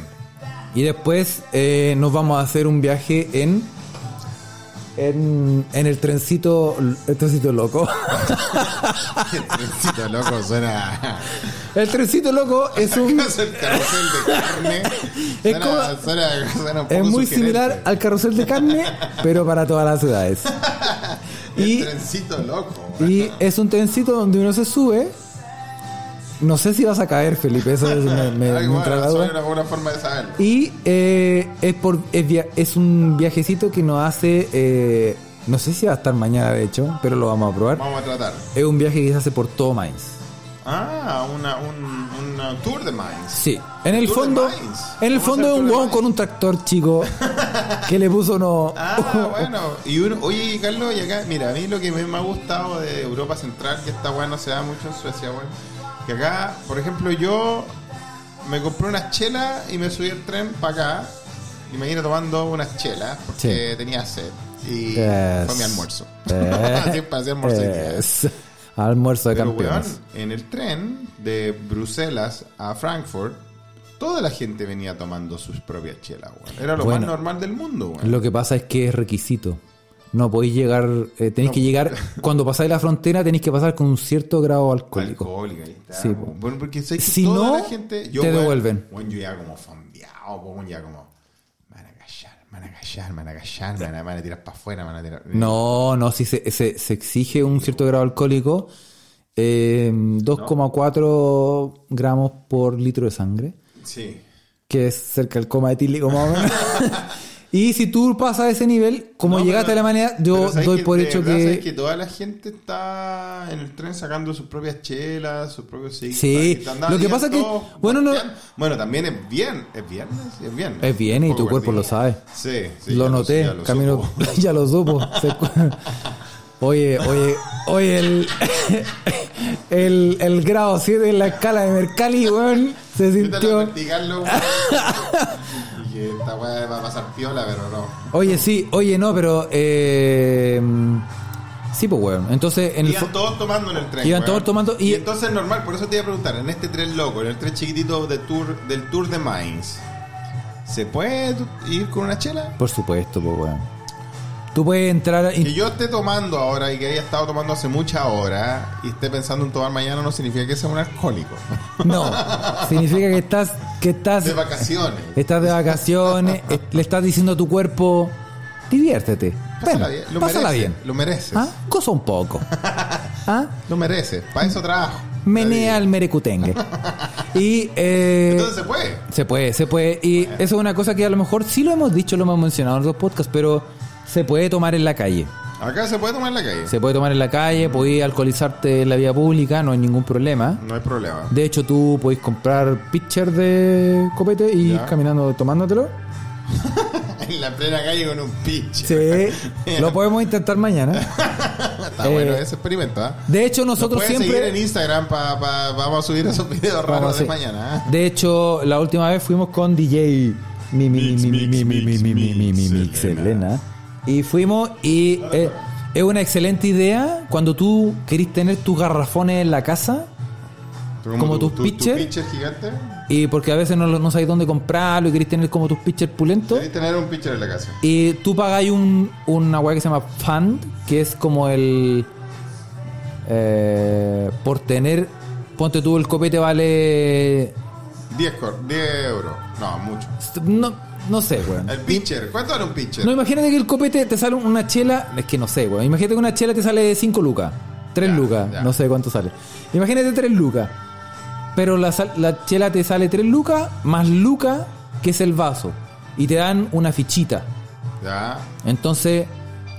Speaker 2: Y después eh, nos vamos a hacer un viaje en. En, en el trencito el trencito loco.
Speaker 4: El trencito loco suena.
Speaker 2: El trencito loco es un
Speaker 4: Es el carrusel de carne.
Speaker 2: Es
Speaker 4: Suena,
Speaker 2: como-
Speaker 4: suena- suena un poco
Speaker 2: es muy
Speaker 4: sugerente.
Speaker 2: similar al carrusel de carne, pero para todas las ciudades.
Speaker 4: El
Speaker 2: Y,
Speaker 4: trencito loco. ¿eh?
Speaker 2: y es un trencito donde uno se sube. No sé si vas a caer, Felipe, eso es- me, me- me
Speaker 4: Ay, bueno,
Speaker 2: entra la
Speaker 4: suena
Speaker 2: duda.
Speaker 4: una buena forma de saberlo.
Speaker 2: Y eh, es, por, es, via- es un viajecito que nos hace, eh, no sé si va a estar mañana de hecho, pero lo vamos a probar.
Speaker 4: Vamos a tratar.
Speaker 2: Es un viaje que se hace por todo Mainz.
Speaker 4: Ah, una, un, un tour de mines.
Speaker 2: Sí, en el
Speaker 4: Tour de
Speaker 2: fondo,
Speaker 4: Mines.
Speaker 2: en el fondo
Speaker 4: Vamos a hacer
Speaker 2: es
Speaker 4: Tour
Speaker 2: un
Speaker 4: de
Speaker 2: hueón
Speaker 4: Mines.
Speaker 2: con un tractor chico que le puso uno.
Speaker 4: Ah, bueno. Y uno, oye, Carlos, y acá, mira, a mí lo que me, me ha gustado de Europa Central, que esta weá no se da mucho en Suecia, weón. Que acá, por ejemplo, yo me compré unas chelas y me subí al tren para acá. Y me vine tomando unas chelas porque tenía sed. Y fue mi almuerzo. Así para hacer almuerzo. de día.
Speaker 2: Es- almuerzo de
Speaker 4: Pero, weón,
Speaker 2: campeones.
Speaker 4: en el tren de Bruselas a Frankfurt, toda la gente venía tomando sus propias chelas, weón. Era lo
Speaker 2: Bueno.
Speaker 4: más normal del mundo, weón.
Speaker 2: Lo que pasa es que es requisito. No podéis llegar, eh, tenéis que llegar, cuando pasáis la frontera tenéis que pasar con un cierto grado alcohólico.
Speaker 4: alcohólica y tal.
Speaker 2: Sí, po.
Speaker 4: Bueno, porque sé que
Speaker 2: Si
Speaker 4: toda
Speaker 2: no,
Speaker 4: la gente,
Speaker 2: te
Speaker 4: weón,
Speaker 2: devuelven.
Speaker 4: weón, yo ya como fondeado, po, weón, ya como. Me van a callar, me van a callar, me van a callar, me van a, me van a tirar para afuera, me van a tirar.
Speaker 2: No, no, si se, se- se exige un cierto grado alcohólico, eh, 2,4 gramos por litro de sangre,
Speaker 4: Sí.
Speaker 2: que es cerca del coma etílico más o menos. y si tú pasas ese nivel, como
Speaker 4: No,
Speaker 2: llegaste
Speaker 4: pero-
Speaker 2: a la manera, yo
Speaker 4: pero ¿sabes
Speaker 2: doy
Speaker 4: que
Speaker 2: por
Speaker 4: de
Speaker 2: hecho
Speaker 4: verdad, ¿sabes
Speaker 2: que...
Speaker 4: que toda la gente está en el tren sacando sus propias chelas, sus propios cigarros,
Speaker 2: Sí.
Speaker 4: y te andan-
Speaker 2: Lo que
Speaker 4: y
Speaker 2: pasa
Speaker 4: andan
Speaker 2: que-
Speaker 4: todos
Speaker 2: bueno, no-
Speaker 4: volteando. bueno, también es bien, es viernes, es viernes.
Speaker 2: Es viernes y
Speaker 4: Un poco
Speaker 2: tu cuerpo lo sabe.
Speaker 4: Sí, sí,
Speaker 2: lo
Speaker 4: ya
Speaker 2: noté,
Speaker 4: ya lo
Speaker 2: camino,
Speaker 4: supo.
Speaker 2: ya lo supo. Se cu- oye, oye, oye, el, el, el grado 7 en la escala de Mercalli, weón, se
Speaker 4: Yo te la
Speaker 2: sintió...
Speaker 4: practicarlo. Dije, eh, esta weá va a pasar piola, pero no.
Speaker 2: Oye, sí, oye, no, pero. Eh, sí, pues, weón. Entonces, en el.
Speaker 4: Iban
Speaker 2: fo-
Speaker 4: todos tomando en el tren.
Speaker 2: Iban
Speaker 4: weón.
Speaker 2: todos tomando y-
Speaker 4: Y... entonces, normal, por eso te iba a preguntar: en este tren loco, en el tren chiquitito de tour, del Tour de Mainz, ¿se puede tu- ir con una chela?
Speaker 2: Por supuesto, pues, weón. Tú puedes entrar.
Speaker 4: Que
Speaker 2: y-
Speaker 4: yo esté tomando ahora y que haya estado tomando hace muchas horas y esté pensando en tomar mañana no significa que sea un alcohólico.
Speaker 2: No. Significa que estás. Que estás.
Speaker 4: De vacaciones.
Speaker 2: Estás de vacaciones. eh, le estás diciendo a tu cuerpo. Diviértete.
Speaker 4: Pásala
Speaker 2: Ven,
Speaker 4: bien. Lo
Speaker 2: pásala
Speaker 4: mereces,
Speaker 2: bien.
Speaker 4: Lo mereces.
Speaker 2: ¿Ah? Cosa un poco. ¿Ah?
Speaker 4: Lo mereces. Para eso trabajo.
Speaker 2: Menea el merecutengue. Y. Eh,
Speaker 4: Entonces se puede.
Speaker 2: Se puede, se puede. Y eso es una cosa que a lo mejor sí lo hemos dicho, lo hemos mencionado en otros podcasts, pero se puede tomar en la calle.
Speaker 4: Acá se puede tomar en la calle.
Speaker 2: Se puede tomar en la calle, podéis alcoholizarte en la vía pública, no hay ningún problema.
Speaker 4: No hay problema.
Speaker 2: De hecho, tú podéis comprar pitcher de copete y ir
Speaker 4: Ya.
Speaker 2: caminando tomándotelo.
Speaker 4: En la plena calle con un pinche.
Speaker 2: Sí, lo podemos intentar mañana.
Speaker 4: Está
Speaker 2: Eh,
Speaker 4: bueno ese experimento, ¿ah?
Speaker 2: De hecho,
Speaker 4: Nos
Speaker 2: nosotros
Speaker 4: pueden seguir en
Speaker 2: siempre.
Speaker 4: Instagram pa, pa- vamos a subir esos videos raros
Speaker 2: Vamos a
Speaker 4: de
Speaker 2: hacer-
Speaker 4: mañana. ¿ah?
Speaker 2: De hecho, la última vez fuimos con DJ mi, mi,
Speaker 4: Mix,
Speaker 2: mi, mi, mi,
Speaker 4: mix,
Speaker 2: mi,
Speaker 4: mix,
Speaker 2: mi, mi, mi, mi,
Speaker 4: mix,
Speaker 2: mix,
Speaker 4: Elena.
Speaker 2: Elena. Y fuimos y eh, es una excelente idea cuando tú querís tener tus garrafones en la casa. como tus
Speaker 4: tu- tu
Speaker 2: pitcher.
Speaker 4: pitcher gigante.
Speaker 2: Y porque a veces no, lo- no sabéis dónde comprarlo y queréis tener como tus pitchers pulentos.
Speaker 4: Debéis tener un pitcher en la casa.
Speaker 2: Y tú pagáis un, una weá que se llama fund, que es como el. eh, por tener. Ponte tú, el copete vale.
Speaker 4: 10, cor- 10 euros. No, mucho.
Speaker 2: No, no sé, weón.
Speaker 4: El pitcher. ¿Cuánto era un pitcher?
Speaker 2: No, imagínate que el copete te sale una chela. Es que no sé, weón. Imagínate que una chela te sale 5 lucas. 3
Speaker 4: Ya,
Speaker 2: lucas.
Speaker 4: ya.
Speaker 2: No sé cuánto sale. Imagínate 3 lucas. Pero la, sal- la chela te sale 3 lucas más lucas, que es el vaso. Y te dan una fichita.
Speaker 4: Ya.
Speaker 2: Entonces,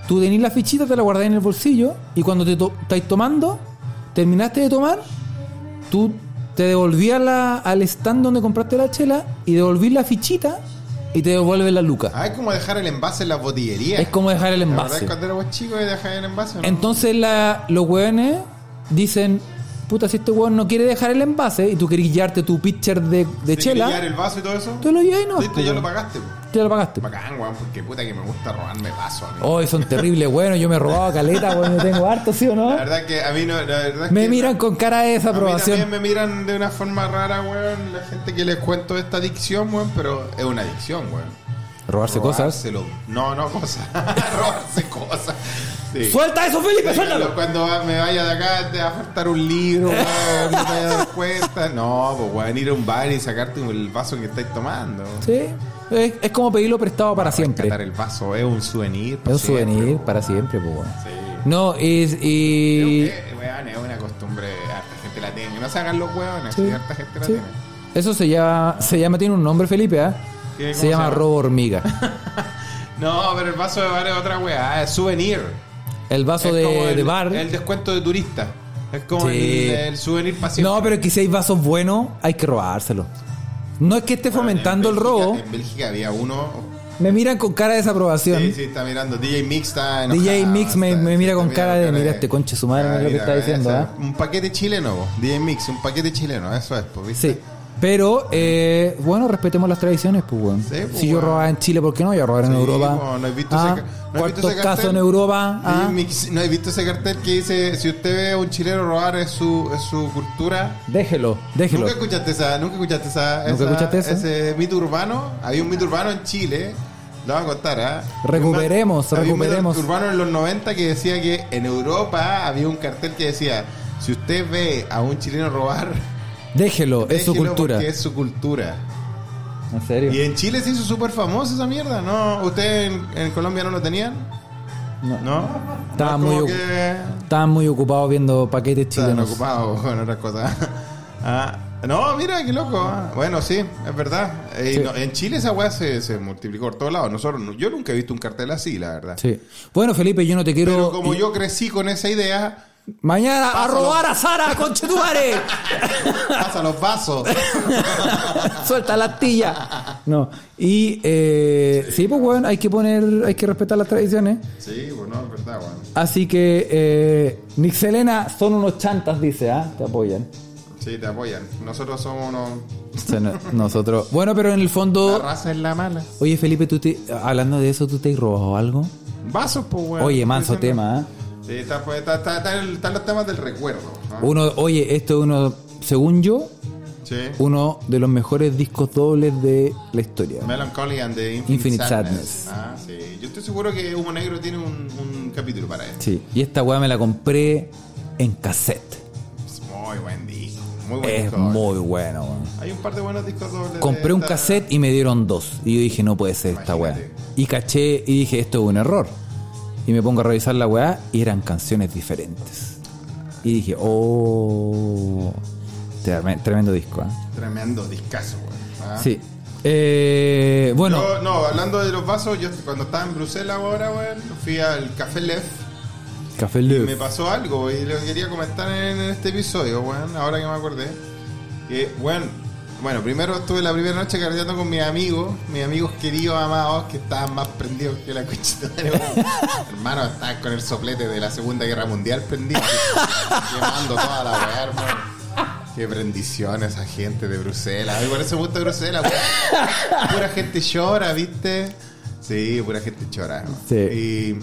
Speaker 2: tú tenés la fichita, te la guardás en el bolsillo y cuando te to- estáis tomando, terminaste de tomar, tú te devolvías la- al stand donde compraste la chela y devolvís la fichita y te devuelves la lucas.
Speaker 4: Ah, es como dejar el envase en la botillería.
Speaker 2: Es como dejar el
Speaker 4: La verdad es
Speaker 2: envase.
Speaker 4: cuando éramos chicos y dejar eh, el envase. ¿no?
Speaker 2: Entonces la- los hueones dicen, puta, si este hueón no quiere dejar el envase y tú querés guiarte tu pitcher de, de
Speaker 4: Si
Speaker 2: chela,
Speaker 4: pillar el vaso y todo eso.
Speaker 2: tú lo llevas y no.
Speaker 4: Listo,
Speaker 2: pues,
Speaker 4: ya lo
Speaker 2: weón.
Speaker 4: pagaste. po.
Speaker 2: Ya lo pagaste.
Speaker 4: Bacán, weón, porque puta que me gusta robarme vasos. a mí.
Speaker 2: Hoy son terribles, bueno, yo me he robado caleta, weón, yo tengo harto, ¿sí o no?
Speaker 4: La verdad que a mí no. La verdad es
Speaker 2: Oh. Me
Speaker 4: que-
Speaker 2: miran con cara de
Speaker 4: A mí
Speaker 2: desaprobación.
Speaker 4: también me miran de una forma rara, weón. La gente que les cuento esta adicción, weón, pero es una adicción, weón.
Speaker 2: Robarse cosas.
Speaker 4: Robárselo. No, no cosas. Robarse cosas. Sí.
Speaker 2: ¡Suelta eso, Felipe!
Speaker 4: Cuando,
Speaker 2: ¡Suéltalo!
Speaker 4: cuando va- me vaya de acá te va a faltar un libro, weón, no te vayas a dar cuenta. No, pues weón, ir a un bar y sacarte el vaso que estáis tomando.
Speaker 2: Sí. Es, es como pedirlo prestado para siempre.
Speaker 4: Catar el vaso es un souvenir.
Speaker 2: Es
Speaker 4: para
Speaker 2: un
Speaker 4: siempre,
Speaker 2: souvenir
Speaker 4: weón.
Speaker 2: para siempre, pues, weón.
Speaker 4: Sí.
Speaker 2: No, es- y.
Speaker 4: Eh, weón, es una costumbre, harta gente la tiene. No se hagan los weones,
Speaker 2: Sí.
Speaker 4: sí, harta gente la
Speaker 2: sí.
Speaker 4: tiene.
Speaker 2: Eso se llama. Se llama, tiene un nombre, Felipe, ¿ah?
Speaker 4: Sí, ¿cómo
Speaker 2: Se
Speaker 4: se
Speaker 2: llama
Speaker 4: llama?
Speaker 2: robo hormiga.
Speaker 4: No, pero el vaso de bar es otra weá, es souvenir.
Speaker 2: El vaso
Speaker 4: Es como
Speaker 2: de,
Speaker 4: el,
Speaker 2: de bar.
Speaker 4: El descuento de turista. Es como
Speaker 2: Sí.
Speaker 4: el, el souvenir paciente.
Speaker 2: No, pero que si hay vasos buenos, hay que robárselo. No es que esté fomentando el robo.
Speaker 4: En Bélgica había uno.
Speaker 2: Me miran con cara de desaprobación.
Speaker 4: Sí, sí, está mirando. DJ Mix está enojado,
Speaker 2: DJ Mix me-
Speaker 4: está-
Speaker 2: me mira con cara de, "Mira este conche
Speaker 4: conche
Speaker 2: su madre, mira lo que está diciendo, ¿ah?"
Speaker 4: Un paquete chileno, vos. DJ Mix, un paquete chileno, eso es, pues, ¿viste?
Speaker 2: Sí. Pero, eh, bueno, respetemos las tradiciones, pues, weón.
Speaker 4: Sí, pues,
Speaker 2: si yo
Speaker 4: weón.
Speaker 2: robaba en Chile, ¿por qué no voy a robar en
Speaker 4: Sí,
Speaker 2: Europa?
Speaker 4: po, ¿no has visto
Speaker 2: Ah,
Speaker 4: ese ca- no has
Speaker 2: cuarto
Speaker 4: visto ese
Speaker 2: caso
Speaker 4: cartel?
Speaker 2: en Europa.
Speaker 4: DJ
Speaker 2: Ah,
Speaker 4: Mix, ¿no has visto ese cartel que dice si usted ve a un chileno robar es su, es su cultura?
Speaker 2: déjelo, déjelo.
Speaker 4: ¿Nunca escuchaste esa? ¿Nunca escuchaste esa?
Speaker 2: ¿Nunca
Speaker 4: esa-
Speaker 2: escuchaste esa?
Speaker 4: Ese mito urbano. Había un mito urbano en Chile. Lo voy a contar, ¿ah?
Speaker 2: Recuperemos,
Speaker 4: Había un mito
Speaker 2: recuperemos.
Speaker 4: urbano en los 90 que decía que en Europa había un cartel que decía: si usted ve a un chileno robar,
Speaker 2: Déjelo, es su
Speaker 4: déjelo
Speaker 2: cultura.
Speaker 4: porque Es su cultura.
Speaker 2: En serio.
Speaker 4: Y en Chile se hizo súper famosa esa mierda, ¿no? ¿Ustedes en, en Colombia no lo tenían?
Speaker 2: No.
Speaker 4: ¿No?
Speaker 2: Estaba
Speaker 4: No es como
Speaker 2: muy-
Speaker 4: que-
Speaker 2: Estaban muy ocupados viendo paquetes
Speaker 4: Estaban
Speaker 2: chilenos.
Speaker 4: ocupados con otras cosas. Ah, no, mira, qué loco. ah. Bueno, sí, es verdad. Eh, y
Speaker 2: Sí.
Speaker 4: no- en Chile esa weá se, se multiplicó por todos lados. Nosotros, no- yo nunca he visto un cartel así, la verdad.
Speaker 2: Sí. Bueno, Felipe, yo no te quiero.
Speaker 4: Pero, como yo crecí con esa idea,
Speaker 2: Mañana
Speaker 4: Pásalo.
Speaker 2: a robar a Sara, conchetumare.
Speaker 4: pasa los vasos.
Speaker 2: Suelta la astilla. No. Y eh, sí. pues weón, hay que poner, hay que respetar las tradiciones.
Speaker 4: Sí, bueno, es verdad, weón.
Speaker 2: Así que eh, Nixelena son unos chantas, dice, ¿ah? Te apoyan.
Speaker 4: Sí, te apoyan. Nosotros somos unos...
Speaker 2: O sea, no- nosotros. Bueno, pero en el
Speaker 4: La
Speaker 2: fondo.
Speaker 4: raza es la mala.
Speaker 2: Oye, Felipe, tú te, hablando de eso, ¿tú te has robado algo?
Speaker 4: Vasos, pues, weón.
Speaker 2: Oye, manso
Speaker 4: Diciendo-
Speaker 2: tema, ¿ah?
Speaker 4: Sí, está, pues, está- está- está el- están los temas del recuerdo. ¿no?
Speaker 2: ¿ah? Uno, oye, esto es uno, según yo,
Speaker 4: Sí.
Speaker 2: uno de los mejores discos dobles de la historia.
Speaker 4: Melancholy and the Infinite,
Speaker 2: Infinite
Speaker 4: Sadness.
Speaker 2: Sadness.
Speaker 4: Ah, sí. Yo estoy seguro que Humo Negro tiene un, un capítulo para esto.
Speaker 2: Sí, y esta weá me la compré en cassette.
Speaker 4: Es muy buen disco. Muy buen
Speaker 2: Es
Speaker 4: disco.
Speaker 2: muy bueno, weón.
Speaker 4: Hay un par de buenos discos dobles. de
Speaker 2: Compré un
Speaker 4: esta-
Speaker 2: cassette y me dieron dos. Y yo dije, no puede ser esta weá.
Speaker 4: Imagínate.
Speaker 2: Y caché y dije, esto es un error. Y me pongo a revisar la weá y eran canciones diferentes. Y dije, oh. Tremendo, tremendo disco, ¿ah?
Speaker 4: Tremendo discazo, güey. Ah.
Speaker 2: Sí. Eh, bueno,
Speaker 4: Yo, no, hablando de los vasos, yo cuando estaba en Bruselas ahora, güey, fui al Café Lef.
Speaker 2: Café
Speaker 4: y
Speaker 2: Love.
Speaker 4: Me pasó algo y lo quería comentar en este episodio, güey, ahora que me acordé. Que, güey, bueno, primero estuve la primera noche carreteando con mis amigos, mis amigos queridos, amados, que estaban más prendidos que la cuchita de güey. Hermano, estaban con el soplete de la Segunda Guerra Mundial prendido. quemando toda la weá, hermano. Qué bendición esa gente de Bruselas. Ay, por eso me gusta Bruselas, weá. Pura gente llora, ¿viste? Sí, pura gente llora. ¿no?
Speaker 2: Sí.
Speaker 4: Y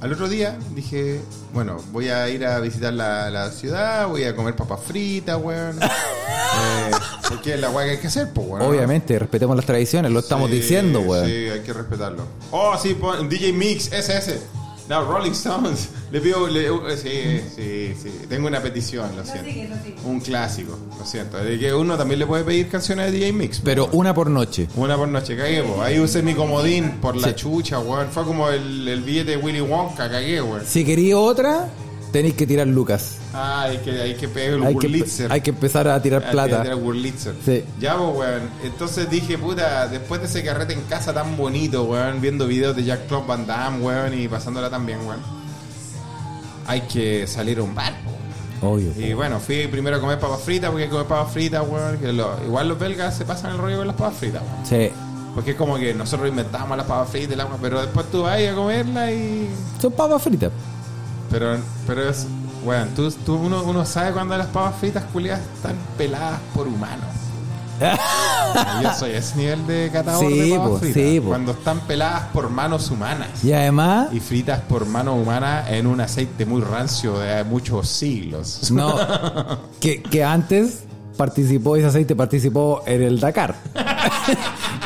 Speaker 4: al otro día dije, bueno, voy a ir a visitar la, la ciudad, voy a comer papas fritas, weón. Eh, porque es la weá que hay que hacer, pues, weón.
Speaker 2: Obviamente, respetemos las tradiciones, lo estamos
Speaker 4: Sí,
Speaker 2: diciendo, weón.
Speaker 4: Sí, hay que respetarlo. Oh, sí, pon- DJ Mix, SS. No, Rolling Stones. Le pido. le- eh, sí, sí, sí. Tengo una petición, lo siento.
Speaker 3: sigue, no sigue.
Speaker 4: Un clásico, lo siento. De que uno también le puede pedir canciones de DJ Mix.
Speaker 2: Pero una por noche.
Speaker 4: Una por noche, cagué, po. Ahí usé mi comodín por la
Speaker 2: Sí.
Speaker 4: chucha, weón. Fue como el, el billete de Willy Wonka, cagué, weón.
Speaker 2: Si quería otra, tenéis que tirar Lucas.
Speaker 4: Ah, hay que, hay que pegar el
Speaker 2: Hay que,
Speaker 4: Wurlitzer.
Speaker 2: hay que empezar a tirar
Speaker 4: Ah,
Speaker 2: plata.
Speaker 4: tiene que tener Wurlitzer.
Speaker 2: Sí.
Speaker 4: Ya, pues, weón. Entonces dije, puta, después de ese carrete en casa tan bonito, weón, viendo videos de Jack Club Van Damme, weón, y pasándola tan bien, weón, hay que salir a un bar, po.
Speaker 2: Obvio.
Speaker 4: Y bueno, fui primero a comer papas fritas, porque hay que comer papas fritas, weón. que lo- igual los belgas se pasan el rollo con las papas fritas, weón.
Speaker 2: Sí.
Speaker 4: Porque es como que nosotros inventamos las papas fritas, y la weá, pero después tú vas a comerla y.
Speaker 2: Son papas fritas.
Speaker 4: Pero, pero es. Weón, tú, tú- uno, uno sabe cuando las papas fritas culiadas están peladas por humanos. Yo soy ese nivel de catador
Speaker 2: Sí,
Speaker 4: de papas
Speaker 2: po,
Speaker 4: fritas.
Speaker 2: sí, po.
Speaker 4: Cuando están peladas por manos humanas
Speaker 2: Y además,
Speaker 4: y fritas por manos humanas en un aceite muy rancio de muchos siglos.
Speaker 2: no, que, que antes participó, ese aceite participó en el Dakar,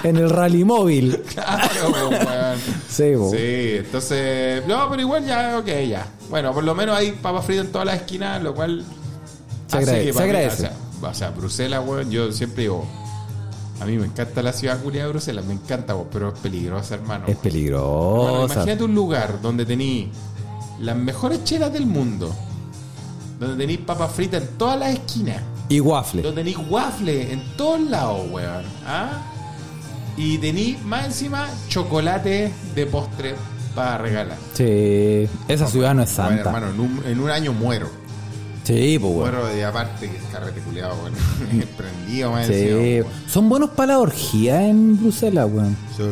Speaker 2: en el rally móvil.
Speaker 4: Claro, weón.
Speaker 2: Sí, bo.
Speaker 4: Sí, entonces. No, pero igual ya, ok, ya. Bueno, por lo menos hay papas fritas en todas las esquinas, lo cual.
Speaker 2: Se
Speaker 4: hace
Speaker 2: agradece,
Speaker 4: que
Speaker 2: se
Speaker 4: para mí-
Speaker 2: agradece.
Speaker 4: o, sea, o sea, Bruselas, weón, yo siempre digo. A mí me encanta la ciudad culiada de Bruselas, me encanta, weón, pero es peligrosa, hermano.
Speaker 2: Es
Speaker 4: Hermano,
Speaker 2: peligrosa.
Speaker 4: imagínate un lugar donde tení las mejores chelas del mundo, donde tení papas fritas en todas las esquinas.
Speaker 2: y waffle.
Speaker 4: Donde tenís waffle en todos lados, weón. ¿ah? Y tení más encima chocolate de postre para regalar.
Speaker 2: Sí, esa ciudad no es
Speaker 4: Bueno,
Speaker 2: santa.
Speaker 4: hermano, en un, en un año muero.
Speaker 2: Sí, pues, weón.
Speaker 4: Bueno, y aparte que el carrete culiado, bueno, prendido más
Speaker 2: Sí.
Speaker 4: encima, weón.
Speaker 2: Son buenos para la orgía en Bruselas, weón.
Speaker 4: Sí,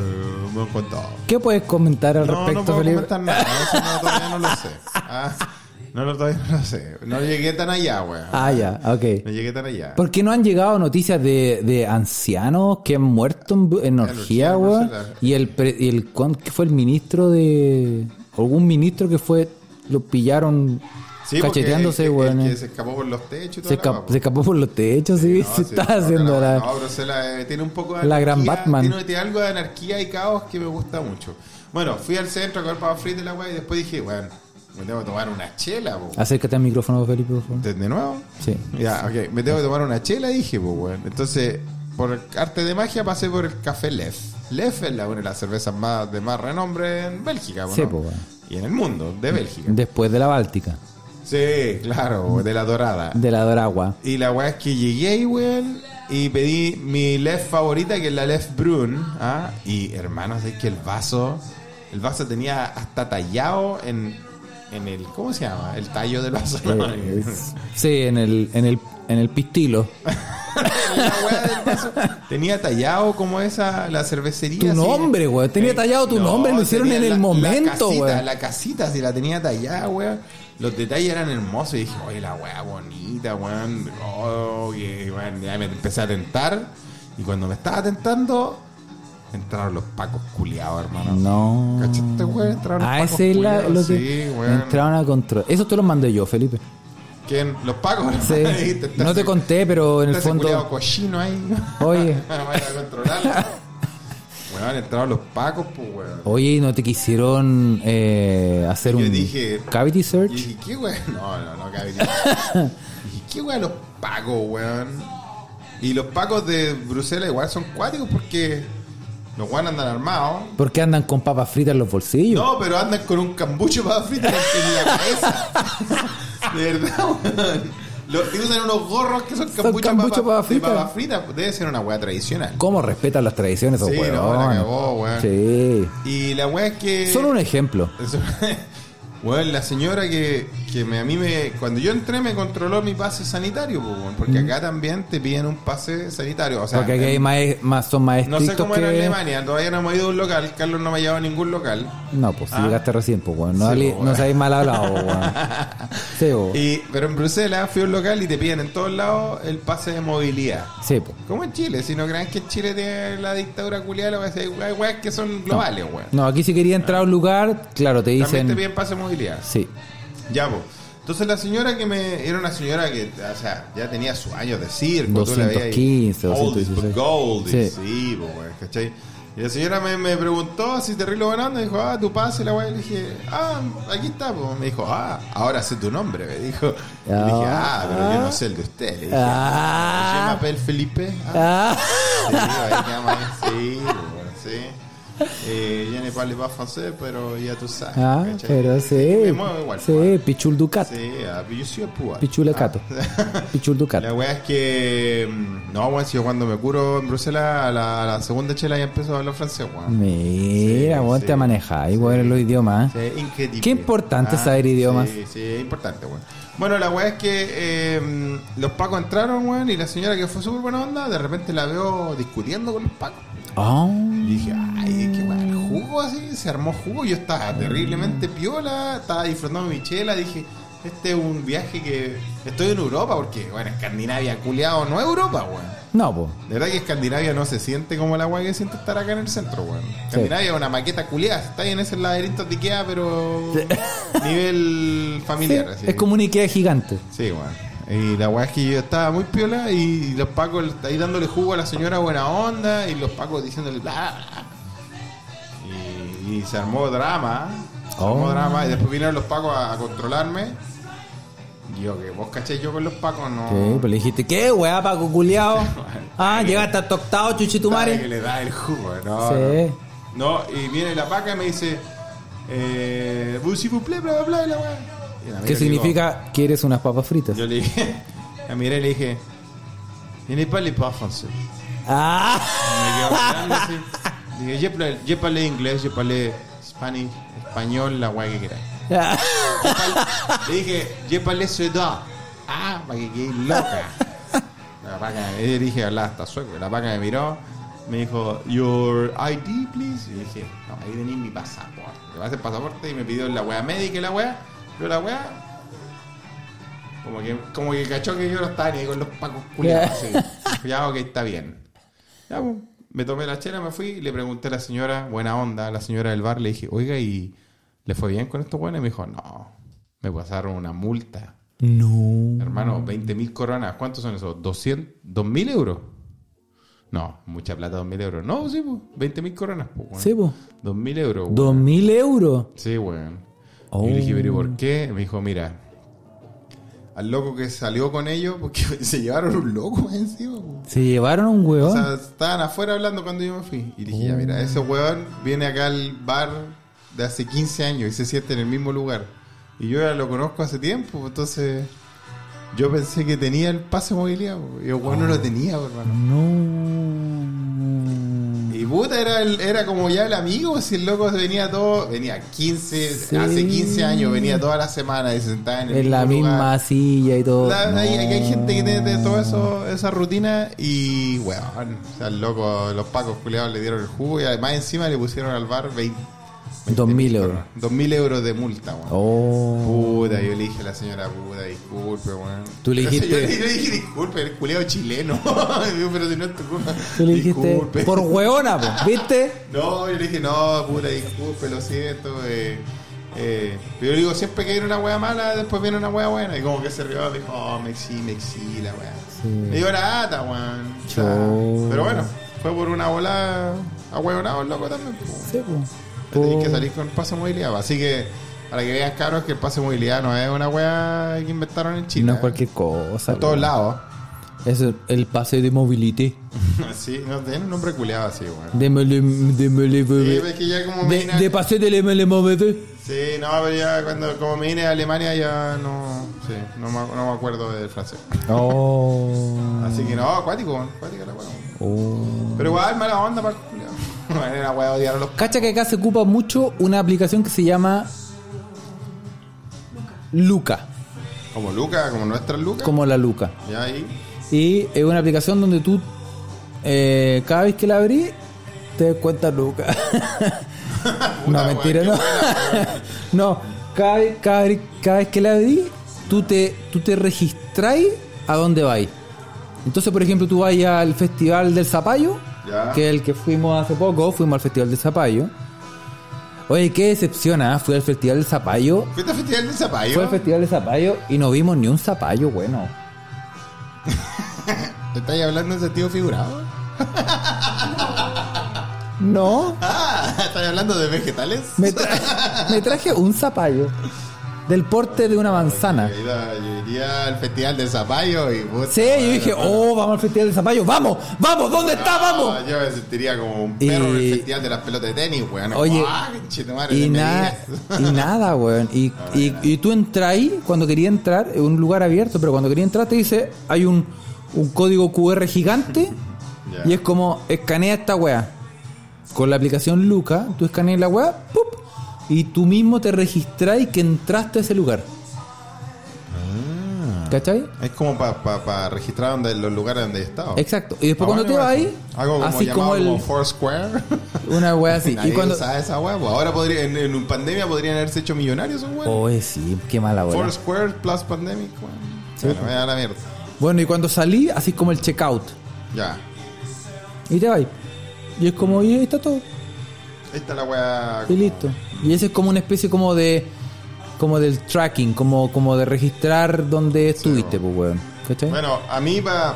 Speaker 4: me han contado.
Speaker 2: ¿Qué puedes comentar al
Speaker 4: No, no
Speaker 2: respecto,
Speaker 4: puedo
Speaker 2: Felipe?
Speaker 4: comentar nada, eso no, todavía no lo sé. Ah, no, no, todavía no lo sé. No llegué tan allá, weón.
Speaker 2: Ah, ya,
Speaker 4: No
Speaker 2: ok.
Speaker 4: llegué tan allá.
Speaker 2: ¿Por qué no han llegado noticias de, de ancianos que han muerto en, bu- en
Speaker 4: orgía
Speaker 2: orgía,
Speaker 4: en
Speaker 2: weón?
Speaker 4: Bruselas.
Speaker 2: Y el, pre- y el ¿cuán- qué fue el ministro de. algún ministro que fue. lo pillaron
Speaker 4: Sí, porque
Speaker 2: cacheteándose,
Speaker 4: el, que-
Speaker 2: weón.
Speaker 4: el
Speaker 2: eh.
Speaker 4: que se escapó por los techos y todo.
Speaker 2: Se, esca- se escapó por los techos, sí, se estaba haciendo
Speaker 4: no,
Speaker 2: la.
Speaker 4: No, Bruselas eh, tiene un poco de
Speaker 2: la gran
Speaker 4: anarquía,
Speaker 2: Batman.
Speaker 4: Tiene, tiene algo de anarquía y caos que me gusta mucho. Bueno, fui al centro a comer papas fritas y la weá y después dije, bueno, me tengo que tomar una chela, po.
Speaker 2: Acércate al micrófono, Felipe, por favor.
Speaker 4: ¿De de nuevo?
Speaker 2: Sí.
Speaker 4: Ya, ok. Me tengo que tomar una chela, dije, pues, weón. Entonces, por arte de magia pasé por el café Lef. Lef es la, una de las cervezas más, de más renombre en Bélgica, po,
Speaker 2: Sí,
Speaker 4: ¿no?
Speaker 2: po, weón. Mm.
Speaker 4: Y en el mundo, de Bélgica.
Speaker 2: Después de la Báltica,
Speaker 4: Sí, claro, de la dorada.
Speaker 2: de la Doragua.
Speaker 4: Y la weá es que llegué ahí, weón, y pedí mi left favorita, que es la left brun. ¿ah? Y hermanos, es que el vaso, el vaso tenía hasta tallado en, en el, ¿cómo se llama? El tallo del vaso. ¿no?
Speaker 2: Eh, es- sí, en el, en el, en el pistilo.
Speaker 4: La weá del vaso tenía tallado como esa, la cervecería.
Speaker 2: Tu
Speaker 4: así.
Speaker 2: nombre, weón. Tenía tallado tu nombre, lo hicieron
Speaker 4: tenía
Speaker 2: en el
Speaker 4: la- La
Speaker 2: momento,
Speaker 4: casita,
Speaker 2: weón.
Speaker 4: la casita, si la tenía tallada, weón. Los detalles eran hermosos. Y dije, oye, la weá bonita, weón. Oh, y, weón, ya me empecé a tentar. Y cuando me estaba tentando, entraron los pacos culiados, hermano.
Speaker 2: No.
Speaker 4: ¿Cachaste, weón? Entraron los
Speaker 2: Ah,
Speaker 4: pacos
Speaker 2: ese es la-
Speaker 4: culiados.
Speaker 2: lo que
Speaker 4: Sí, weón.
Speaker 2: entraron a control. Eso te lo mandé yo, Felipe.
Speaker 4: ¿Quién? Los pacos.
Speaker 2: Sí. No te conté, pero en el
Speaker 4: Ese culiao
Speaker 2: fondo.
Speaker 4: cochino ahí.
Speaker 2: Oye.
Speaker 4: Vaya a controlarlo. Weón, entraron los pacos, pues, weón.
Speaker 2: Oye, ¿y ¿no te quisieron eh, hacer
Speaker 4: Yo
Speaker 2: un
Speaker 4: dije-
Speaker 2: cavity
Speaker 4: Y
Speaker 2: search?
Speaker 4: dije, ¿qué weón? No, no, no, cabrón. dije, ¿qué weón los pacos, weón? Y los pacos de Bruselas igual son cuáticos porque los weón andan armados.
Speaker 2: ¿Por qué andan con papas fritas en los bolsillos?
Speaker 4: No, pero andan con un cambucho para fritas en la cabeza. de verdad, weón. Los, y usan unos gorros que son cambuchos
Speaker 2: cambucho papa
Speaker 4: papa- de
Speaker 2: frita.
Speaker 4: papas fritas. Debe ser una weá tradicional.
Speaker 2: ¿Cómo respetan las tradiciones esos
Speaker 4: Sí, no,
Speaker 2: huevones?
Speaker 4: la cagó, weón. Eh,
Speaker 2: Sí.
Speaker 4: Y la weá es que.
Speaker 2: Solo un ejemplo.
Speaker 4: Eso- Weón, la señora que, que me, a mí me. Cuando yo entré, me controló mi pase sanitario, po, weón, porque acá también te piden un pase sanitario. O sea,
Speaker 2: Mm. Porque aquí hay más, más- son más
Speaker 4: no
Speaker 2: estrictos
Speaker 4: sé cómo
Speaker 2: que...
Speaker 4: era en Alemania, todavía no hemos ido a un local, Carlos no me ha llevado a ningún local.
Speaker 2: No, pues si
Speaker 4: Ah.
Speaker 2: llegaste recién, pues, weón. No,
Speaker 4: Sí,
Speaker 2: habli-
Speaker 4: pues,
Speaker 2: no
Speaker 4: weón.
Speaker 2: seáis mal hablado, weón. Sí, pues.
Speaker 4: Y, pero en Bruselas fui a un local y te piden en todos lados el pase de movilidad.
Speaker 2: Sí, pues.
Speaker 4: Como en Chile, si no crean que en Chile tiene la dictadura culiada, lo que sea, hay weas que son globales, weón.
Speaker 2: No, aquí si quería entrar a un lugar, claro, te
Speaker 4: También te
Speaker 2: dicen...
Speaker 4: piden pase de movilidad.
Speaker 2: Sí.
Speaker 4: Ya, pues. Entonces la señora que me... Era una señora que, o sea, ya tenía sus años de circo. tú la veías ahí.
Speaker 2: 215,
Speaker 4: Old is
Speaker 2: 216.
Speaker 4: but gold is-
Speaker 2: Sí.
Speaker 4: Sí, pues, güey, ¿cachai? Y la señora me, me preguntó así terrible ganando. Dijo, ah, tu pase, la weá. Y le dije, ah, aquí está, pues. Me dijo, ah, ahora sé tu nombre, me dijo. Y le dije, ah, pero yo no sé el de usted. Le dije, ¿se llama
Speaker 2: Ah,
Speaker 4: Pel Felipe? Ah,
Speaker 2: ah,
Speaker 4: sí, ahí llama, sí, pues, sí. Eh, je ne parle pas français, pero ya tú sabes.
Speaker 2: ah,
Speaker 4: ¿cachai?
Speaker 2: pero sí.
Speaker 4: Me muevo igual. pues.
Speaker 2: Sí, Pichul Ducat.
Speaker 4: Sí, ah, yo soy a púa. Ah.
Speaker 2: Pichula Cato. Pichul Ducat.
Speaker 4: La weá es que. mm, No, weón, si yo cuando me curo en Bruselas, a la, a la segunda chela ya empezó a hablar francés,
Speaker 2: Mm.
Speaker 4: weón.
Speaker 2: Mira,
Speaker 4: Sí,
Speaker 2: weón,
Speaker 4: sí,
Speaker 2: te manejáis, weón, en los idiomas. ¿eh?
Speaker 4: Sí, increíble. Ah,
Speaker 2: Qué importante saber idiomas.
Speaker 4: Sí, sí, es importante, weón. Bueno, la weá es que eh, mm, los pacos entraron, weón, y la señora que fue súper buena onda, de repente la veo discutiendo con los pacos.
Speaker 2: Ah.
Speaker 4: Y dije, ay, qué weá, el jugo así, se armó jugo. Yo estaba terriblemente piola, estaba disfrutando mi chela. Dije, este es un viaje que estoy en Europa, porque, bueno, Escandinavia, culiado, no es Europa, weón.
Speaker 2: No, pues.
Speaker 4: De verdad que Escandinavia no se siente como la weá que siente estar acá en el centro, weón. Escandinavia es una maqueta culiada, está ahí en ese laberinto de Ikea, pero nivel familiar. así.
Speaker 2: Es como una Ikea gigante.
Speaker 4: Sí, weón. Y la weá es que yo estaba muy piola y los pacos ahí dándole jugo a la señora buena onda y los pacos diciéndole bla, bla. Y, y se armó drama. Se
Speaker 2: Oh.
Speaker 4: armó drama y después vinieron los pacos a, a controlarme. Y Yo que vos caché yo con los pacos, no.
Speaker 2: Sí, pues le dijiste, ¿qué, weá, Paco culiao? Ah, llegaste hasta octavo,
Speaker 4: Que
Speaker 2: chuchitumare.
Speaker 4: le da el jugo, no.
Speaker 2: Sí.
Speaker 4: No, y viene la paca y me dice, eh, "Vous, s'il vous plaît, bla, bla, bla, y la weá. Y la mira y
Speaker 2: ¿Qué
Speaker 4: le
Speaker 2: significa quieres unas papas fritas?
Speaker 4: digo- yo le dije, la miré y le dije, je n'ai pas les pas français.
Speaker 2: Ah,
Speaker 4: Me quedo mirando así. Dije, "Je pla- je parle inglés, je parle spanish, español, la weá que queráis.
Speaker 2: ah,
Speaker 4: Le dije, je parle suédois. Ah, para que quede loca. La vaca, yo dije, hablaba hasta sueco. La vaca me miró, me dijo, Your ID, please. Y yo dije, no, ahí tenéis mi pasaporte. Le pasé el pasaporte y me pidió la wea médica y la wea. Yo la wea. Como que, como que cachó que yo no estaba ni ahí con los pacos culiados. así. Ya, ok, está bien. Ya, pues, me tomé la chela, me fui, le pregunté a la señora, buena onda, a la señora del bar, le dije, oiga, ¿y le fue bien con estos buenos? Y me dijo, no, me pasaron una multa.
Speaker 2: No.
Speaker 4: Hermano, 20 mil coronas, ¿cuántos son esos? ¿200? ¿2 mil euros? No, mucha plata, 2 mil euros. No, sí, pues, 20 mil coronas, pues, weón.
Speaker 2: Sí, po.
Speaker 4: 2 mil euros, weón.
Speaker 2: ¿Dos mil euros?
Speaker 4: Sí, weón.
Speaker 2: Oh.
Speaker 4: Y le dije, pero ¿y por qué? Me dijo, mira, al loco que salió con ellos, porque se llevaron un loco encima, pues, po.
Speaker 2: Se llevaron a un
Speaker 4: O
Speaker 2: huevón.
Speaker 4: sea, estaban afuera hablando cuando yo me fui. Y dije, ya, mira, ese
Speaker 2: Mm.
Speaker 4: weón viene acá al bar de hace 15 años y se siente en el mismo lugar. Y yo ya lo conozco hace tiempo, pues, entonces yo pensé que tenía el pase de movilidad. po. Y el weón no
Speaker 2: Oh.
Speaker 4: lo tenía, po, hermano.
Speaker 2: No.
Speaker 4: Y puta, era, el- era como ya el amigo, pues, si el loco venía todo, venía 15,
Speaker 2: Sí.
Speaker 4: hace 15 años, venía toda la semana y se sentaba en el
Speaker 2: En la
Speaker 4: mismo
Speaker 2: misma
Speaker 4: lugar.
Speaker 2: silla y todo.
Speaker 4: La-
Speaker 2: No.
Speaker 4: hay, aquí hay gente que tiene de todo eso, esa rutina y, weón, o sea, el loco, los pacos culiados le dieron el jugo y además encima le pusieron al bar 20,
Speaker 2: 2000 euros.
Speaker 4: 2000 euros de multa, weón.
Speaker 2: Oh.
Speaker 4: Puta, yo le dije a la señora, puta, disculpe, weón.
Speaker 2: Tú le
Speaker 4: Pero si
Speaker 2: dijiste-
Speaker 4: Yo le dije, disculpe, el culiado chileno. Digo, Pero si no es tu culpa.
Speaker 2: Tú le dijiste,
Speaker 4: "Disculpe".
Speaker 2: por hueona, po, ¿viste?
Speaker 4: No, yo le dije, no, puta, disculpe, lo siento. Eh, eh. Pero yo digo, siempre que viene una wea mala, después viene una wea buena. Y como que se rió, dijo, oh, me exí, me exí, la wea.
Speaker 2: Sí.
Speaker 4: Me dio la ata, weón. O sea,
Speaker 2: Chau.
Speaker 4: Pero bueno, fue por una bola a huevonado el loco también. pues.
Speaker 2: Sí, po.
Speaker 4: Tenéis que
Speaker 2: Po.
Speaker 4: salir con el pase de movilidad. pues. Así que, para que vean, cabros, que el pase de movilidad no es una wea que inventaron en China.
Speaker 2: No es cualquier cosa.
Speaker 4: En todos
Speaker 2: po.
Speaker 4: lados.
Speaker 2: Es el- el pase de movilité.
Speaker 4: sí, no tienen un nombre culeado así, weón.
Speaker 2: De mele, de mele,
Speaker 4: Sí,
Speaker 2: bebé.
Speaker 4: pues, es que ya como
Speaker 2: De,
Speaker 4: Medina-
Speaker 2: de pase de mele, bebé.
Speaker 4: Sí, no, pero ya cuando como me vine a Alemania ya no, sí, no, me, no me acuerdo del francés.
Speaker 2: Oh.
Speaker 4: Así que no, acuático, acuático la weá.
Speaker 2: Oh.
Speaker 4: Pero igual mala onda para culiao. Era weá odiar a los c-
Speaker 2: Cacha que acá se ocupa mucho una aplicación que se llama Luca,
Speaker 4: como Luca, como nuestras Lucas.
Speaker 2: como la Luca.
Speaker 4: Ya ahí.
Speaker 2: Y es una aplicación donde tú, eh, cada vez que la abrís, te das cuenta Luca.
Speaker 4: Puta,
Speaker 2: no, mentira,
Speaker 4: weá,
Speaker 2: no. no, cada, vez- cada, vez- cada vez que la abrís, tú te, tú te registráis a dónde vais. Entonces, por ejemplo, tú vas al Festival del Zapallo,
Speaker 4: Ya.
Speaker 2: que es el que fuimos hace poco, fuimos al Festival del Zapallo. Oye, qué decepción, ¿ah? Fui al Festival del Zapallo
Speaker 4: ¿Fuiste al festival de Zapallo?
Speaker 2: fue al Festival de Zapallo y no vimos ni un zapallo bueno.
Speaker 4: ¿Te estáis hablando en sentido figurado?
Speaker 2: No,
Speaker 4: Ah, ¿estáis hablando de vegetales?
Speaker 2: me, tra- me traje un zapallo del porte de una manzana.
Speaker 4: Yo iba- yo iría al festival de Zapallo y puta,
Speaker 2: Sí, yo
Speaker 4: weá,
Speaker 2: dije,
Speaker 4: no,
Speaker 2: oh, vamos al Festival de Zapallo, vamos, vamos, ¿dónde está? Vamos.
Speaker 4: Ah, Yo me sentiría como un perro en
Speaker 2: Y-
Speaker 4: el festival de las pelotas de tenis, weón.
Speaker 2: Oye,
Speaker 4: Ah, conchetumare,
Speaker 2: Y,
Speaker 4: de
Speaker 2: nada,
Speaker 4: Medina.
Speaker 2: y nada, weón. Y, y, y tú entras ahí, cuando quería entrar, en un lugar abierto, pero cuando quería entrar te dice, hay un, un código QR gigante
Speaker 4: Ya.
Speaker 2: y es como, escanea esta weá. Con la aplicación Luca, tú escaneas la weá, ¡pup! y tú mismo te registras que entraste a ese lugar. ¿Cachai?
Speaker 4: Es como para pa, pa registrar donde, los lugares donde he estado.
Speaker 2: Exacto. Y después cuando te
Speaker 4: bueno,
Speaker 2: vas
Speaker 4: igual.
Speaker 2: ahí,
Speaker 4: Hago como
Speaker 2: así como el,
Speaker 4: como Foursquare.
Speaker 2: una weá así.
Speaker 4: Nadie
Speaker 2: y cuando,
Speaker 4: usaba esa hueá. pues. Ahora podría, en, en un pandemia podrían haberse hecho millonarios esos hueá.
Speaker 2: Oye, sí, qué mala weá.
Speaker 4: Foursquare plus pandemic, weón. Bueno, vaya a la mierda.
Speaker 2: Bueno, y cuando salí, así como el checkout.
Speaker 4: Ya.
Speaker 2: Y te vas. Y es como, y ahí está todo.
Speaker 4: Ahí está la hueá.
Speaker 2: Y listo. Y ese es como una especie como de. Como del tracking, como, como de registrar donde estuviste, pues, weón. ¿Cachai?
Speaker 4: Bueno, a mí para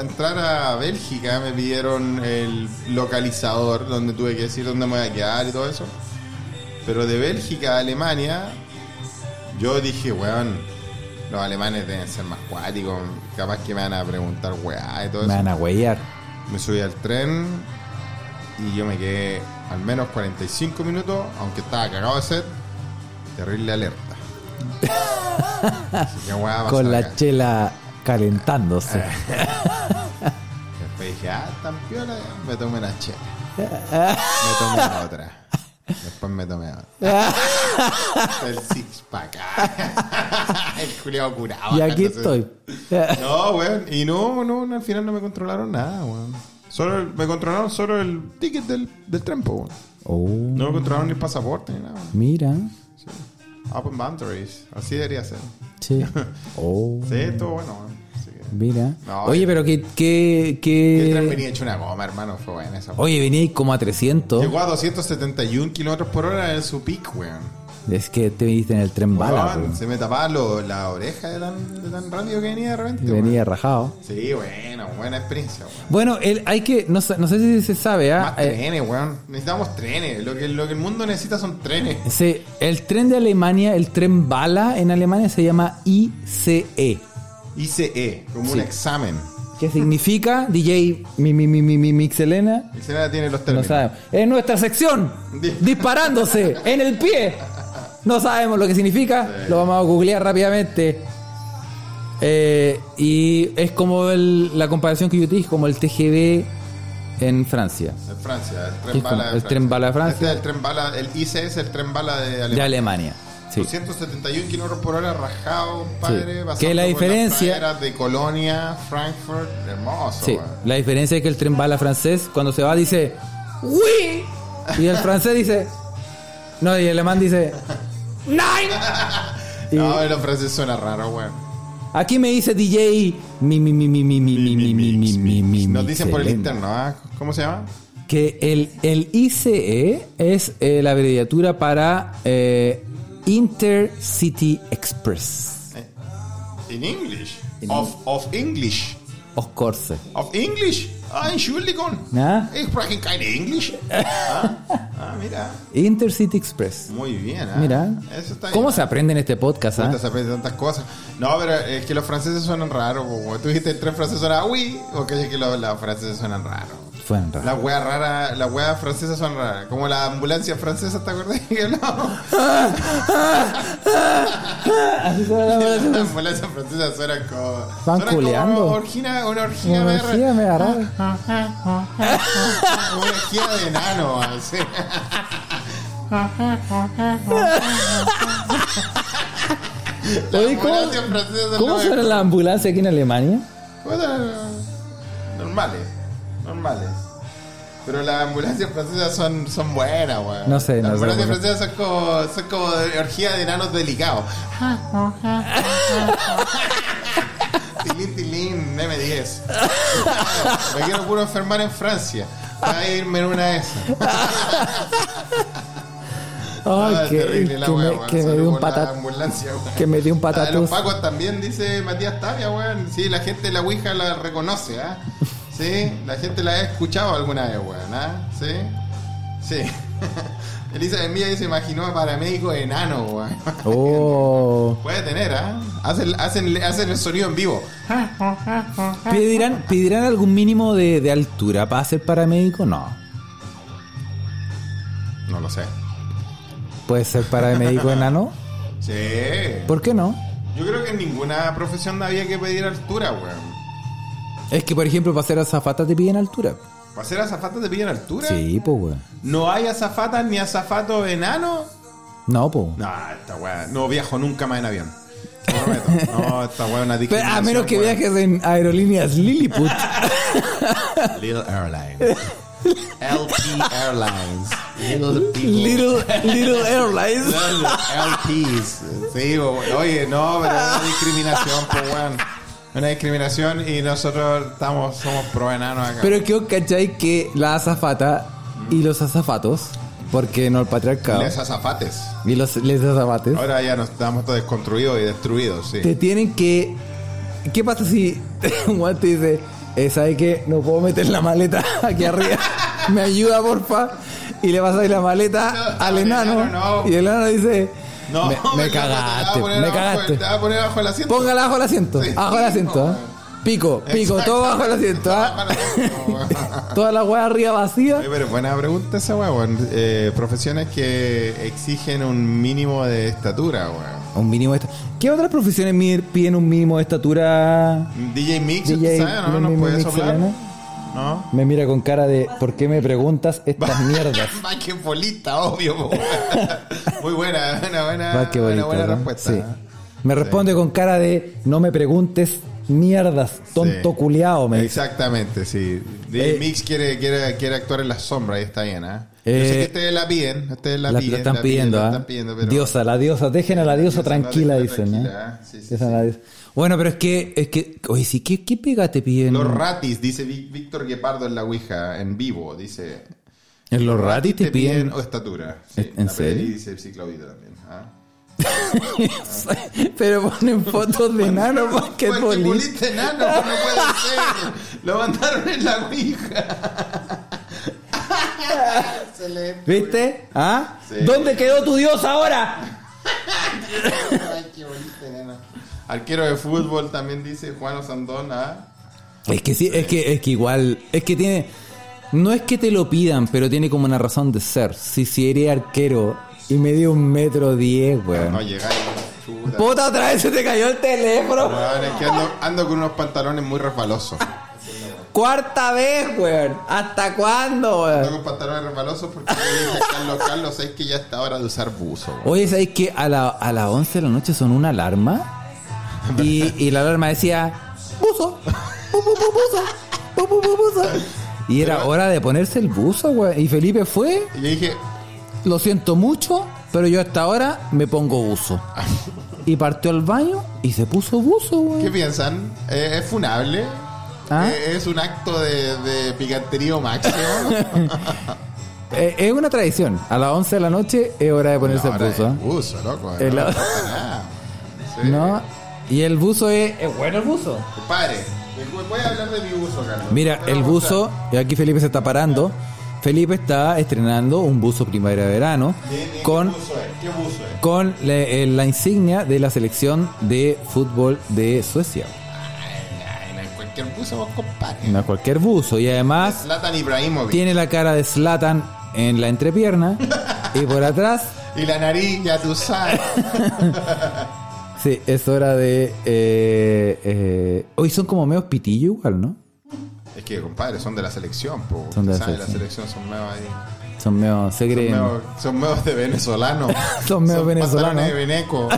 Speaker 4: entrar a Bélgica me pidieron el localizador donde tuve que decir dónde me voy a quedar y todo eso. Pero de Bélgica a Alemania, yo dije, weón, los alemanes deben ser más cuáticos. Capaz que me van a preguntar weá y todo
Speaker 2: Me
Speaker 4: eso.
Speaker 2: van a huellar.
Speaker 4: Me subí al tren y yo me quedé al menos 45 minutos, aunque estaba cagado de sed, terrible alerta. Así que, weá, va a
Speaker 2: Con
Speaker 4: pasar
Speaker 2: la
Speaker 4: acá. Eh,
Speaker 2: chela calentándose.
Speaker 4: Después dije, ah, tan piola, me tomé una chela. Me tomé la otra. Después me tomé el six pack. el culiao curado.
Speaker 2: Y aquí
Speaker 4: no sé.
Speaker 2: estoy.
Speaker 4: No, weón. Y no, no, no, al final no me controlaron nada, weón. Solo el- me controlaron solo el ticket del, del tren, po, weón.
Speaker 2: Oh,
Speaker 4: No me controlaron ni el pasaporte ni nada, weón.
Speaker 2: mira.
Speaker 4: Sí. Open boundaries. Así debería ser.
Speaker 2: Sí. Oh,
Speaker 4: Sí, estuvo bueno, weón. Así que-
Speaker 2: mira.
Speaker 4: No,
Speaker 2: Oye,
Speaker 4: oye.
Speaker 2: pero que... que,
Speaker 4: El tren
Speaker 2: que...
Speaker 4: venía hecho una goma, hermano. Fue buena esa.
Speaker 2: Oye, venía como a 300.
Speaker 4: Llegó a 271 kilómetros por hora en su peak, weón.
Speaker 2: Es que te viniste en el tren bala.
Speaker 4: Weón,
Speaker 2: po.
Speaker 4: se me tapaba lo- la oreja de tan, de tan rápido que venía de repente. weón.
Speaker 2: Venía rajado.
Speaker 4: Sí, bueno, buena experiencia, weón.
Speaker 2: Bueno, el, hay que... No, sé- no sé si se sabe, ¿ah?
Speaker 4: Más
Speaker 2: Eh,
Speaker 4: trenes, weón. Necesitamos trenes. Lo que, lo que el mundo necesita son trenes.
Speaker 2: sí, el tren de Alemania, el tren bala en Alemania se llama E, ICE.
Speaker 4: ICE, E, como
Speaker 2: Sí.
Speaker 4: un examen.
Speaker 2: ¿Qué significa DJ mi, mi, mi, mi, mi, Mixelena?
Speaker 4: El Senado tiene los
Speaker 2: No
Speaker 4: términos.
Speaker 2: sabemos. En nuestra sección,
Speaker 4: Di-
Speaker 2: disparándose en el pie. No sabemos lo que significa,
Speaker 4: Sí.
Speaker 2: lo vamos a googlear rápidamente. Eh, y es como el- la comparación que yo te dije, como el TGV en Francia,
Speaker 4: En Francia, el
Speaker 2: Sí,
Speaker 4: tren bala de
Speaker 2: el tren bala de Francia.
Speaker 4: Este es el tren bala, el ICE es el tren bala de
Speaker 2: de
Speaker 4: Alemania.
Speaker 2: Alemania. Sí.
Speaker 4: 271 kilómetros por hora rajado, compadre.
Speaker 2: Sí.
Speaker 4: pasando
Speaker 2: Que la
Speaker 4: por las
Speaker 2: diferencia-
Speaker 4: praderas de Colonia, Frankfurt, hermoso,
Speaker 2: Sí.
Speaker 4: weón.
Speaker 2: La diferencia es que el tren bala francés, cuando se va, dice ¡Oui! Y el francés dice. No, y el alemán dice. Y-
Speaker 4: No, los franceses suena raro, weón.
Speaker 2: Aquí me dice DJ mi mi mi mi mi mi mi mi mi mi mi mi
Speaker 4: Nos
Speaker 2: mi,
Speaker 4: dicen por el
Speaker 2: excelente.
Speaker 4: interno, ¿ah? ¿Cómo se llama?
Speaker 2: que el, el ICE es eh, la abreviatura para eh, Intercity Express.
Speaker 4: Eh, In English.
Speaker 2: In-
Speaker 4: of, of English.
Speaker 2: Of course.
Speaker 4: Of English. Ah, Entschuldigung.
Speaker 2: ¿Ah?
Speaker 4: Ich spreche kein English. Ah, ah, mira.
Speaker 2: Intercity Express.
Speaker 4: Muy bien, ah.
Speaker 2: Mira.
Speaker 4: Eso está
Speaker 2: ¿Cómo
Speaker 4: bien,
Speaker 2: se
Speaker 4: ah.
Speaker 2: aprende en este podcast? ah?
Speaker 4: Puta, se aprende tantas cosas. No, pero es que los franceses suenan raros, po, weón. Tú dijiste el tren francés suena uy, o que ah, es que los, los franceses suenan raros.
Speaker 2: Fue en
Speaker 4: La
Speaker 2: raro.
Speaker 4: wea rara, la wea francesa suena rara. Como la ambulancia francesa, ¿te acordás que hablamos? La ambulancia francesa suena como.
Speaker 2: Van
Speaker 4: suena como
Speaker 2: culeando.
Speaker 4: Una orgía, una orgía,
Speaker 2: Una
Speaker 4: de-
Speaker 2: orgía media rara.
Speaker 4: Una orgía de enano, así. La
Speaker 2: Oye, ¿cómo-
Speaker 4: ambulancia francesa
Speaker 2: ¿Cómo
Speaker 4: suena-
Speaker 2: suena la ambulancia aquí en Alemania?
Speaker 4: Bueno, normales, normales. Pero las ambulancias francesas son, son buenas, weón.
Speaker 2: No sé, no
Speaker 4: Las
Speaker 2: sé,
Speaker 4: ambulancias
Speaker 2: bueno.
Speaker 4: francesas son como, son como de orgía de enanos delicados. tilín, tilín, M10. Me quiero puro enfermar en Francia. Para irme en una de esas.
Speaker 2: Ay,
Speaker 4: Ah,
Speaker 2: que,
Speaker 4: terrible la
Speaker 2: que
Speaker 4: wea,
Speaker 2: me,
Speaker 4: weón.
Speaker 2: que me
Speaker 4: Salud
Speaker 2: dio un
Speaker 4: por la
Speaker 2: patat.
Speaker 4: ambulancia, weón.
Speaker 2: Que me dio un
Speaker 4: La de los
Speaker 2: patatús.
Speaker 4: pacos también, dice Matías Tapia, weón. Sí, la gente de la Ouija la reconoce, ¿ah? Sí, la gente la ha escuchado alguna vez, weón, ¿ah? Sí, sí. Elizabeth Mía dice, imaginó a paramédico enano, weón.
Speaker 2: Oh.
Speaker 4: Puede tener, ¿ah? Hacen, hacen, hacen el sonido en vivo.
Speaker 2: ¿Pedirán, pedirán algún mínimo de, de altura para ser paramédico? No.
Speaker 4: No lo sé.
Speaker 2: ¿Puede ser paramédico enano?
Speaker 4: Sí.
Speaker 2: ¿Por qué no?
Speaker 4: Yo creo que en ninguna profesión había que pedir altura, weón.
Speaker 2: Es que, por ejemplo, para ser azafata te piden altura.
Speaker 4: ¿Para ser azafata te piden altura?
Speaker 2: Sí, pues, weón.
Speaker 4: ¿No hay azafatas ni azafatos enanos?
Speaker 2: No, pues.
Speaker 4: No, esta weá. No viajo nunca más en avión. Te prometo. No, esta weá es una
Speaker 2: Pero
Speaker 4: discriminación.
Speaker 2: a menos que
Speaker 4: weón.
Speaker 2: viajes en aerolíneas Lilliput.
Speaker 4: Little Airlines. LP Airlines. Little people.
Speaker 2: Little, little Airlines.
Speaker 4: Little LPs. Sí, weón. oye, no, pero es una discriminación, pues weón. Una discriminación y nosotros estamos, somos pro enanos acá.
Speaker 2: Pero que os cacháis que la azafata y los azafatos, porque no el patriarcado,
Speaker 4: Les azafates.
Speaker 2: y los les azafates,
Speaker 4: Ahora ya nos estamos todos desconstruidos y destruidos, sí.
Speaker 2: te tienen que. ¿Qué pasa si un guante dice, eh, ¿sabes qué? No puedo meter la maleta aquí arriba. Me ayuda, porfa. Y le pasáis la maleta
Speaker 4: No,
Speaker 2: al
Speaker 4: al
Speaker 2: enano.
Speaker 4: enano no.
Speaker 2: Y el enano dice,
Speaker 4: No,
Speaker 2: me, me
Speaker 4: te la
Speaker 2: cagaste,
Speaker 4: voy a poner
Speaker 2: me
Speaker 4: abajo-
Speaker 2: cagaste.
Speaker 4: Te voy a poner bajo el asiento.
Speaker 2: Póngala bajo el asiento,
Speaker 4: Sí.
Speaker 2: bajo el asiento. ¿eh? Pico, pico,
Speaker 4: Exacto.
Speaker 2: todo bajo el asiento. ¿ah?
Speaker 4: Bajo el asiento.
Speaker 2: Toda la weá arriba vacía.
Speaker 4: Oye, pero buena pregunta esa, weón. Eh, profesiones que exigen un mínimo de estatura, weón.
Speaker 2: Un mínimo de esta- ¿Qué otras profesiones mi- piden un mínimo de estatura?
Speaker 4: DJ Mix,
Speaker 2: DJ,
Speaker 4: ¿sabes?
Speaker 2: mi-
Speaker 4: ¿No
Speaker 2: mi-
Speaker 4: nos
Speaker 2: mi-
Speaker 4: puede
Speaker 2: mi-
Speaker 4: soplar?
Speaker 2: Selena.
Speaker 4: ¿No?
Speaker 2: Me mira con cara de ¿por qué me preguntas estas mierdas?
Speaker 4: Basquetbolista, obvio. po. Muy buena, buena, buena,
Speaker 2: Va, qué
Speaker 4: Ah, buena,
Speaker 2: bonito,
Speaker 4: buena
Speaker 2: ¿no?
Speaker 4: respuesta. ¿eh?
Speaker 2: Sí. Me responde con cara de no me preguntes mierdas, tonto
Speaker 4: Sí.
Speaker 2: culiao. Oh, Me dice.
Speaker 4: Exactamente, sí. D-
Speaker 2: Eh.
Speaker 4: Mix quiere, quiere, quiere actuar en la sombra y está bien, ¿ah? Yo
Speaker 2: Eh.
Speaker 4: sé que ustedes la piden, ustedes la,
Speaker 2: La,
Speaker 4: piden.
Speaker 2: la están
Speaker 4: la piden,
Speaker 2: pidiendo,
Speaker 4: la
Speaker 2: ¿ah?
Speaker 4: están pidiendo, pero-
Speaker 2: Diosa, la diosa, dejen a la diosa
Speaker 4: Diosa, la
Speaker 2: tranquila,
Speaker 4: dejen
Speaker 2: dicen, ¿no?
Speaker 4: tranquila, ¿eh? Sí, sí,
Speaker 2: Dejan a la diosa. Bueno, pero es que, es que, oye, sí, ¿qué, qué pega te piden?
Speaker 4: Los ratis, dice Vic- Víctor Guepardo en la Ouija, en vivo, dice.
Speaker 2: ¿En los ratis te piden?
Speaker 4: o estatura.
Speaker 2: ¿En- en
Speaker 4: la Freddy
Speaker 2: serio?
Speaker 4: dice sí, Claudita también. ¿ah?
Speaker 2: pero ponen fotos de nano basquetbolista.
Speaker 4: Basquetbolista enano, no puede ser. Lo mandaron en la Ouija. Excelente.
Speaker 2: ¿Viste? ¿Ah?
Speaker 4: Sí.
Speaker 2: ¿Dónde quedó tu diosa ahora?
Speaker 4: Basquetbolista enano. Arquero de fútbol también dice Juan Osandón. ¿ah?
Speaker 2: Es que sí, es que, es que igual, es que tiene, no es que te lo pidan, pero tiene como una razón de ser. Si, si eres arquero y me dio un metro diez, weón.
Speaker 4: No llegaron. Chuta.
Speaker 2: Puta, otra vez se te cayó el teléfono.
Speaker 4: Weón, es que ando, ando con unos pantalones muy resbalosos.
Speaker 2: Cuarta vez, weón. ¿Hasta cuándo,
Speaker 4: Ando
Speaker 2: weón?
Speaker 4: con pantalones resbalosos porque le dije a Carlos, Carlos, ¿sabes que ya está hora de usar buzo? weón.
Speaker 2: Oye, ¿sabes que a, la, a las 11 de la noche sonó una alarma? Y, y la alarma decía, buzo, pu, pu, pu, buzo, pu, pu, pu, buzo. Y era hora de ponerse el buzo, weón. Y Felipe fue,
Speaker 4: Y yo dije,
Speaker 2: lo siento mucho, pero yo hasta ahora me pongo buzo. Y partió al baño y se puso buzo,
Speaker 4: ¿Qué
Speaker 2: weón.
Speaker 4: piensan? ¿Eh, ¿Es funable?
Speaker 2: ¿Ah?
Speaker 4: ¿Eh, ¿Es un acto de, de picanterío máximo?
Speaker 2: Eh, es una tradición. A las 11 de la noche es hora de ponerse el
Speaker 4: Ahora,
Speaker 2: buzo.
Speaker 4: el buzo, loco.
Speaker 2: El-
Speaker 4: no pasa nada. Sí.
Speaker 2: ¿No? Y el buzo es... Es bueno el buzo.
Speaker 4: Compadre, después voy a hablar de mi buzo, Carlos.
Speaker 2: Mira,
Speaker 4: Te lo
Speaker 2: el
Speaker 4: voy a mostrar.
Speaker 2: buzo, y aquí Felipe se está parando. Felipe está estrenando un buzo primavera-verano
Speaker 4: ¿De- de
Speaker 2: con,
Speaker 4: ¿Qué buzo es? ¿Qué buzo es?
Speaker 2: con la, eh, la insignia de la selección de fútbol de Suecia.
Speaker 4: Ay, no es cualquier buzo, compadre.
Speaker 2: No es cualquier buzo. Y además
Speaker 4: Zlatan Ibrahimovic.
Speaker 2: tiene la cara de Slatan en la entrepierna y por atrás.
Speaker 4: Y la nariz, ya tú sabes.
Speaker 2: Sí, es hora de. eh, eh, hoy son como meos pitillo igual, ¿no?
Speaker 4: es que, compadre, son de la selección, po.
Speaker 2: Son de la
Speaker 4: ¿Sabes? La
Speaker 2: selección.
Speaker 4: selección son medio ahí.
Speaker 2: Son meos. Se
Speaker 4: Son
Speaker 2: creen.
Speaker 4: medio, son medio de venezolanos.
Speaker 2: Son medio venezolanos.
Speaker 4: pantalones de veneco.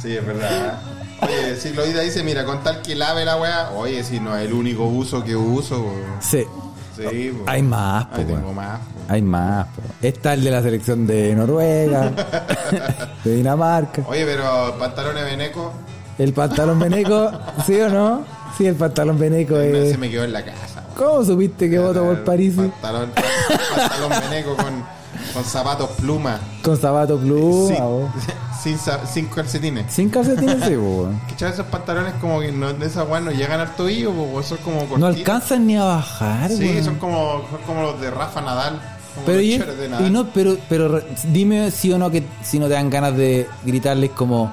Speaker 4: sí, es verdad. ¿eh? Oye, si Cloida dice, mira, con tal que lave la weá. Oye, si no es el único uso que uso. weón.
Speaker 2: Sí.
Speaker 4: Sí, po.
Speaker 2: Hay más, po,
Speaker 4: Ay, tengo
Speaker 2: weón.
Speaker 4: más. po.
Speaker 2: Hay más. po. Está el de la selección de Noruega, de Dinamarca.
Speaker 4: Oye, pero pantalones de veneco
Speaker 2: El pantalón veneco, ¿sí o no? Sí, el pantalón veneco
Speaker 4: se
Speaker 2: es...
Speaker 4: me quedó en la casa. weón.
Speaker 2: ¿Cómo supiste que voto por París?
Speaker 4: Pantalón, pantalón veneco con, con zapatos pluma.
Speaker 2: Con zapato pluma,
Speaker 4: sin,
Speaker 2: vos.
Speaker 4: sin, sa- sin calcetines.
Speaker 2: Sin calcetines, sí, vos.
Speaker 4: Que chaval, esos pantalones como que no, de esa weá no llegan al tobillo, po, son como cortitos.
Speaker 2: No alcanzan ni a bajar,
Speaker 4: Sí,
Speaker 2: weón.
Speaker 4: son como, son como los de Rafa Nadal. como
Speaker 2: Pero,
Speaker 4: los
Speaker 2: y,
Speaker 4: shorts de
Speaker 2: y
Speaker 4: Nadal.
Speaker 2: no, pero, pero re- dime si o no que si no te dan ganas de gritarles como...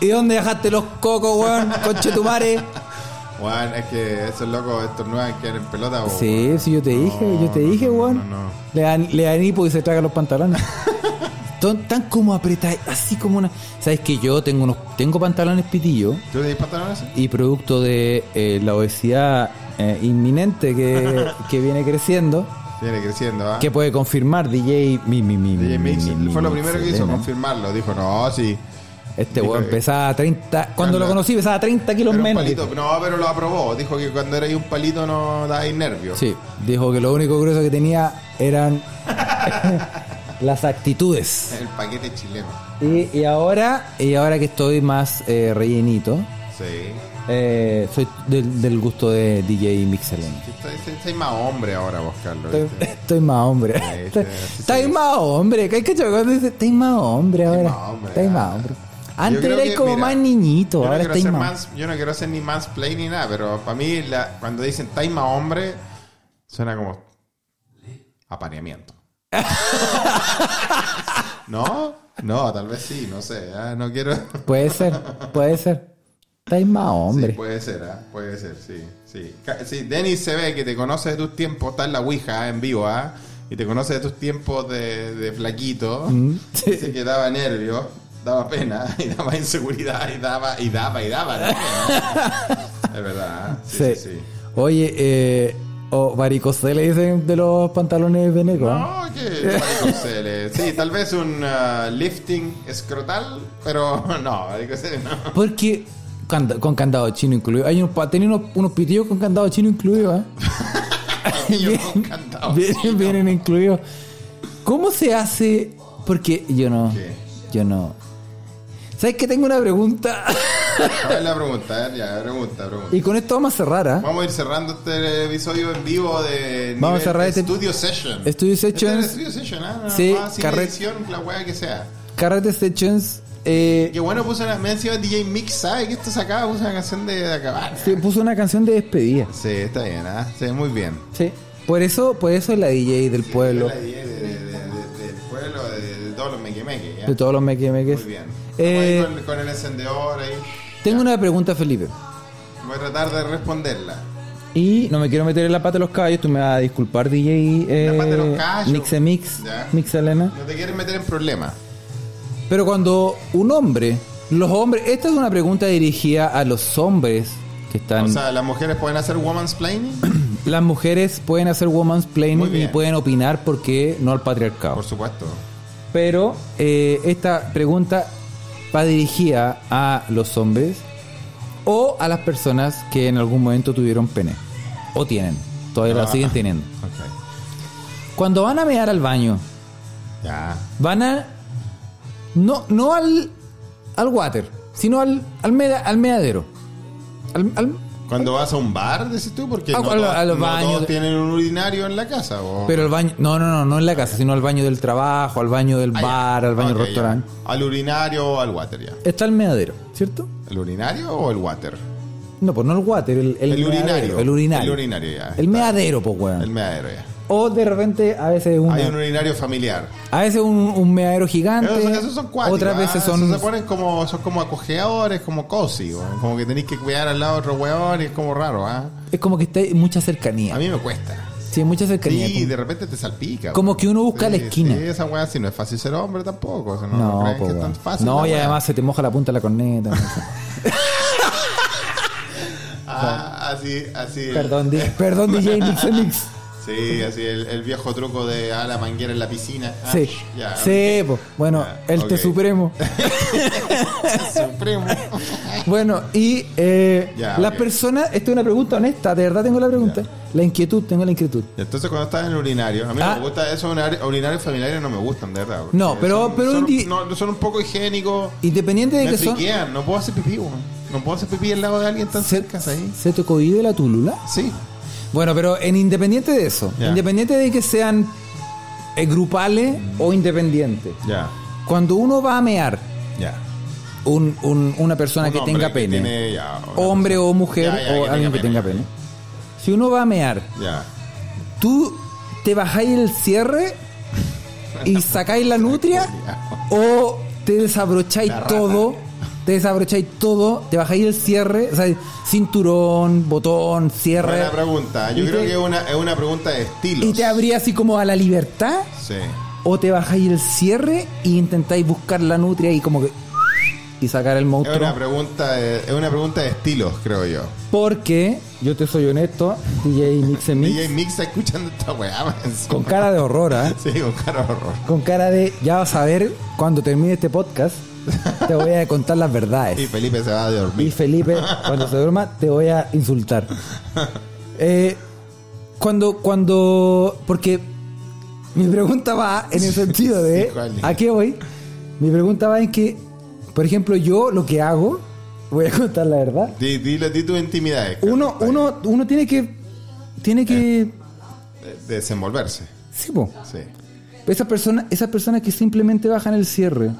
Speaker 2: ¿Y dónde dejaste los cocos, weón? Conche tu mare.
Speaker 4: Weón, es que esos locos estornudan quedan en pelota, po,
Speaker 2: Sí,
Speaker 4: Oh, weón.
Speaker 2: sí, yo te dije,
Speaker 4: No,
Speaker 2: yo te
Speaker 4: no,
Speaker 2: dije,
Speaker 4: no,
Speaker 2: weón.
Speaker 4: no, no.
Speaker 2: Le dan, le dan hipo y se tragan los pantalones. Ton- Tan como apretados, así como una. Sabes que yo tengo unos, tengo pantalones pitillo
Speaker 4: ¿Tú tenés pantalones así?
Speaker 2: y producto de eh, la obesidad eh, inminente que, que viene creciendo,
Speaker 4: Viene creciendo, ¿ah?
Speaker 2: que puede confirmar DJ mi mi mi.
Speaker 4: DJ
Speaker 2: mi,
Speaker 4: Mix
Speaker 2: mi, mi,
Speaker 4: fue lo
Speaker 2: mi,
Speaker 4: primero que
Speaker 2: Selena.
Speaker 4: hizo, confirmarlo. Dijo, no, sí.
Speaker 2: Este
Speaker 4: Dijo,
Speaker 2: weón
Speaker 4: eh,
Speaker 2: pesaba 30, cuando lo
Speaker 4: Carla,
Speaker 2: conocí pesaba 30
Speaker 4: era
Speaker 2: kilos
Speaker 4: un
Speaker 2: menos.
Speaker 4: palito. No, pero lo aprobó. Dijo que cuando erais un palito no dais nervios.
Speaker 2: Sí, dijo que lo único grueso que tenía eran las actitudes.
Speaker 4: El paquete chileno.
Speaker 2: Y, y ahora, y ahora que estoy más eh, rellenito,
Speaker 4: Sí.
Speaker 2: eh, soy del, del gusto de DJ Mixelen.
Speaker 4: Soy más hombre ahora, vos, Carlos.
Speaker 2: Estoy,
Speaker 4: ¿viste?
Speaker 2: estoy más hombre.
Speaker 4: Sí, sí,
Speaker 2: Estoy
Speaker 4: sí,
Speaker 2: estoy
Speaker 4: sí.
Speaker 2: más hombre. ¿Qué cacho? Cuando dice, estoy más hombre
Speaker 4: Estoy
Speaker 2: ahora.
Speaker 4: más hombre,
Speaker 2: Estoy
Speaker 4: ah.
Speaker 2: más hombre.
Speaker 4: Yo
Speaker 2: Antes
Speaker 4: creo
Speaker 2: erais
Speaker 4: que,
Speaker 2: como
Speaker 4: mira,
Speaker 2: más niñito,
Speaker 4: yo no
Speaker 2: ahora
Speaker 4: quiero
Speaker 2: estáis
Speaker 4: hacer
Speaker 2: más.
Speaker 4: mans- yo no quiero hacer ni mansplain ni nada, pero para mí la- cuando dicen taima hombre, suena como apareamiento. ¿No? No, tal vez sí, no sé. ah, No quiero...
Speaker 2: Puede ser, puede ser. Estáis más hombre.
Speaker 4: Sí, puede ser, ah, puede ser, sí. sí. Ca- sí Denis se ve que te conoce de tus tiempos, está en la Ouija ah, en vivo, ¿ah? Y te conoce de tus tiempos de, de flaquito.
Speaker 2: Mm, sí.
Speaker 4: Dice que daba nervios. daba pena y daba inseguridad y daba y daba y daba. ¿no? es verdad. ¿ah? Sí, sí. sí.
Speaker 2: Oye, eh, o varicocele le dicen de los pantalones de negro. ¿eh?
Speaker 4: No, que varicocele. Oh, Sí, tal vez un ah, lifting escrotal, pero no, varicocele no.
Speaker 2: Porque canda- con candado chino incluido. Hay unos, pa- tenía unos, unos pitillos con candado chino incluido, ¿eh?
Speaker 4: Yo con candado
Speaker 2: Vienen-
Speaker 4: chino.
Speaker 2: vienen incluidos. ¿Cómo se hace? Porque yo no.
Speaker 4: ¿Qué?
Speaker 2: Yo no. ¿Sabes que tengo una pregunta?
Speaker 4: A ver la pregunta, eh, ya, pregunta, pregunta.
Speaker 2: y con esto vamos a cerrar, ¿ah?
Speaker 4: Vamos a ir cerrando este episodio en vivo de
Speaker 2: Vamos a cerrar este-
Speaker 4: Studio Session.
Speaker 2: Studio Session.
Speaker 4: Este es Studio Session, ah, no,
Speaker 2: Sí,
Speaker 4: ah, sin
Speaker 2: carre-
Speaker 4: edición, la wea que sea.
Speaker 2: Carrete Sessions eh,
Speaker 4: Qué bueno puso una me encima DJ Mix, ¿sabes? Que esto se acaba, puso una canción de, de acabar.
Speaker 2: se puso una canción de despedida.
Speaker 4: Sí, está bien, ¿ah? Sí, muy bien.
Speaker 2: Sí. Por eso, por eso es la DJ del pueblo.
Speaker 4: De, la DJ de- de- de- del pueblo, de, de todos los mequemeques, ¿ya?
Speaker 2: De todos los mequemeques.
Speaker 4: Muy bien.
Speaker 2: Eh,
Speaker 4: Vamos a ir con, con el encendedor ahí.
Speaker 2: tengo una pregunta, Felipe.
Speaker 4: Voy a tratar de responderla.
Speaker 2: Y no me quiero meter en la pata de los caballos, tú me vas a disculpar, DJ. Eh,
Speaker 4: pata de los caballos.
Speaker 2: Mixe Mix,
Speaker 4: Ya.
Speaker 2: Mix Elena.
Speaker 4: No te quieres meter en problemas.
Speaker 2: Pero cuando un hombre, los hombres, esta es una pregunta dirigida a los hombres que están.
Speaker 4: O sea, las mujeres pueden hacer woman's planning.
Speaker 2: las mujeres pueden hacer woman's
Speaker 4: Muy
Speaker 2: planning y
Speaker 4: bien.
Speaker 2: pueden opinar porque no al patriarcado.
Speaker 4: Por supuesto.
Speaker 2: Pero eh, esta pregunta va dirigida a los hombres o a las personas que en algún momento tuvieron pene. O tienen. Todavía la
Speaker 4: Ah.
Speaker 2: siguen teniendo.
Speaker 4: Ok.
Speaker 2: Cuando van a mear al baño,
Speaker 4: Ya.
Speaker 2: van a. No, no al. al water, sino al. al, meda- al meadero. Al, al-
Speaker 4: Cuando vas a un bar, decís tú, porque
Speaker 2: Ah,
Speaker 4: no,
Speaker 2: a
Speaker 4: todos,
Speaker 2: los- a los
Speaker 4: no
Speaker 2: baños
Speaker 4: todos
Speaker 2: de-
Speaker 4: tienen un urinario en la casa. ¿o?
Speaker 2: pero al baño. No, no, no, no en la casa, sino al baño del trabajo, al baño del
Speaker 4: Ah, ya.
Speaker 2: bar, al baño
Speaker 4: Ok,
Speaker 2: del restaurante.
Speaker 4: ya. Al urinario o al water, ya.
Speaker 2: Está el meadero, ¿cierto?
Speaker 4: ¿El urinario o el water?
Speaker 2: No, pues no el water, el, el
Speaker 4: El
Speaker 2: meadero,
Speaker 4: urinario.
Speaker 2: El urinario.
Speaker 4: El urinario, ya.
Speaker 2: El meadero, pues, weón.
Speaker 4: El meadero, ya.
Speaker 2: O de repente, a veces un,
Speaker 4: Hay un urinario familiar.
Speaker 2: a veces un, un meadero gigante.
Speaker 4: Esos, esos son cuáticos.
Speaker 2: Otras
Speaker 4: ah,
Speaker 2: veces
Speaker 4: esos
Speaker 2: son.
Speaker 4: Se ponen como, son como acogedores, como cozy. o Como que tenéis que cuidar al lado de otro weón y es como raro, ¿ah?
Speaker 2: Es como que está mucha
Speaker 4: A
Speaker 2: cercanía.
Speaker 4: mí me cuesta.
Speaker 2: Sí, mucha cercanía.
Speaker 4: Sí,
Speaker 2: como-
Speaker 4: de repente te salpica.
Speaker 2: Como
Speaker 4: weón.
Speaker 2: que uno busca la esquina.
Speaker 4: sí, esa weá, si no es fácil ser hombre tampoco. o sea, no no
Speaker 2: No,
Speaker 4: crean
Speaker 2: po,
Speaker 4: que es tan
Speaker 2: weón.
Speaker 4: fácil.
Speaker 2: No,
Speaker 4: la
Speaker 2: y
Speaker 4: weá.
Speaker 2: además se te moja la punta de la corneta. no sé.
Speaker 4: Ah, así, así.
Speaker 2: Perdón, di- perdón, DJ Nix Nix.
Speaker 4: Sí, así el, el viejo truco de ah, la manguera en la piscina. Ah,
Speaker 2: Sí.
Speaker 4: ya,
Speaker 2: sí, po. bueno,
Speaker 4: Ya,
Speaker 2: el
Speaker 4: ok.
Speaker 2: te supremo.
Speaker 4: Supremo.
Speaker 2: Bueno, y eh,
Speaker 4: Ya,
Speaker 2: las
Speaker 4: ok.
Speaker 2: personas, esta es una pregunta honesta, de verdad tengo la pregunta. La inquietud, tengo la inquietud.
Speaker 4: Entonces cuando estás en el urinario, a mí
Speaker 2: Ah.
Speaker 4: no me gusta esos urinari- urinarios familiares no me gustan, de verdad. porque
Speaker 2: No, pero-
Speaker 4: son,
Speaker 2: pero
Speaker 4: son,
Speaker 2: indi-
Speaker 4: no, son un poco higiénicos.
Speaker 2: Independiente de
Speaker 4: Me
Speaker 2: que son.
Speaker 4: friquean, no puedo hacer pipí, weón. No puedo hacer pipí al lado de alguien tan cerca, ahí.
Speaker 2: ¿Se te cohibe la tulula?
Speaker 4: Sí.
Speaker 2: Bueno, pero en independiente de eso,
Speaker 4: Ya.
Speaker 2: independiente de que sean eh, grupales o independientes,
Speaker 4: Ya,
Speaker 2: cuando uno va a mear
Speaker 4: ya.
Speaker 2: un- un- una persona
Speaker 4: Un
Speaker 2: que
Speaker 4: hombre
Speaker 2: tenga
Speaker 4: que
Speaker 2: pene,
Speaker 4: tiene ya una
Speaker 2: hombre o mujer
Speaker 4: Ya, ya,
Speaker 2: o
Speaker 4: que
Speaker 2: alguien que tenga pene, si uno va a mear,
Speaker 4: Ya.
Speaker 2: ¿tú te bajáis el cierre y sacáis la nutria o te desabrocháis
Speaker 4: La rata.
Speaker 2: todo? Te desabrocháis todo, te bajáis el cierre, o sea, cinturón, botón, cierre.
Speaker 4: Buena pregunta. Yo
Speaker 2: Y
Speaker 4: creo
Speaker 2: te-
Speaker 4: que es una, es una pregunta de estilo.
Speaker 2: ¿Y te abría así como a la libertad?
Speaker 4: Sí.
Speaker 2: ¿O te bajáis el cierre e intentáis buscar la nutria y como que... Y sacar el
Speaker 4: Es una
Speaker 2: monstruo?
Speaker 4: pregunta de, es una pregunta de estilos, creo yo.
Speaker 2: Porque, yo te soy honesto, DJ Mix and Mix,
Speaker 4: DJ Mix está escuchando esta weá, man.
Speaker 2: con cara de horror, ¿ah?
Speaker 4: Sí, con cara de horror.
Speaker 2: Con cara de, ya vas a ver, cuando termine este podcast, te voy a contar las
Speaker 4: Y
Speaker 2: verdades.
Speaker 4: Felipe se va a
Speaker 2: Y
Speaker 4: dormir.
Speaker 2: Felipe, cuando se duerma, te voy a insultar. Eh, cuando, cuando, porque mi pregunta va en el sentido de,
Speaker 4: Sí, ¿cuál es?
Speaker 2: ¿a qué voy? Mi pregunta va en que, por ejemplo, yo lo que hago, voy a contar la verdad,
Speaker 4: Di, dile di tus intimidades. Carlos,
Speaker 2: uno,
Speaker 4: está bien.
Speaker 2: uno, uno tiene que, tiene
Speaker 4: Eh.
Speaker 2: que,
Speaker 4: De- Desenvolverse.
Speaker 2: sí, po.
Speaker 4: Sí.
Speaker 2: Esas personas, esas personas que simplemente bajan el cierre,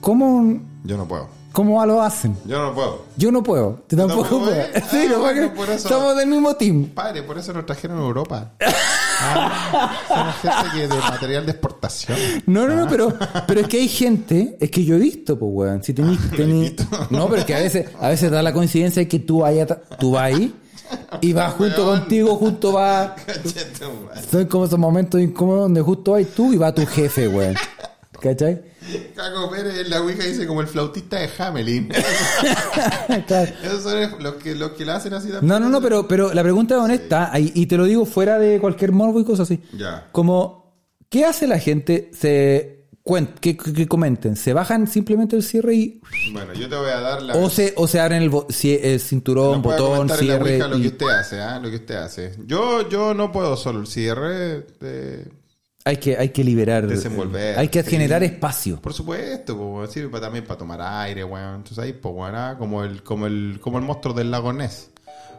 Speaker 2: ¿cómo,
Speaker 4: Yo no puedo.
Speaker 2: cómo lo hacen?
Speaker 4: Yo no puedo.
Speaker 2: Yo no puedo, tú tampoco,
Speaker 4: tampoco
Speaker 2: puedes.
Speaker 4: puedes?
Speaker 2: Sí,
Speaker 4: Ah,
Speaker 2: no,
Speaker 4: bueno,
Speaker 2: porque
Speaker 4: por eso.
Speaker 2: somos del mismo team.
Speaker 4: Padre, por eso nos trajeron a Europa. Ah, somos gente que de material de exportación.
Speaker 2: No, no,
Speaker 4: Ah.
Speaker 2: no, pero, pero es que hay gente, es que yo he visto, pues, weón. Si tenís,
Speaker 4: Ah,
Speaker 2: tenís- no, pero es que a veces, a veces da la coincidencia de que tú vayas, tú vas ahí y vas junto
Speaker 4: Weón.
Speaker 2: contigo, junto va.
Speaker 4: Cachete, weón.
Speaker 2: Son como esos momentos incómodos donde justo vas tú y va tu jefe, weón. ¿Cachai?
Speaker 4: Caco Pérez en la Ouija dice como el flautista de Hamelin.
Speaker 2: Claro.
Speaker 4: Esos son los que, los que la hacen así también.
Speaker 2: No, no, no, pero, pero la pregunta es honesta, ahí- y, te lo digo fuera de cualquier morbo y cosas así.
Speaker 4: Ya.
Speaker 2: Como, ¿qué hace la gente? Se cuen- que, que- que comenten, ¿se bajan simplemente el cierre y,
Speaker 4: Bueno, yo te voy a dar la.
Speaker 2: o, se, o se abren el, bo- ci- el cinturón,
Speaker 4: No puede
Speaker 2: botón,
Speaker 4: comentar en la
Speaker 2: cierre?
Speaker 4: Ouija lo
Speaker 2: y-
Speaker 4: que usted hace, ¿ah? Lo que usted hace. Yo, yo no puedo solo el cierre. eh,
Speaker 2: hay, que, hay que liberar.
Speaker 4: Desenvolver.
Speaker 2: Hay que
Speaker 4: Sí.
Speaker 2: generar espacio.
Speaker 4: Por supuesto, po, weón. sirve pa- también para tomar aire, weón. Entonces ahí, pues, weón, ah, como el, como el, como el monstruo del lago Ness.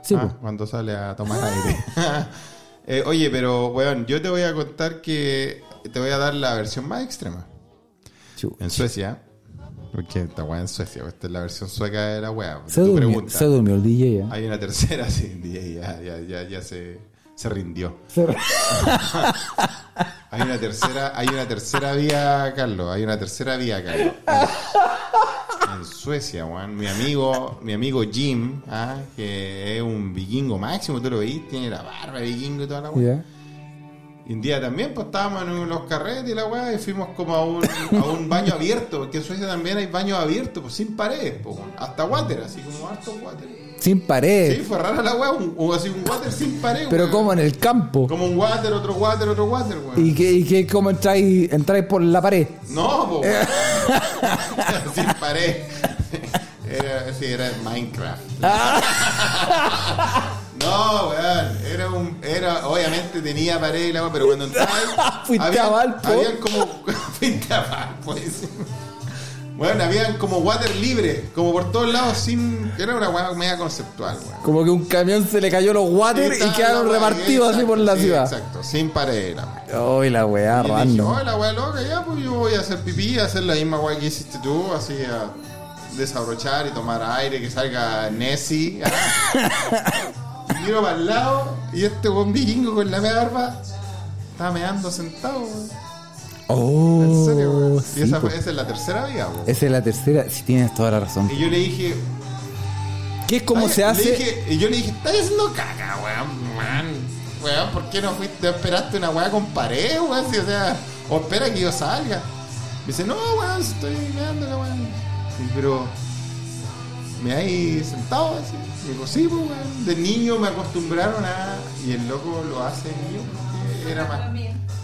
Speaker 2: Sí,
Speaker 4: Ah,
Speaker 2: pues.
Speaker 4: cuando sale a tomar aire. Eh, oye, pero, weón, yo te voy a contar que te voy a dar la versión más extrema.
Speaker 2: Chu.
Speaker 4: En Suecia. Porque esta weá en Suecia, esta es la versión sueca de la weá.
Speaker 2: Se
Speaker 4: Tu
Speaker 2: durmió,
Speaker 4: pregunta.
Speaker 2: se durmió el DJ. ¿eh?
Speaker 4: Hay una tercera, sí, DJ, ya, ya, ya, ya se, se rindió.
Speaker 2: Se-
Speaker 4: Hay una tercera, hay una tercera vía, Carlos. Hay una tercera vía, Carlos. En Suecia, Juan. Mi amigo, mi amigo Jim, ah, que es un vikingo máximo, tú lo veis, tiene la barba de vikingo y toda la weá.
Speaker 2: ya.
Speaker 4: Y un día también, pues estábamos en los carretes y la weá, y fuimos como a un, a un baño abierto, porque en Suecia también hay baños abiertos, pues sin paredes, pues, weón. hasta water, así como harto water.
Speaker 2: Sin pared.
Speaker 4: Sí, fue rara la weá, un, un- así un water sin pared.
Speaker 2: pero
Speaker 4: weón.
Speaker 2: como en el campo.
Speaker 4: Como un water, otro water, otro water, weón.
Speaker 2: ¿Y que, y que como entráis, entráis por la pared?
Speaker 4: No, po,
Speaker 2: Eh.
Speaker 4: weón. sin pared. Era, sí, era el Minecraft.
Speaker 2: Ah.
Speaker 4: no, weón. Era un. Era, obviamente tenía pared y la weá, pero cuando entraba. ahí,
Speaker 2: Fuiste
Speaker 4: habían-
Speaker 2: a Valpo.
Speaker 4: Habían como. Fuiste a Valpo, dice. Bueno, habían como water libre, como por todos lados, sin. Era una weá media conceptual, weón.
Speaker 2: Como que un camión se le cayó los water y
Speaker 4: Estaba
Speaker 2: quedaron
Speaker 4: la weá,
Speaker 2: repartidos así
Speaker 4: exacto,
Speaker 2: por la
Speaker 4: sí,
Speaker 2: ciudad.
Speaker 4: Exacto, sin pared, la weá.
Speaker 2: Ay, la weá,
Speaker 4: Y dije,
Speaker 2: random.
Speaker 4: "Oh, la weá loca, ya, pues yo voy a hacer pipí, a hacer la misma weá que hiciste tú, así a desabrochar y tomar aire, que salga Nessie. ah". Y miro para el lado y este buen vikingo con la media barba estaba meando sentado, weón.
Speaker 2: Oh,
Speaker 4: En serio, weón.
Speaker 2: sí, pues.
Speaker 4: y esa, fue-
Speaker 2: po.
Speaker 4: esa es la tercera vía, weón.
Speaker 2: Esa es la tercera, si tienes toda la razón.
Speaker 4: Y yo le dije,
Speaker 2: ¿Qué es como
Speaker 4: "Ay",
Speaker 2: se
Speaker 4: le
Speaker 2: hace?
Speaker 4: dije- y yo le dije, estás haciendo caca, weón, man. Weón, ¿por qué no fuiste? no esperaste una weá con pared, weón? Si, o sea, o espera que yo salga. Me dice, no, weón, si estoy meándola, weón. Y, pero, me ahí sentado, así. Y digo, sí, pues, weón. De niño me acostumbraron a. Y el loco lo hace niño, porque era más.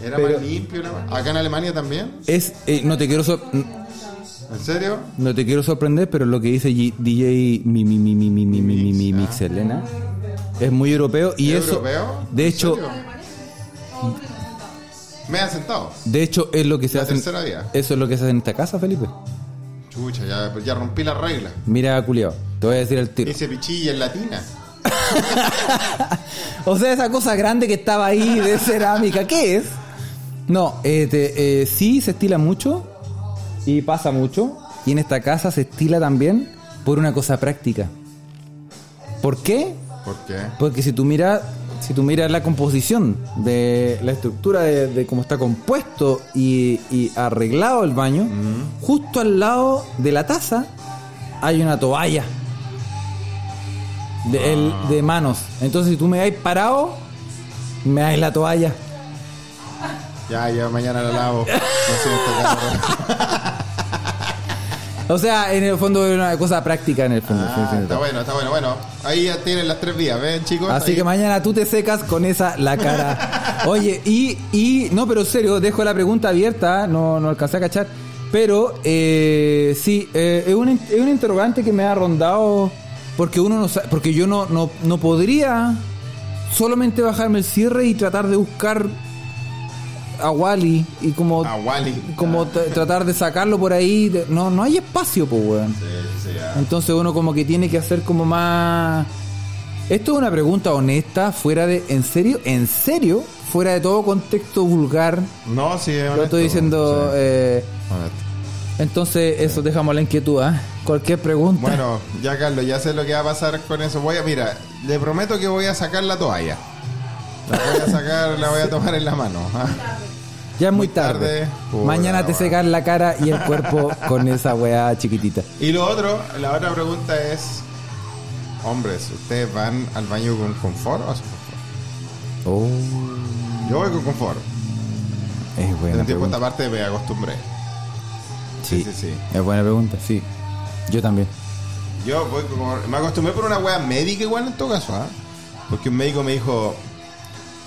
Speaker 4: Era
Speaker 2: Pero-
Speaker 4: más limpio, era más- Acá en Alemania también.
Speaker 2: Es, eh, no, te quiero sor-
Speaker 4: ¿En serio?
Speaker 2: no te quiero sorprender, pero lo que dice G- DJ mi, mi, mi, mi, mi, mi, mi, mi, mi,
Speaker 4: Mix, ah.
Speaker 2: Mixelena es muy europeo y
Speaker 4: ¿Es
Speaker 2: eso,
Speaker 4: europeo?
Speaker 2: de
Speaker 4: ¿En
Speaker 2: hecho,
Speaker 4: serio? Me han sentado.
Speaker 2: de hecho es lo que se
Speaker 4: La
Speaker 2: hace. en-
Speaker 4: tercera vía.
Speaker 2: Eso es lo que se hace en esta casa, Felipe.
Speaker 4: Chucha, ya, pues ya rompí la regla.
Speaker 2: Mira, culiao, te voy a decir el tiro.
Speaker 4: Dice pichilla en latina.
Speaker 2: O sea, esa cosa grande que estaba ahí de cerámica, ¿qué es? No, eh, te- eh, sí se estila mucho y pasa mucho. Y en esta casa se estila también por una cosa práctica. ¿Por qué?
Speaker 4: ¿Por qué?
Speaker 2: Porque si tú miras, si tú miras la composición de la estructura de, de cómo está compuesto y, y arreglado el baño,
Speaker 4: Mm.
Speaker 2: justo al lado de la taza hay una toalla de, el-
Speaker 4: Ah.
Speaker 2: de manos. Entonces, si tú me dais parado, me dais la toalla.
Speaker 4: Ya, ya, mañana la lavo. Lo siento, Carlos.
Speaker 2: O sea, en el fondo es una cosa práctica en el fondo.
Speaker 4: Ah,
Speaker 2: Sí, sí, sí.
Speaker 4: está bueno, está bueno, bueno. Ahí ya tienen las tres vías, ¿ven, chicos?
Speaker 2: Así
Speaker 4: Ahí.
Speaker 2: que mañana tú te secas con esa la cara. Oye, y, y no, pero en serio, dejo la pregunta abierta, no, no alcancé a cachar. Pero eh, sí, eh, es, un, in- es un interrogante que me ha rondado porque uno no sa- porque yo no, no, no podría solamente bajarme el cierre y tratar de buscar a Wally y como,
Speaker 4: A Ah, Wally.
Speaker 2: como t- tratar de sacarlo por ahí. de- no, no hay espacio, pues weón.
Speaker 4: Sí, sí, ya.
Speaker 2: Entonces uno como que tiene que hacer como más... Esto es una pregunta honesta, fuera de... ¿En serio? ¿En serio? Fuera de todo contexto vulgar.
Speaker 4: No, sí, es
Speaker 2: Lo
Speaker 4: honesto,
Speaker 2: estoy diciendo...
Speaker 4: sí,
Speaker 2: eh,
Speaker 4: honesto.
Speaker 2: entonces eso dejamos la inquietud, ¿ah? Cualquier pregunta.
Speaker 4: Bueno, ya, Carlos, ya sé lo que va a pasar con eso. Voy a, mira, le prometo que voy a sacar la toalla. La voy a sacar, la voy a tomar en la mano. ¿ah?
Speaker 2: ya es muy
Speaker 4: muy
Speaker 2: tarde.
Speaker 4: tarde. Puta
Speaker 2: Mañana
Speaker 4: la
Speaker 2: te
Speaker 4: weá.
Speaker 2: secas la cara y el cuerpo con esa weá chiquitita.
Speaker 4: Y lo otro, la otra pregunta es: Hombres, ¿ustedes van al baño con confort o sin confort?
Speaker 2: Oh,
Speaker 4: Yo voy con confort.
Speaker 2: es
Speaker 4: Desde
Speaker 2: buena
Speaker 4: un tiempo a esta
Speaker 2: pregunta.
Speaker 4: parte me acostumbré.
Speaker 2: Sí,
Speaker 4: Sí, sí, sí.
Speaker 2: Es buena pregunta, sí. Yo también.
Speaker 4: Yo voy como- me acostumbré por una wea médica igual en todo caso, ¿ah? Porque un médico me dijo,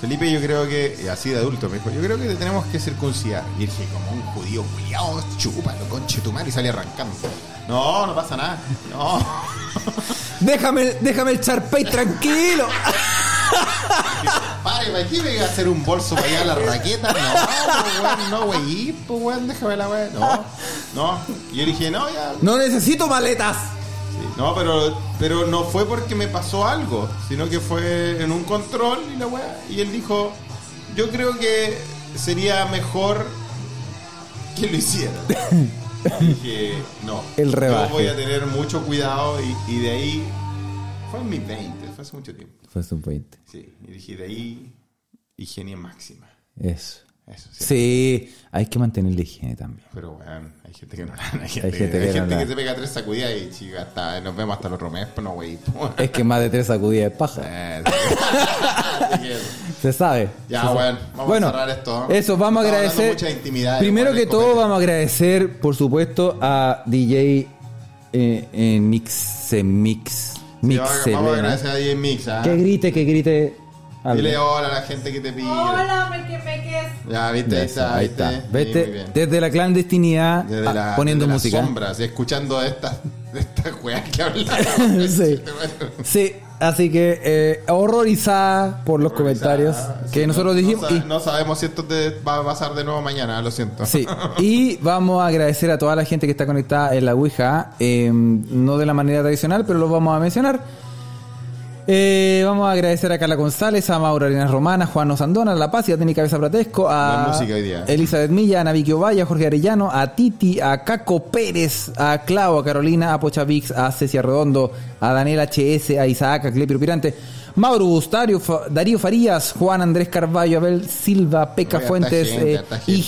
Speaker 4: Felipe, yo creo que, y así de adulto, me dijo, yo creo que te tenemos que circuncidar. Y dije, como un judío culiao, chúpalo, conche tu madre, y sale arrancando. No, no pasa nada. No.
Speaker 2: Déjame, déjame el charpey tranquilo.
Speaker 4: Pare, ¿para qué me iba a hacer un bolso para allá a la raqueta? No, pues, weón, no, wey, pues weón, déjame la wea. No, no. Y yo dije, no, ya,
Speaker 2: No necesito maletas.
Speaker 4: Sí, No, pero, pero no fue porque me pasó algo, sino que fue en un control y la weá. Y él dijo, yo creo que sería mejor que lo hiciera. Y dije, no.
Speaker 2: El rebaje.
Speaker 4: Yo voy a tener mucho cuidado y, y de ahí... Fue en mis 20, fue hace mucho tiempo.
Speaker 2: Fue su 20.
Speaker 4: Sí, y dije, de ahí higiene máxima.
Speaker 2: Eso.
Speaker 4: Eso sí.
Speaker 2: Sí, hay que mantener la higiene también.
Speaker 4: Pero weón, hay gente que no la... Hay gente,
Speaker 2: gente que
Speaker 4: hay
Speaker 2: no
Speaker 4: gente
Speaker 2: la-
Speaker 4: que se pega tres sacudidas y chica, hasta, nos vemos hasta el otro mes, pero no pues, wey.
Speaker 2: Es que más de tres sacudidas de paja.
Speaker 4: Eh, sí. Así que-
Speaker 2: Se sabe.
Speaker 4: Ya,
Speaker 2: Se sabe.
Speaker 4: bueno, vamos a cerrar esto.
Speaker 2: Eso, vamos a
Speaker 4: Estamos hablando
Speaker 2: agradecer.
Speaker 4: mucha intimidad,
Speaker 2: primero
Speaker 4: igual,
Speaker 2: que
Speaker 4: de
Speaker 2: todo,
Speaker 4: copete.
Speaker 2: vamos a agradecer, por supuesto, a DJ eh, eh, Mixe Mix.
Speaker 4: Sí,
Speaker 2: Mix
Speaker 4: vamos a- vamos a
Speaker 2: Elena.
Speaker 4: agradecer a DJ Mix. ¿ah?
Speaker 2: Que grite, que grite. algo.
Speaker 4: Dile hola a la gente que te pide.
Speaker 3: Hola, mequemeques.
Speaker 4: Ya, viste, ahí
Speaker 2: Eso,
Speaker 4: está.
Speaker 2: ahí
Speaker 4: viste.
Speaker 2: está.
Speaker 4: Sí, muy
Speaker 2: Vete
Speaker 4: bien.
Speaker 2: desde la clandestinidad
Speaker 4: Desde
Speaker 2: ah,
Speaker 4: la-
Speaker 2: poniendo
Speaker 4: desde las
Speaker 2: música.
Speaker 4: sombras y escuchando estas de estas weas que hablan.
Speaker 2: Sí. Sí, así que eh, horrorizada por los comentarios que nosotros dijimos.
Speaker 4: Ah, No,
Speaker 2: y-
Speaker 4: sa- no sabemos si esto te va a pasar de nuevo mañana, lo siento.
Speaker 2: Sí, y vamos a agradecer a toda la gente que está conectada en la Ouija, eh, no de la manera tradicional, pero los vamos a mencionar. Eh, vamos a agradecer a Carla González, a Mauro Arenas Romana, Juan Osandona, a La Paz, a Teni Cabeza Pratesco,
Speaker 4: La
Speaker 2: a
Speaker 4: música hoy día.
Speaker 2: Elizabeth Milla, a Naviki Ovalla, a Jorge Arellano, a Titi, a Caco Pérez, a Clau, a Carolina, a Pochavix, a Cecia Redondo, a Daniel HS, a Isaac, a Clepiro Pirante, Mauro Bustario, Fa- Darío Farías, Juan Andrés Carballo, Abel Silva, Peca
Speaker 4: Oye, harta
Speaker 2: Fuentes,
Speaker 4: gente,
Speaker 2: eh,
Speaker 4: harta gente.
Speaker 2: y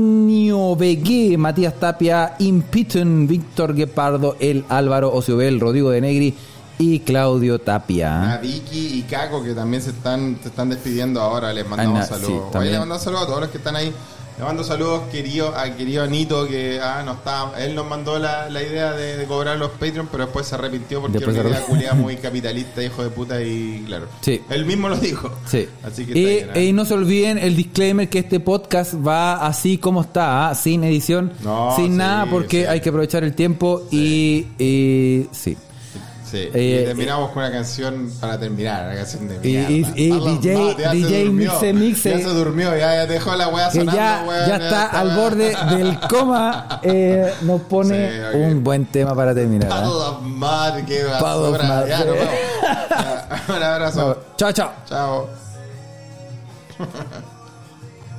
Speaker 2: Ginio Begué, Matías Tapia, Impiten, Víctor Guepardo, El Álvaro Ociobel, Rodrigo de Negri y Claudio Tapia.
Speaker 4: A Vicky y Caco que también se están, se están despidiendo ahora, les mandamos
Speaker 2: Ana, sí,
Speaker 4: saludos. Oye,
Speaker 2: también.
Speaker 4: le mandamos saludos a todos los que están ahí. Le mando saludos querido, a querido Anito que ah, no está, él nos mandó la, la idea de, de cobrar los Patreon, pero después se arrepintió porque
Speaker 2: Después
Speaker 4: era una
Speaker 2: se
Speaker 4: idea
Speaker 2: arrep-
Speaker 4: culiada muy capitalista, hijo de puta, y claro.
Speaker 2: Sí.
Speaker 4: Él mismo lo dijo.
Speaker 2: Sí.
Speaker 4: Así que
Speaker 2: Y-
Speaker 4: está
Speaker 2: y,
Speaker 4: bien, ¿eh?
Speaker 2: no se olviden el disclaimer que este podcast va así como está, ¿ah? sin edición,
Speaker 4: No,
Speaker 2: sin
Speaker 4: sí,
Speaker 2: nada, porque
Speaker 4: sí.
Speaker 2: hay que aprovechar el tiempo y, y- sí.
Speaker 4: ah. Sí.
Speaker 2: eh,
Speaker 4: y terminamos con una canción para terminar, una canción de
Speaker 2: Y-
Speaker 4: mierda.
Speaker 2: y- y
Speaker 4: Pablo,
Speaker 2: DJ
Speaker 4: no, ya se
Speaker 2: DJ
Speaker 4: durmió,
Speaker 2: Mixe Mixe.
Speaker 4: Ya se durmió, ya, ya dejó la weá
Speaker 2: Que
Speaker 4: sonando,
Speaker 2: ya,
Speaker 4: weón,
Speaker 2: ya está al borde del coma, eh, nos pone
Speaker 4: Sí, ok.
Speaker 2: un buen tema para terminar. ¿ah?
Speaker 4: Paddle of Mud, qué
Speaker 2: Paddle of
Speaker 4: basura.
Speaker 2: Mud,
Speaker 4: Ya,
Speaker 2: sí.
Speaker 4: nos vamos. Ya, Un abrazo.
Speaker 2: Chao, chao.
Speaker 4: Chao.